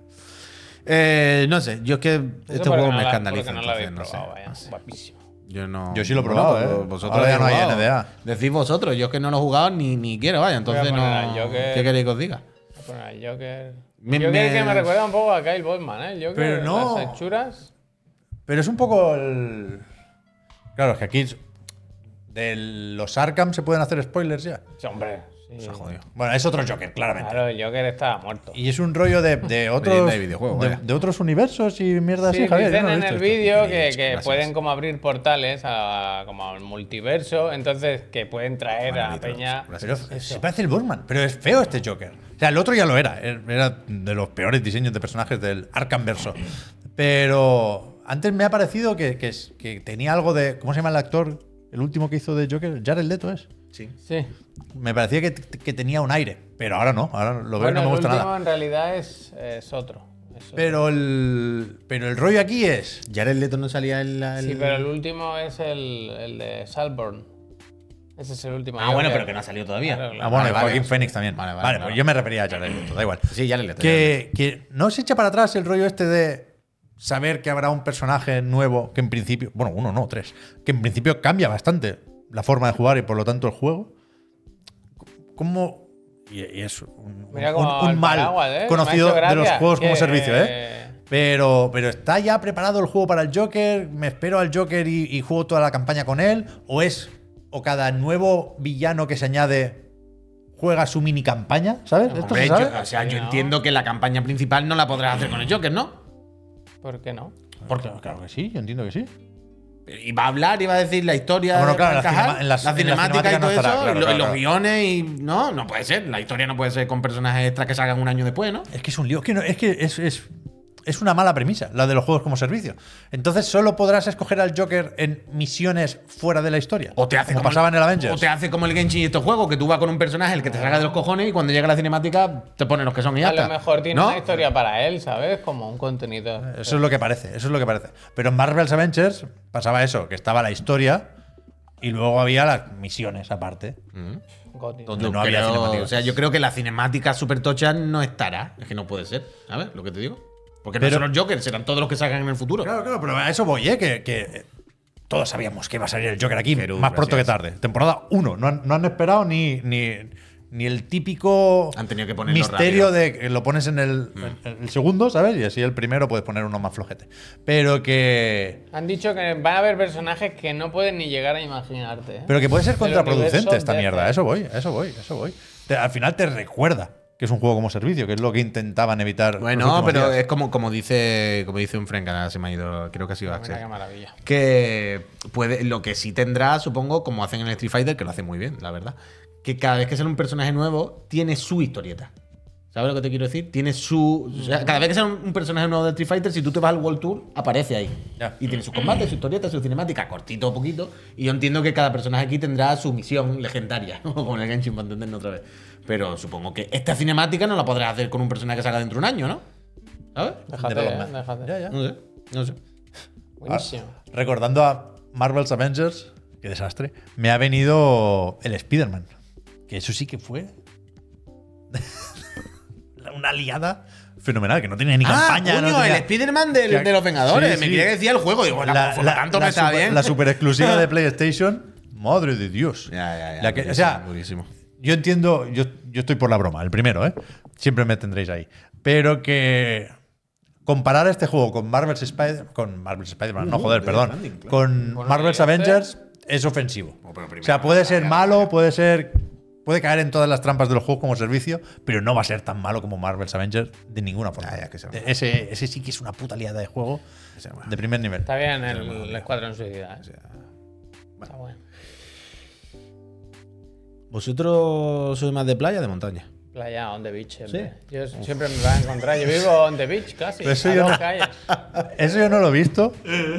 B: Eh, no sé, yo es que estos
C: este
A: porque
B: juegos
A: no
B: me
A: la-
B: escandalizan.
A: porque no lo habéis
B: entonces,
A: probado,
B: no
C: Ah,
A: vaya.
B: sé, no sé.
A: Guapísimo.
B: Yo no.
C: Yo sí lo he probado, ¿eh. Ahora
B: habéis
C: ya no hay
B: jugado.
C: NDA.
B: Decís vosotros, yo es que no lo he jugado ni, ni quiero, vaya.
A: a
B: Entonces
A: poner
B: no.
A: al Joker.
B: ¿Qué queréis que os diga?
A: Voy a poner al Joker.
B: Me-
A: Joker
B: me-
A: que me recuerda un poco a Kyle Bosman, ¿eh? El Joker,
C: Pero no.
A: las hechuras.
C: Pero es un poco el. Claro, es que aquí. De los Arkham se pueden hacer spoilers ya.
A: Sí, hombre. sí.
C: Bueno, es otro Joker, claramente.
A: Claro, el Joker estaba muerto.
C: Y es un rollo de, de otros.
B: de videojuego,
C: de,
B: vaya.
C: de otros universos y mierda
A: Sí,
C: así, Javier. yo
A: dicen
C: no lo he
A: en
C: visto
A: el
C: esto.
A: vídeo que,
B: Gracias.
A: que pueden como abrir portales a, como al multiverso, entonces que pueden traer a
B: Manolito,
A: Peña.
C: Pero se parece el Borman, pero es feo este Joker. O sea, el otro ya lo era. er, Era de los peores diseños de personajes del Arkham Verso. Pero antes me ha parecido que, que, es- que tenía algo de. ¿Cómo se llama el actor? El último que hizo de Joker, Jared Leto es.
B: Sí.
A: Sí.
C: Me parecía que, que tenía un aire, pero ahora no, ahora lo veo y
A: Bueno,
C: no me
A: el
C: gusta
A: último
C: nada.
A: en realidad es, es otro. es otro.
C: Pero el, pero el rollo aquí es.
B: Jared Leto no salía en la.
A: Sí,
B: el-
A: pero el último es el, el de Salborn. Ese es el último.
B: Ah, bueno, pero que no ha salido todavía.
A: Claro, claro.
C: Ah, bueno,
B: Vale,
C: y
B: vale.
C: Joaquín Phoenix también.
B: Vale,
C: Vale,
B: vale,
C: vale.
B: claro.
C: pues yo me refería a Jared Leto, da igual.
B: Sí, Jared Leto. Jared
C: que, que no se echa para atrás el rollo este de saber que habrá un personaje nuevo que en principio, bueno, uno no, tres, que en principio cambia bastante la forma de jugar y por lo tanto el juego. ¿Cómo? Y, y es un,
A: Mira
C: un-
A: como
C: un
A: el
C: mal
A: paraguas, ¿eh? Me
C: conocido
A: ha hecho
C: de los
A: gracia
C: juegos como
A: que-
C: servicio, ¿eh? Pero, pero está ya preparado el juego para el Joker, me espero al Joker y, y juego toda la campaña con él, o es, o cada nuevo villano que se añade juega su mini campaña, ¿sabes?
A: Hombre,
C: ¿Esto
B: Hombre,
C: se sabe?
B: yo- o sea, yo
A: No.
B: entiendo que la campaña principal no la podrás hacer con el Joker, ¿no?
A: ¿Por qué no?
C: Porque, ah, claro que sí, yo entiendo que sí.
B: Y va a hablar, y va a decir la historia.
C: Ah, bueno,
B: de
C: claro,
B: Frank
C: las
B: Cajal,
C: cinema- en las-
B: la
C: en las
B: cinemática y
C: cinemáticas
B: todo
C: no estará,
B: eso,
C: claro,
B: y lo- y
C: claro,
B: los
C: claro.
B: guiones y. No, no puede ser. La historia no puede ser con personajes extras que salgan un año después, ¿no?
C: Es que es un lío. Es que, no- es, que es, es- es una mala premisa, la de los juegos como servicio. Entonces solo podrás escoger al Joker en misiones fuera de la historia.
B: O te hace
C: como,
B: como,
C: pasaba en el Avengers.
B: O te hace como el Genshin y estos juegos, que tú vas con un personaje, el que te salga de los cojones, y cuando llega la cinemática te ponen los que son y ya
A: A lo
B: está.
A: mejor tiene
B: ¿No?
A: una historia para él, ¿sabes? Como un contenido.
C: Eso es lo que parece, eso es lo que parece. Pero en Marvel's Avengers pasaba eso, que estaba la historia y luego había las misiones aparte.
A: Goti.
C: Mm. Donde
B: Yo
C: no había
B: creo-
C: cinemáticas.
B: O sea, yo creo que la cinemática super tocha no estará. Es que no puede ser. A ver, lo que te digo. Porque
C: Pero-
B: no son los Jokers, serán todos los que salgan en el futuro.
C: Claro, claro, pero a eso voy, ¿eh? Que, que todos sabíamos que iba a salir el Joker aquí,
B: Pero,
C: más pronto que
B: gracias.
C: tarde. Temporada 1. No han, no han esperado ni, ni, ni el típico
B: Han tenido que ponerlo rápido.
C: misterio
B: Mm.
C: de que lo pones en el, el- el segundo, ¿sabes? Y así el primero puedes poner uno más flojete. Pero que.
A: Han dicho que van a haber personajes que no pueden ni llegar a imaginarte. ¿eh?
C: Pero que puede ser
A: Del universo
C: contraproducente esta
A: de- este.
C: mierda. A Eso voy, a eso voy, a eso voy. Te- al final te recuerda que es un juego como servicio, que es lo que intentaban evitar. los
B: Bueno,
C: últimos
B: pero
C: días.
B: es como, como dice como dice un friend que ahora se me ha ido, creo que ha sido Axel.
A: Mira qué maravilla.
B: que puede, lo que sí tendrá, supongo, como hacen en el Street Fighter, que lo hace muy bien, la verdad, que cada vez que sale un personaje nuevo, tiene su historieta. ¿Sabes lo que te quiero decir? Tiene su. o sea, cada vez que sale un, un personaje nuevo del Street Fighter, si tú te vas al World Tour, aparece ahí.
C: Ya.
B: Y tiene sus combates, su historieta, su cinemática, cortito o poquito. Y yo entiendo que cada personaje aquí tendrá su misión legendaria, ¿no? como en el Genshin, para entendernos otra vez. Pero supongo que esta cinemática no la podrás hacer con un personaje que salga dentro de un año, ¿no? ¿Sabes?
A: Déjate,
C: Development.
A: eh, déjate.
C: Ya, Ah. ya.
B: No sé, no sé.
A: Buenísimo.
C: Recordando a Marvel's Avengers, qué desastre, me ha venido el Spider-Man. Que eso sí que fue una liada fenomenal, que no tenía ni campaña.
B: Ah, coño,
C: no tenía-
B: el Spider-Man del-
C: Ya-
B: de los Vengadores.
C: sí,
B: me
C: sí.
B: quería que decía el juego. Digo, la, por lo tanto
C: la
B: me está
C: super-
B: bien.
C: la super exclusiva de PlayStation, madre de Dios.
B: Ya, ya, ya.
C: La que- o
B: durísimo,
C: sea,
B: durísimo.
C: yo entiendo, yo, yo estoy por la broma, el primero, ¿eh? Siempre me tendréis ahí. Pero que comparar este juego con Marvel's Spider con Marvel's Spider-Man, no joder, perdón, con Marvel's
A: este-
C: Avengers es ofensivo.
B: pero
C: o
B: primero, ¿eh?
C: sea, puede ser malo, puede ser puede caer en todas las trampas de los juegos como servicio, pero no va a ser tan malo como Marvel's Avengers de ninguna forma. E-,
B: Ya, ya, que sea malo.
C: ese, ese sí que es una puta liada de juego
B: sea malo.
C: de primer nivel.
A: Está bien el, el Escuadrón Suicida. ¿eh? Está bueno.
B: ¿Vosotros sois más de playa o de montaña?
A: Playa on the beach siempre. Yo siempre me voy a encontrar. Yo vivo on the beach casi.
C: Pero eso
A: a
C: yo
A: dos
C: no-
A: calles.
C: Eso yo no lo he visto,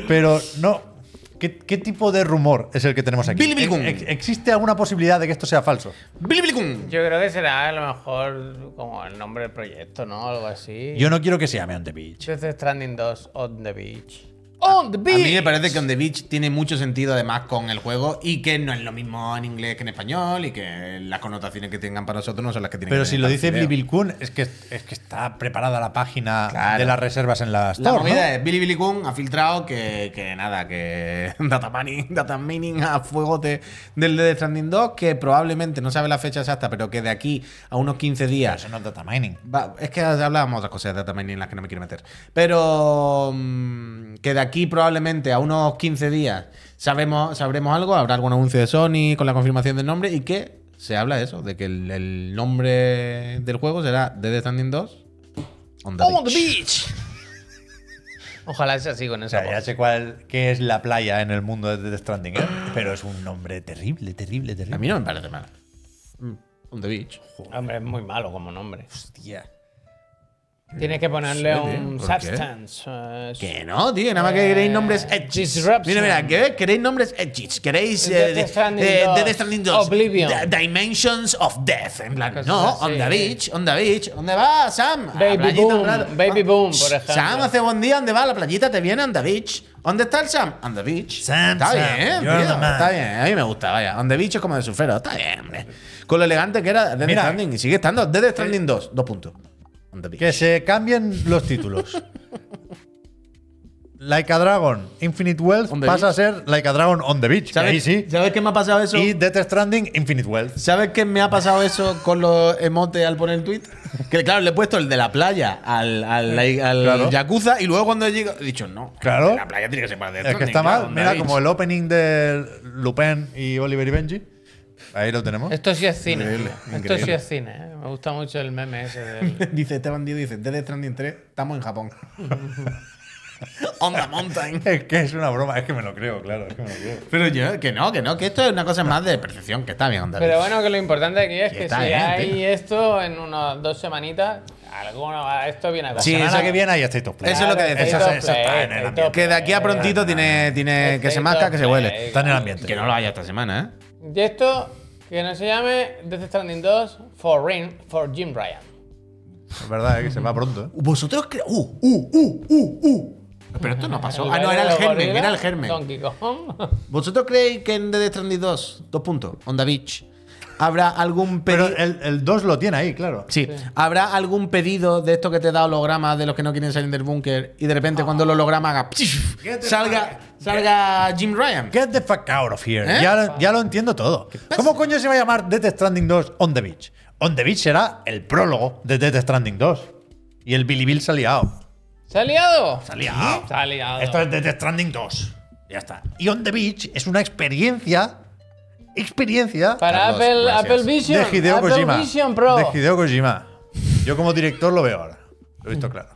C: pero no. ¿Qué, qué tipo de rumor es el que tenemos aquí?
B: Billy Bilgum.
C: Ex- ¿Existe alguna posibilidad de que esto sea falso?
B: ¡Bilibilicum!
A: Yo creo que será a lo mejor como el nombre del proyecto, ¿no? Algo así.
C: Yo no quiero que se llame On the Beach.
A: Death Stranding 2 on the beach. On the
B: A
A: beach.
B: mí me parece que On the Beach tiene mucho sentido además con el juego y que no es lo mismo en inglés que en español y que las connotaciones que tengan para nosotros no son las que tienen
C: Pero
B: que
C: si
B: tener
C: lo
B: para
C: dice
B: el video.
C: Billy Kun, es que, es que está preparada la página
B: Claro.
C: de las reservas en la
B: La
C: Store.
B: movida
C: ¿no?
B: es Billy Billy Kun ha filtrado que, que nada, que Data Mining, Data Mining a fuego de- del Death Stranding 2, que probablemente, no sabe la fecha exacta, pero que de aquí a unos 15 días.
C: Eso no es data mining.
B: va- es que hablábamos otras cosas de Data Mining en las que no me quiero meter. Pero mm, que de aquí probablemente a unos 15 días sabemos, sabremos algo, habrá algún anuncio de Sony con la confirmación del nombre y que se habla de eso, de que el, el nombre del juego será Death Stranding 2. On the
A: On the
B: Beach.
A: beach. Ojalá sea así con
C: O
A: esa
C: sea, ya
A: voz.
C: sé cuál qué es la playa en el mundo de Death Stranding, ¿eh? pero es un nombre terrible, terrible, terrible.
B: A mí no me parece mal. Mm, On the beach.
A: Hombre, es muy malo como nombre.
C: Hostia.
A: Tienes que ponerle
B: sé,
A: un
B: tío. ¿Por qué?
A: substance. eh,
B: Que no, tío. Nada más que queréis nombres edgys.
A: Disruption.
B: Mira, mira, que queréis nombres edgys. Queréis eh,
A: Death
B: de-
A: Stranding
B: eh,
A: 2,
B: Death Stranding 2.
A: Oblivion.
B: The Dimensions of Death. En plan,
A: Cosas
B: no,
A: así,
B: on the
A: eh.
B: beach, on the beach. ¿Dónde va, Sam? A la
A: Baby
B: playita
A: Boom,
B: un rato.
A: Baby
B: Ah,
A: Boom, por
B: shh,
A: ejemplo.
B: Sam hace buen día. ¿Dónde va? A la playita te viene, on the beach. ¿Dónde está el Sam? On the beach.
C: Sam,
B: Está
C: Sam,
B: bien,
C: you're
B: tío,
C: the man.
B: Está bien. A mí me gusta, vaya. On the beach es como de surfero. Está bien, hombre. Con lo elegante que era Death
C: Mira.
B: Stranding. Y sigue estando Death Stranding 2. Dos puntos. On the beach.
C: Que se cambien los títulos. Like a Dragon, Infinite Wealth
B: On the
C: pasa
B: beach.
C: a ser Like a Dragon on the Beach. que
B: ¿Sabes,
C: Ahí sí.
B: ¿Sabes qué me ha pasado eso?
C: Y Death Stranding, Infinite Wealth.
B: ¿Sabes qué me ha pasado eso con los emotes al poner el tweet? Que claro, le he puesto el de la playa al, al, al
C: Claro.
B: Yakuza y luego cuando llego he dicho no.
C: Claro.
B: La playa tiene que ser para Death
C: Es que
B: Stranding,
C: está
B: claro,
C: mal.
B: on the
C: Mira,
B: beach.
C: como el opening de Lupin y Oliver y Benji. Ahí lo tenemos.
A: Esto sí es cine.
B: Increíble,
A: Esto sí
B: increíble.
A: es cine. ¿eh? Me gusta mucho el meme ese del.
B: Dice este bandido, dice Death Stranding 3, estamos en Japón. On the mountain.
C: Es que es una broma. Es que me lo creo, claro. Es que me lo creo.
B: Pero yo, que no, que no, que esto es una cosa más de percepción, que está bien, onda.
A: Pero bueno, que lo importante aquí es
B: Que
A: que si
B: está bien,
A: hay
B: tío.
A: esto en unas dos semanitas, alguno va- esto viene a
B: Sí,
C: Semana
B: eso-
C: que viene hay State of Play.
B: eso es lo que decía.
C: Eso,
B: State
A: of
C: eso está
A: Play,
C: en el
A: State
C: ambiente.
A: of
B: que de aquí a prontito tiene, tiene que se masca, que se huele.
C: Está en el ambiente.
B: Que no lo haya esta semana, ¿eh?
A: Y esto, que no se llame Death Stranding 2 for Ring for Jim Ryan.
C: Es verdad, es que se va pronto. ¿eh?
B: Vosotros cre- Uh, uh, uh, uh, uh. Pero esto no pasó. Ah, no, era
A: baile de
B: el
A: los
B: germen,
A: gorilas,
B: era el germen.
A: Donkey Kong.
B: ¿Vosotros creéis que en Death Stranding 2, dos puntos, on the beach,
E: ¿Habrá algún
C: Pero
E: pedido?
C: el 2 lo tiene ahí, claro.
E: Sí. ¿Habrá algún pedido de esto que te da hologramas de los que no quieren salir del búnker y de repente cuando el holograma haga pshif,
C: Get the
E: salga, salga Jim Ryan?
C: Get the fuck out of here.
E: ¿Eh?
C: Ya, lo- ya lo entiendo todo. ¿Cómo coño se va a llamar Death Stranding 2 On the Beach? On the Beach será el prólogo de Death Stranding 2. Y el Billy Bill se ha liado.
A: ¿Se ha liado?
C: Se ha liado.
A: Se ha liado.
C: Esto es Death Stranding 2. Ya está. Y On the Beach es una experiencia. Experiencia.
A: Para
B: Carlos,
A: Apple,
B: gracias.
A: Apple Vision.
C: de Hideo
A: Apple
C: Kojima.
A: Vision Pro.
C: De Hideo Kojima. Yo como director lo veo ahora. Lo he visto claro.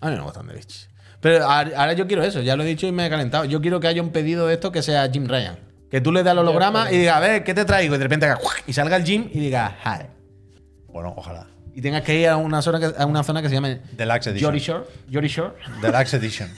B: A mí no me gustan de Beach. Pero a- ahora yo quiero eso, ya lo he dicho y me he calentado. Yo quiero que haya un pedido de esto que sea Jim Ryan. Que tú le das el holograma y digas, a ver, ¿qué te traigo? Y de repente haga, ¡cuac! y salga el Jim y diga, hi.
C: Bueno, ojalá.
B: Y tengas que ir a una zona que, a una zona que se llama
C: Deluxe Edition.
B: Jordy Shore, Jordy Shore,
C: Deluxe Edition.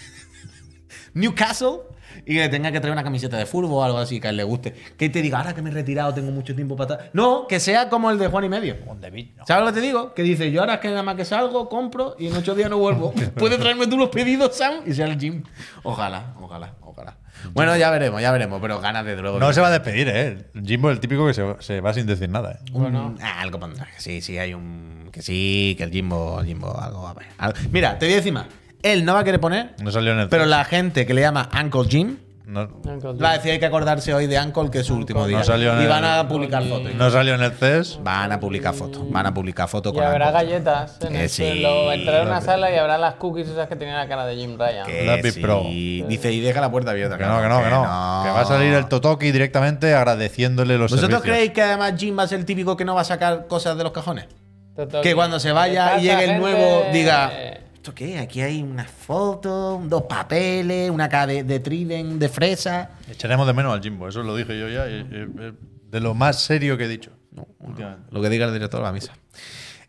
B: Newcastle, y que le tenga que traer una camiseta de fútbol o algo así que a él le guste. Que te diga, ahora que me he retirado, tengo mucho tiempo para atrás. No, que sea como el de Juan y medio.
C: On the Beach. no.
B: ¿Sabes lo que te digo? Que dice, yo ahora es que nada más que salgo, compro y en ocho días no vuelvo. ¿Puedes traerme tú los pedidos, Sam? Y sea el gym. Ojalá, ojalá, ojalá. Bueno, ya veremos, ya veremos, pero ganas de droga.
C: No se va a despedir, ¿eh? Jimbo es el típico que se, se va sin decir nada, ¿eh?
B: Bueno. algo pondrá. que Sí, sí, hay un. Que sí, que el Jimbo, el Jimbo, algo va a ver. Algo- Mira, te voy a decir más. Él no va a querer poner,
C: No salió en el. E
B: pero la gente que le llama Uncle Jim
C: no,
B: va a decir hay que acordarse hoy de Uncle, que es su último día.
C: No salió en
B: y van
C: el-
B: a publicar fotos.
C: no salió en el E CES.
B: Van a publicar fotos. Van a publicar fotos
A: Y
B: con
A: habrá
B: Uncle Jim.
A: galletas. En
B: Que
A: el
B: sí.
A: suelo. Entraré a una sala y habrá las cookies esas que tenían la cara de Jim Ryan.
B: Que
C: Lápiz
B: sí.
C: Pro.
B: Dice, y deja la puerta abierta.
C: Que no, que no, que no. Que va a salir el Totoki directamente agradeciéndole los
B: ¿Vosotros
C: servicios.
B: creéis que además Jim va a ser el típico que no va a sacar cosas de los cajones?
A: Totoki.
B: Que cuando se vaya y
A: ¿Qué pasa,
B: llegue el
A: gente?
B: nuevo, diga. ¿Esto qué? Aquí hay unas fotos, dos papeles, una cara de, de Trident, de fresa.
C: Echaremos de menos al Jimbo, eso lo dije yo ya. eh, eh, eh, De lo más serio que he dicho. Últimamente.
B: Lo que diga el director de la misa.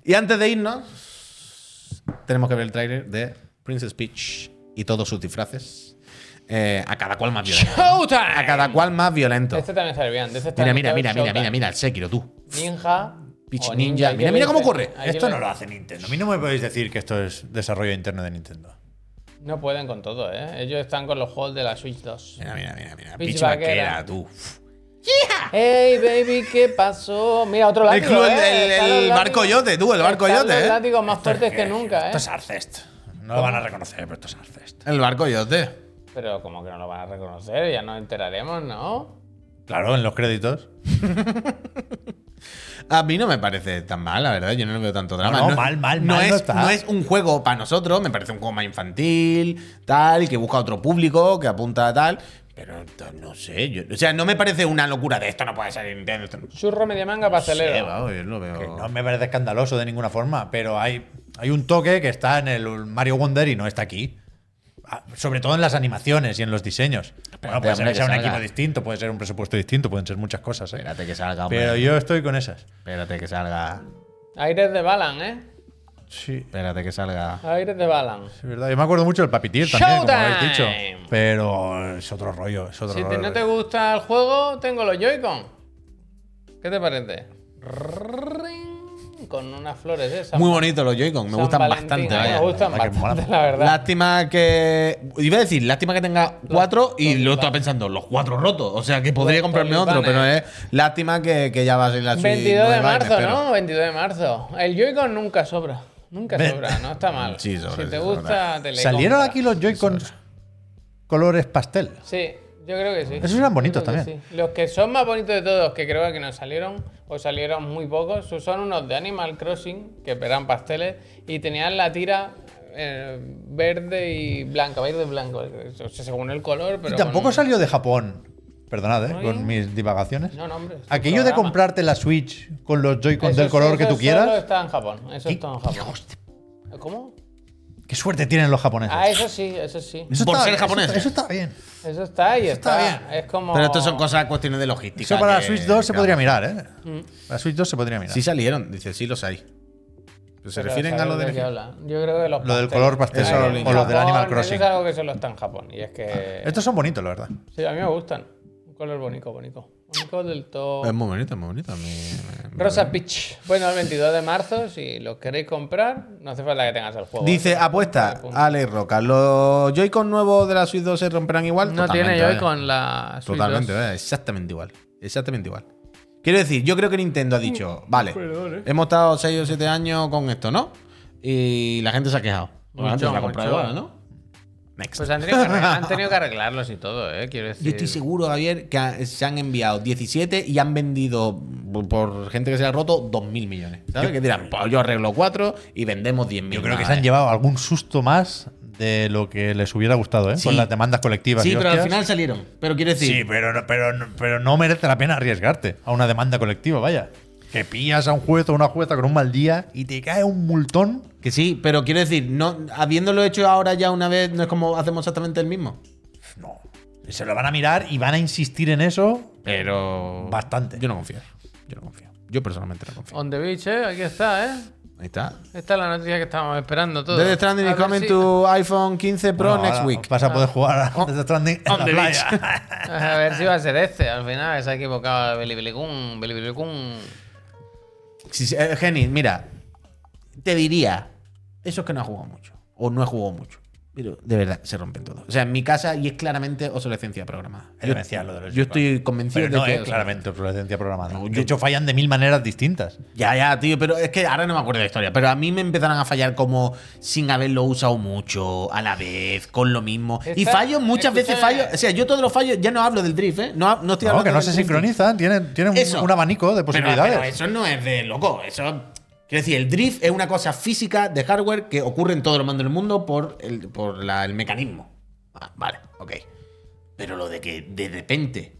B: Y antes de irnos, tenemos que ver el tráiler de Princess Peach y todos sus disfraces. Eh, a cada cual más violento.
A: ¡Showtime!
B: A cada cual más violento.
A: Este también sale bien. de este está
B: Mira, mira,
A: todo
B: mira, mira,
A: showtime.
B: mira, mira, el Sekiro, tú.
A: Ninja.
B: Pitch
A: o
B: Ninja.
A: hay que
B: Mira, mira cómo
A: verse.
B: corre.
A: Hay que
C: Esto no
A: verse.
C: lo hace Nintendo. A mí no me podéis decir que esto es desarrollo interno de Nintendo.
A: No pueden con todo, ¿eh? Ellos están con los juegos de la Switch 2.
B: Mira, mira, mira, mira.
A: Peach
B: Peach
A: vaquera.
B: vaquera, tú.
A: ¡Hey, baby! ¿Qué pasó? Mira, otro látigo.
B: club, el-
A: ¿eh?
B: el-
A: Están
B: el
A: los látigos-
B: barco yote, tú, el barco
A: están
B: yote,
A: Los
B: ¿eh?
A: látigos más fuertes que nunca, ¿eh?
C: Esto es Arcest. No lo van a reconocer, pero esto es Arcest.
B: El barco yote.
A: Pero como que no lo van a reconocer, ya nos enteraremos, ¿no?
C: Claro, en los créditos.
B: A mí no me parece tan mal, la verdad. Yo no le veo tanto drama.
C: No, no, mal, mal,
B: no
C: mal no
B: es,
C: está.
B: no es un juego para nosotros. Me parece un juego más infantil, tal, que busca otro público, que apunta a tal. Pero t- no sé. yo- o sea, no me parece una locura de esto. No puede ser Nintendo. Esto no
A: Churro media manga
B: sé,
A: pastelero.
B: vamos, yo lo veo.
C: Que Eh, no me parece escandaloso de ninguna forma, pero hay, hay un toque que está en el Mario Wonder y no está aquí. Ah, Sobre todo en las animaciones y en los diseños. bueno,
B: hombre,
C: puede ser que sea
B: que
C: un
B: salga.
C: equipo distinto, puede ser un presupuesto distinto, pueden ser muchas cosas. ¿eh?
B: Espérate que salga, hombre.
C: Pero yo estoy con esas.
B: Espérate que salga.
A: Aires de Balan, ¿eh?
C: Sí,
B: Espérate que salga.
A: Aires de Balan.
C: es verdad. Yo me acuerdo mucho del Papitir también, como habéis dicho.
A: Showtime.
C: Pero es otro rollo, es otro
A: Si te-
C: rollo.
A: no te gusta el juego, tengo los Joy-Con. ¿Qué te parece? Ring, Con unas flores de esas.
B: Muy bonito los Joy-Con. Me
A: San
B: gustan
A: Valentín.
B: bastante.
A: A mí
B: vaya.
A: Me gustan
C: la verdad que
A: bastante,
C: mola.
A: la verdad.
B: Lástima que. Iba a decir, lástima que tenga cuatro y lo estaba pensando, los cuatro rotos. O sea que podría
A: Los
B: comprarme otro, pero
A: tulipanes.
B: es lástima que, que ya va a ser la Switch
A: 22 de
B: nueva,
A: marzo,
B: espero.
A: ¿no? 22 de marzo. El Joy-Con nunca sobra. Nunca sobra, no está mal.
B: Sí, sobra,
A: si
B: sí,
A: te
B: sobra.
A: gusta, te le
C: ¿Salieron
A: compras.
C: aquí los Joy-Con colores pastel?
A: Sí, yo creo que sí.
C: Esos eran
A: Yo
C: bonitos
A: creo que
C: también.
A: sí. Los que son más bonitos de todos, que creo que no salieron, o salieron muy pocos, son unos de Animal Crossing, que eran pasteles, y tenían la tira eh, verde y blanca, verde y blanco, o sea, según el color, pero...
C: Y tampoco
A: con-
C: salió de Japón. Perdonad, ¿eh? con mis divagaciones.
A: No, no, hombre, es un
C: Aquello de
A: programa.
C: comprarte la Switch con los Joy-Con
A: Eso
C: del
A: sí,
C: color
A: eso
C: que tú
A: solo
C: quieras.
A: está en Japón, eso
C: ¿Qué-
A: está en Japón.
C: hijos de-
A: ¿Cómo?
C: Qué suerte tienen los japoneses.
A: Ah, eso sí, eso sí.
B: Por
C: está-
B: ser
C: eso-
B: japoneses.
C: Eso, está bien.
A: Eso está y está,
C: está bien.
A: Es como...
B: Pero esto son cosas, cuestiones de logística.
C: Eso para la
B: que-
C: Switch 2 se
B: que-
C: podría mirar, ¿eh?
A: Mm.
C: La Switch 2 se podría mirar.
B: Sí salieron, dice, sí los hay. Pero ¿Se
A: Pero
B: refieren a
A: ¿sabes
B: lo
A: de
B: de.?
A: qué habla? Yo creo que los
C: Lo del
A: pasteles.
C: color pastel
B: o
A: en
B: los
C: del
A: Japón,
C: Animal
A: Eso
C: Crossing.
A: es algo que solo está en Japón. Y es que.
C: Estos son bonitos, la verdad.
A: Sí, a mí me gustan. Un color bonito, bonito. Bonito del todo.
B: Es muy bonito, es muy bonito. me- me-
A: Rosa Peach. Bueno, el 22 de marzo, si lo queréis comprar, no hace falta que tengas el juego. ¿eh?
B: Dice, apuesta, Ale Roca, ¿los Joy-Con nuevos de la Switch 2 se romperán igual?
A: No tiene
B: Totalmente,
A: Joy
B: vaya.
A: con la. Switch
B: Totalmente,
A: 2.
B: ¿verdad? exactamente igual. Exactamente igual. Quiero decir, yo creo que Nintendo ha dicho, vale,
A: perdón, eh.
B: hemos estado 6 o 7 años con esto, ¿no? Y la gente se ha quejado.
A: Mucho,
B: Antes la compra
A: mucho.
B: ahora, ¿no? Next.
A: Pues han tenido, que arreglar- han tenido que arreglarlos y todo, ¿eh? Quiero
C: Pues,
A: decir.
B: Yo estoy seguro, Javier, que ha- se han enviado 17 y han vendido, por- por gente que se la ha roto, 2.000 millones. ¿Sabes? que dirán, pues yo arreglo 4 y vendemos 10.000.
C: Yo creo que
B: más,
C: se
B: ¿eh?
C: han llevado algún susto más de lo que les hubiera gustado, ¿eh?
B: Sí.
C: Con las demandas colectivas.
B: Sí,
C: y
B: pero al
C: hostias.
B: final salieron. Pero quiero decir,
C: Sí, pero, no- pero, no- pero no merece la pena arriesgarte a una demanda colectiva, vaya. Que pillas a un juez o una jueza con un mal día y te cae un multón.
B: que sí, pero quiero decir, no, habiéndolo hecho ahora ya una vez, no es como hacemos exactamente el mismo.
C: No. Se lo van a mirar y van a insistir en eso.
B: Pero.
C: Bastante.
B: Yo no confío. Yo no confío. Yo personalmente no confío.
A: On the beach, ¿eh? Aquí está, ¿eh?
B: Ahí está.
A: Esta es la noticia que estábamos esperando todos.
B: Death Stranding
A: A
B: is
A: ver
B: coming
A: si-
B: to iPhone 15 Pro
C: Bueno,
B: next
C: ahora
B: week.
C: Vas a poder jugar a Death Stranding en
B: Oh, on
C: la
B: the
C: playa.
A: A ver si va a ser este. Al final se ha equivocado Bilibilicum, Bilibilicum.
B: Si- si- eh, Geni, mira, te diría, eso es que no ha jugado mucho, o no ha jugado mucho. Pero de verdad, se rompen todos. O sea, en mi casa y es claramente obsolescencia programada.
C: Es demencial lo de los
B: yo
C: chicos.
B: estoy convencido
C: Pero no
B: de que.
C: es claramente obsolescencia programada.
B: No,
C: de
B: yo-
C: hecho, fallan de mil maneras distintas.
B: Ya, ya, tío, pero es que ahora no me acuerdo de la historia. Pero a mí me empezaron a fallar como sin haberlo usado mucho, a la vez, con lo mismo. y
A: Está-
B: fallo, muchas veces
A: escúchame.
B: fallo. O sea, yo todos los fallos, ya no hablo del drift, ¿eh? No, ha- no estoy
C: No,
B: hablando
C: que no
B: del
C: se
B: drift.
C: sincronizan, tienen, tienen un-
B: Eso.
C: un abanico de
B: Pero-
C: posibilidades.
B: Pero, eso no es de loco. Eso. Quiero decir, el drift es una cosa física de hardware que ocurre en todo el mundo del mundo por el, por la- el mecanismo. Ah, vale, ok. Pero lo de que de repente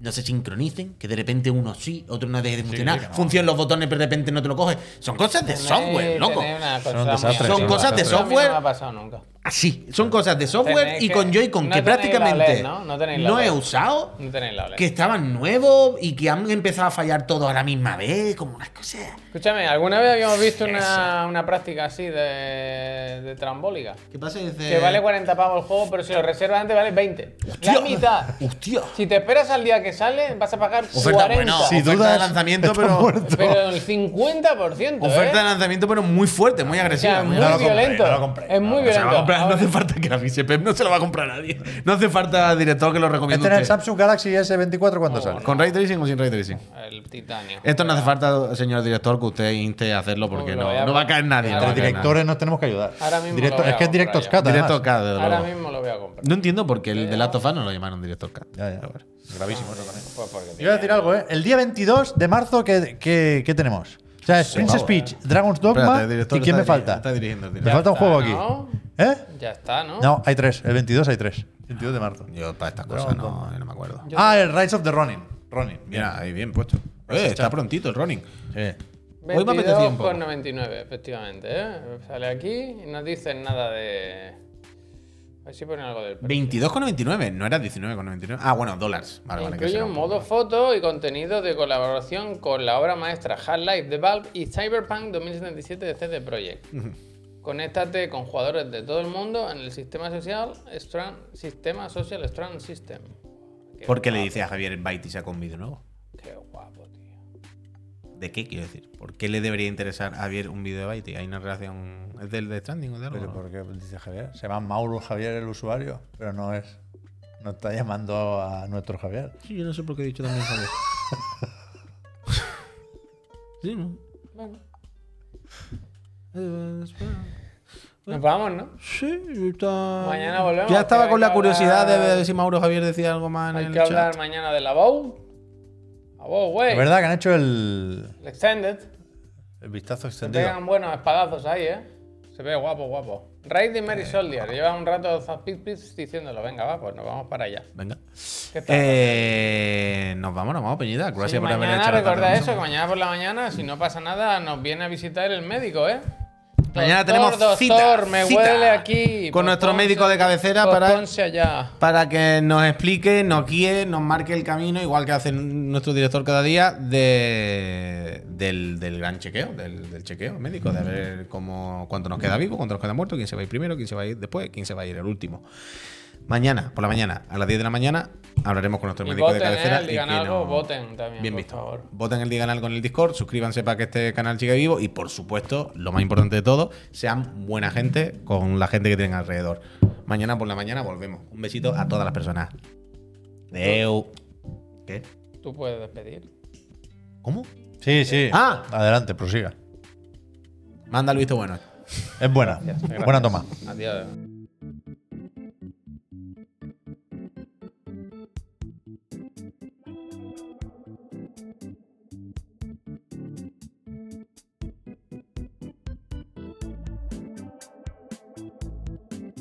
B: no se sincronicen, que de repente uno sí, otro no deje de funcionar,
C: que no.
B: funcionan los botones, pero de repente no te lo coges. Son cosas de software,
A: Tenéis-
B: loco.
A: tenéis una cosa
C: Son
A: muy-
C: desastres,
B: Son sí, cosas de desastres. software.
A: A mí no me ha pasado nunca.
B: Así, son cosas de software
A: Tenéis
B: y
A: que-
B: con Joy-Con
A: no
B: que
A: tenéis la
B: prácticamente
A: OLED, ¿no? No tenéis la E
B: no he
A: OLED.
B: usado.
A: No tenéis la OLED.
B: que estaban nuevos y que han empezado a fallar todos a la misma vez, como unas cosas.
A: Escúchame, ¿alguna vez habíamos visto una, una práctica así de, de trambólica?
B: ¿Qué pasa? Dice,
A: Que vale 40 pavos el juego, pero si lo reservas antes vale 20. La mitad.
B: Hostia.
A: Si te esperas al día que sale, vas a pagar
B: Oferta,
A: 40.
B: bueno,
C: Si
B: oferta de
C: dudas,
B: lanzamiento,
C: está
B: pero.
C: muerto.
A: pero el 50%.
B: Oferta
A: ¿eh?
B: de lanzamiento, pero muy fuerte, muy
A: O sea, es
B: agresiva. muy
A: muy
C: No lo
B: agresiva.
C: compré,
A: violento.
C: no lo compré.
A: es muy
B: Se la
C: No, no
B: va a
A: violento.
B: comprar, no
A: Ahora-
B: hace falta que la fiche, Pep, no se la va a comprar nadie. No hace falta director que lo recomiende.
C: Este era el
B: usted.
C: Samsung Galaxy S24 cuando sale.
B: ¿Con ray tracing o sin ray tracing?
A: El titanio.
B: Esto no hace falta, señor director, que usted inste a hacerlo porque
A: Uy, lo
B: no,
A: voy a-
B: no va a caer nadie.
A: Entre
B: no va a
C: Los
A: Ahora
B: caer nadie.
C: directores nos tenemos que ayudar.
A: Ahora mismo
C: Directo-
A: lo voy a
C: es que es
A: comprar
C: directos
A: ya.
C: cat. además.
B: Director K, desde
A: Ahora
B: luego.
A: mismo lo voy a comprar.
B: No entiendo por qué el de Last of Us no lo llamaron director K.
C: Ya, ya. Gravísimo eso también.
A: Pues porque
C: Yo voy a decir algo, ¿eh? El día 22 de marzo, ¿qué, qué- qué tenemos? O sea, es Princess Peach, Dragon's Dogma.
B: Espérate, el director
C: ¿Y quién
B: está
C: me
B: diri-
C: falta?
B: está dirigiendo el
C: Me
B: director.
C: falta un juego aquí.
A: ¿no?
C: ¿Eh?
A: Ya está, ¿no?
C: No, hay tres. El 22 hay tres. 22 de marzo.
B: Yo para estas cosas no, yo no me acuerdo.
C: Ah, el Rise of the Ronin. Ronin.
B: Mira, ahí bien puesto. Eh, está prontito el Ronin.
C: Sí.
B: Hoy me apetecía un poco.
A: 22,99, efectivamente. ¿eh? Sale aquí y no dicen nada de. A ver si ponen algo del precio.
B: 22,99, no era 19,99. Ah, bueno, dólares. Vale, vale. que
A: Incluye
B: será
A: un
B: un poco
A: modo
B: más.
A: foto y contenido de colaboración con la obra maestra Half-Life de Valve y Cyberpunk 2077 de CD Projekt. Conéctate con jugadores de todo el mundo en el sistema social Strand, Sistema Social Strand System. Qué
B: ¿Por qué le
A: guapo,
B: dice a Javier Byte y saca un vídeo nuevo?
A: Qué guapo, tío.
B: ¿De qué quiero decir? ¿Por qué le debería interesar a Javier un vídeo de Byte? ¿Hay una relación. ¿Es del de Stranding o de algo?
C: Pero
B: no?
C: ¿por qué dice Javier? Se llama Mauro Javier el usuario, pero no es. No está llamando a nuestro Javier.
B: Sí, yo no sé por qué he dicho también Javier. sí, ¿no?
A: Bueno,
B: Eh, espera.
A: nos vamos, ¿no?
B: Sí, está.
A: Mañana volvemos,
B: Ya estaba
A: que
B: con
A: hay
B: la
A: que
B: curiosidad de
A: hablar-
B: ver si Mauro Javier decía algo más en
A: Hay
B: el
A: que
B: chat.
A: hablar mañana de la BOW. La BOW,
C: Es
A: güey.
C: verdad que han hecho el,
A: El Extended.
C: el vistazo
A: Se
C: extendido.
A: pegan buenos espadazos ahí, ¿eh? Se ve guapo, guapo. Raid de
B: Eh,
A: Mary Soldier. Lleva un rato Zapitpits diciéndolo. Venga, va, pues nos vamos para allá.
B: Venga.
A: ¿Qué tal?
B: Eh, nos vamos, nos vamos, Peñita. Gracias
A: Sí,
B: por haber
A: mañana
B: hecho la tarde
A: recuerda
B: con
A: eso, que
B: nosotros.
A: mañana por la mañana, si no pasa nada, nos viene a visitar el médico, ¿eh?
B: Mañana
A: Doctor,
B: tenemos
A: doctor,
B: cita,
A: me
B: cita
A: huele aquí. Pues
B: con nuestro
A: Ponse- pues
B: médico de cabecera para-
A: ponse allá.
B: Para que nos explique, nos guíe, nos marque el camino, igual que hace nuestro director cada día, de, del, del gran chequeo, del, del chequeo médico, de ver cómo, cuánto nos queda vivo, cuánto nos queda muerto, quién se va a ir primero, quién se va a ir después, quién se va a ir el último. Mañana, por la mañana, a las 10 de la mañana, hablaremos con nuestro
A: Y
B: médico
A: voten,
B: de cabecera.
A: ¿eh?
B: y
A: Digan
B: que
A: algo,
B: nos-
A: voten también,
B: Bien
A: por
B: visto.
A: favor.
B: Voten el día canal con el Discord, suscríbanse para que este canal siga vivo y, por supuesto, lo más importante de todo, sean buena gente con la gente que tienen alrededor. Mañana por la mañana volvemos. Un besito a todas las personas. Deu. ¿Qué?
A: Tú puedes despedir.
B: ¿Cómo?
C: Sí, sí.
B: Ah.
C: Adelante, prosiga.
B: Mándalo visto bueno.
C: Es buena. Buena toma.
A: Adiós.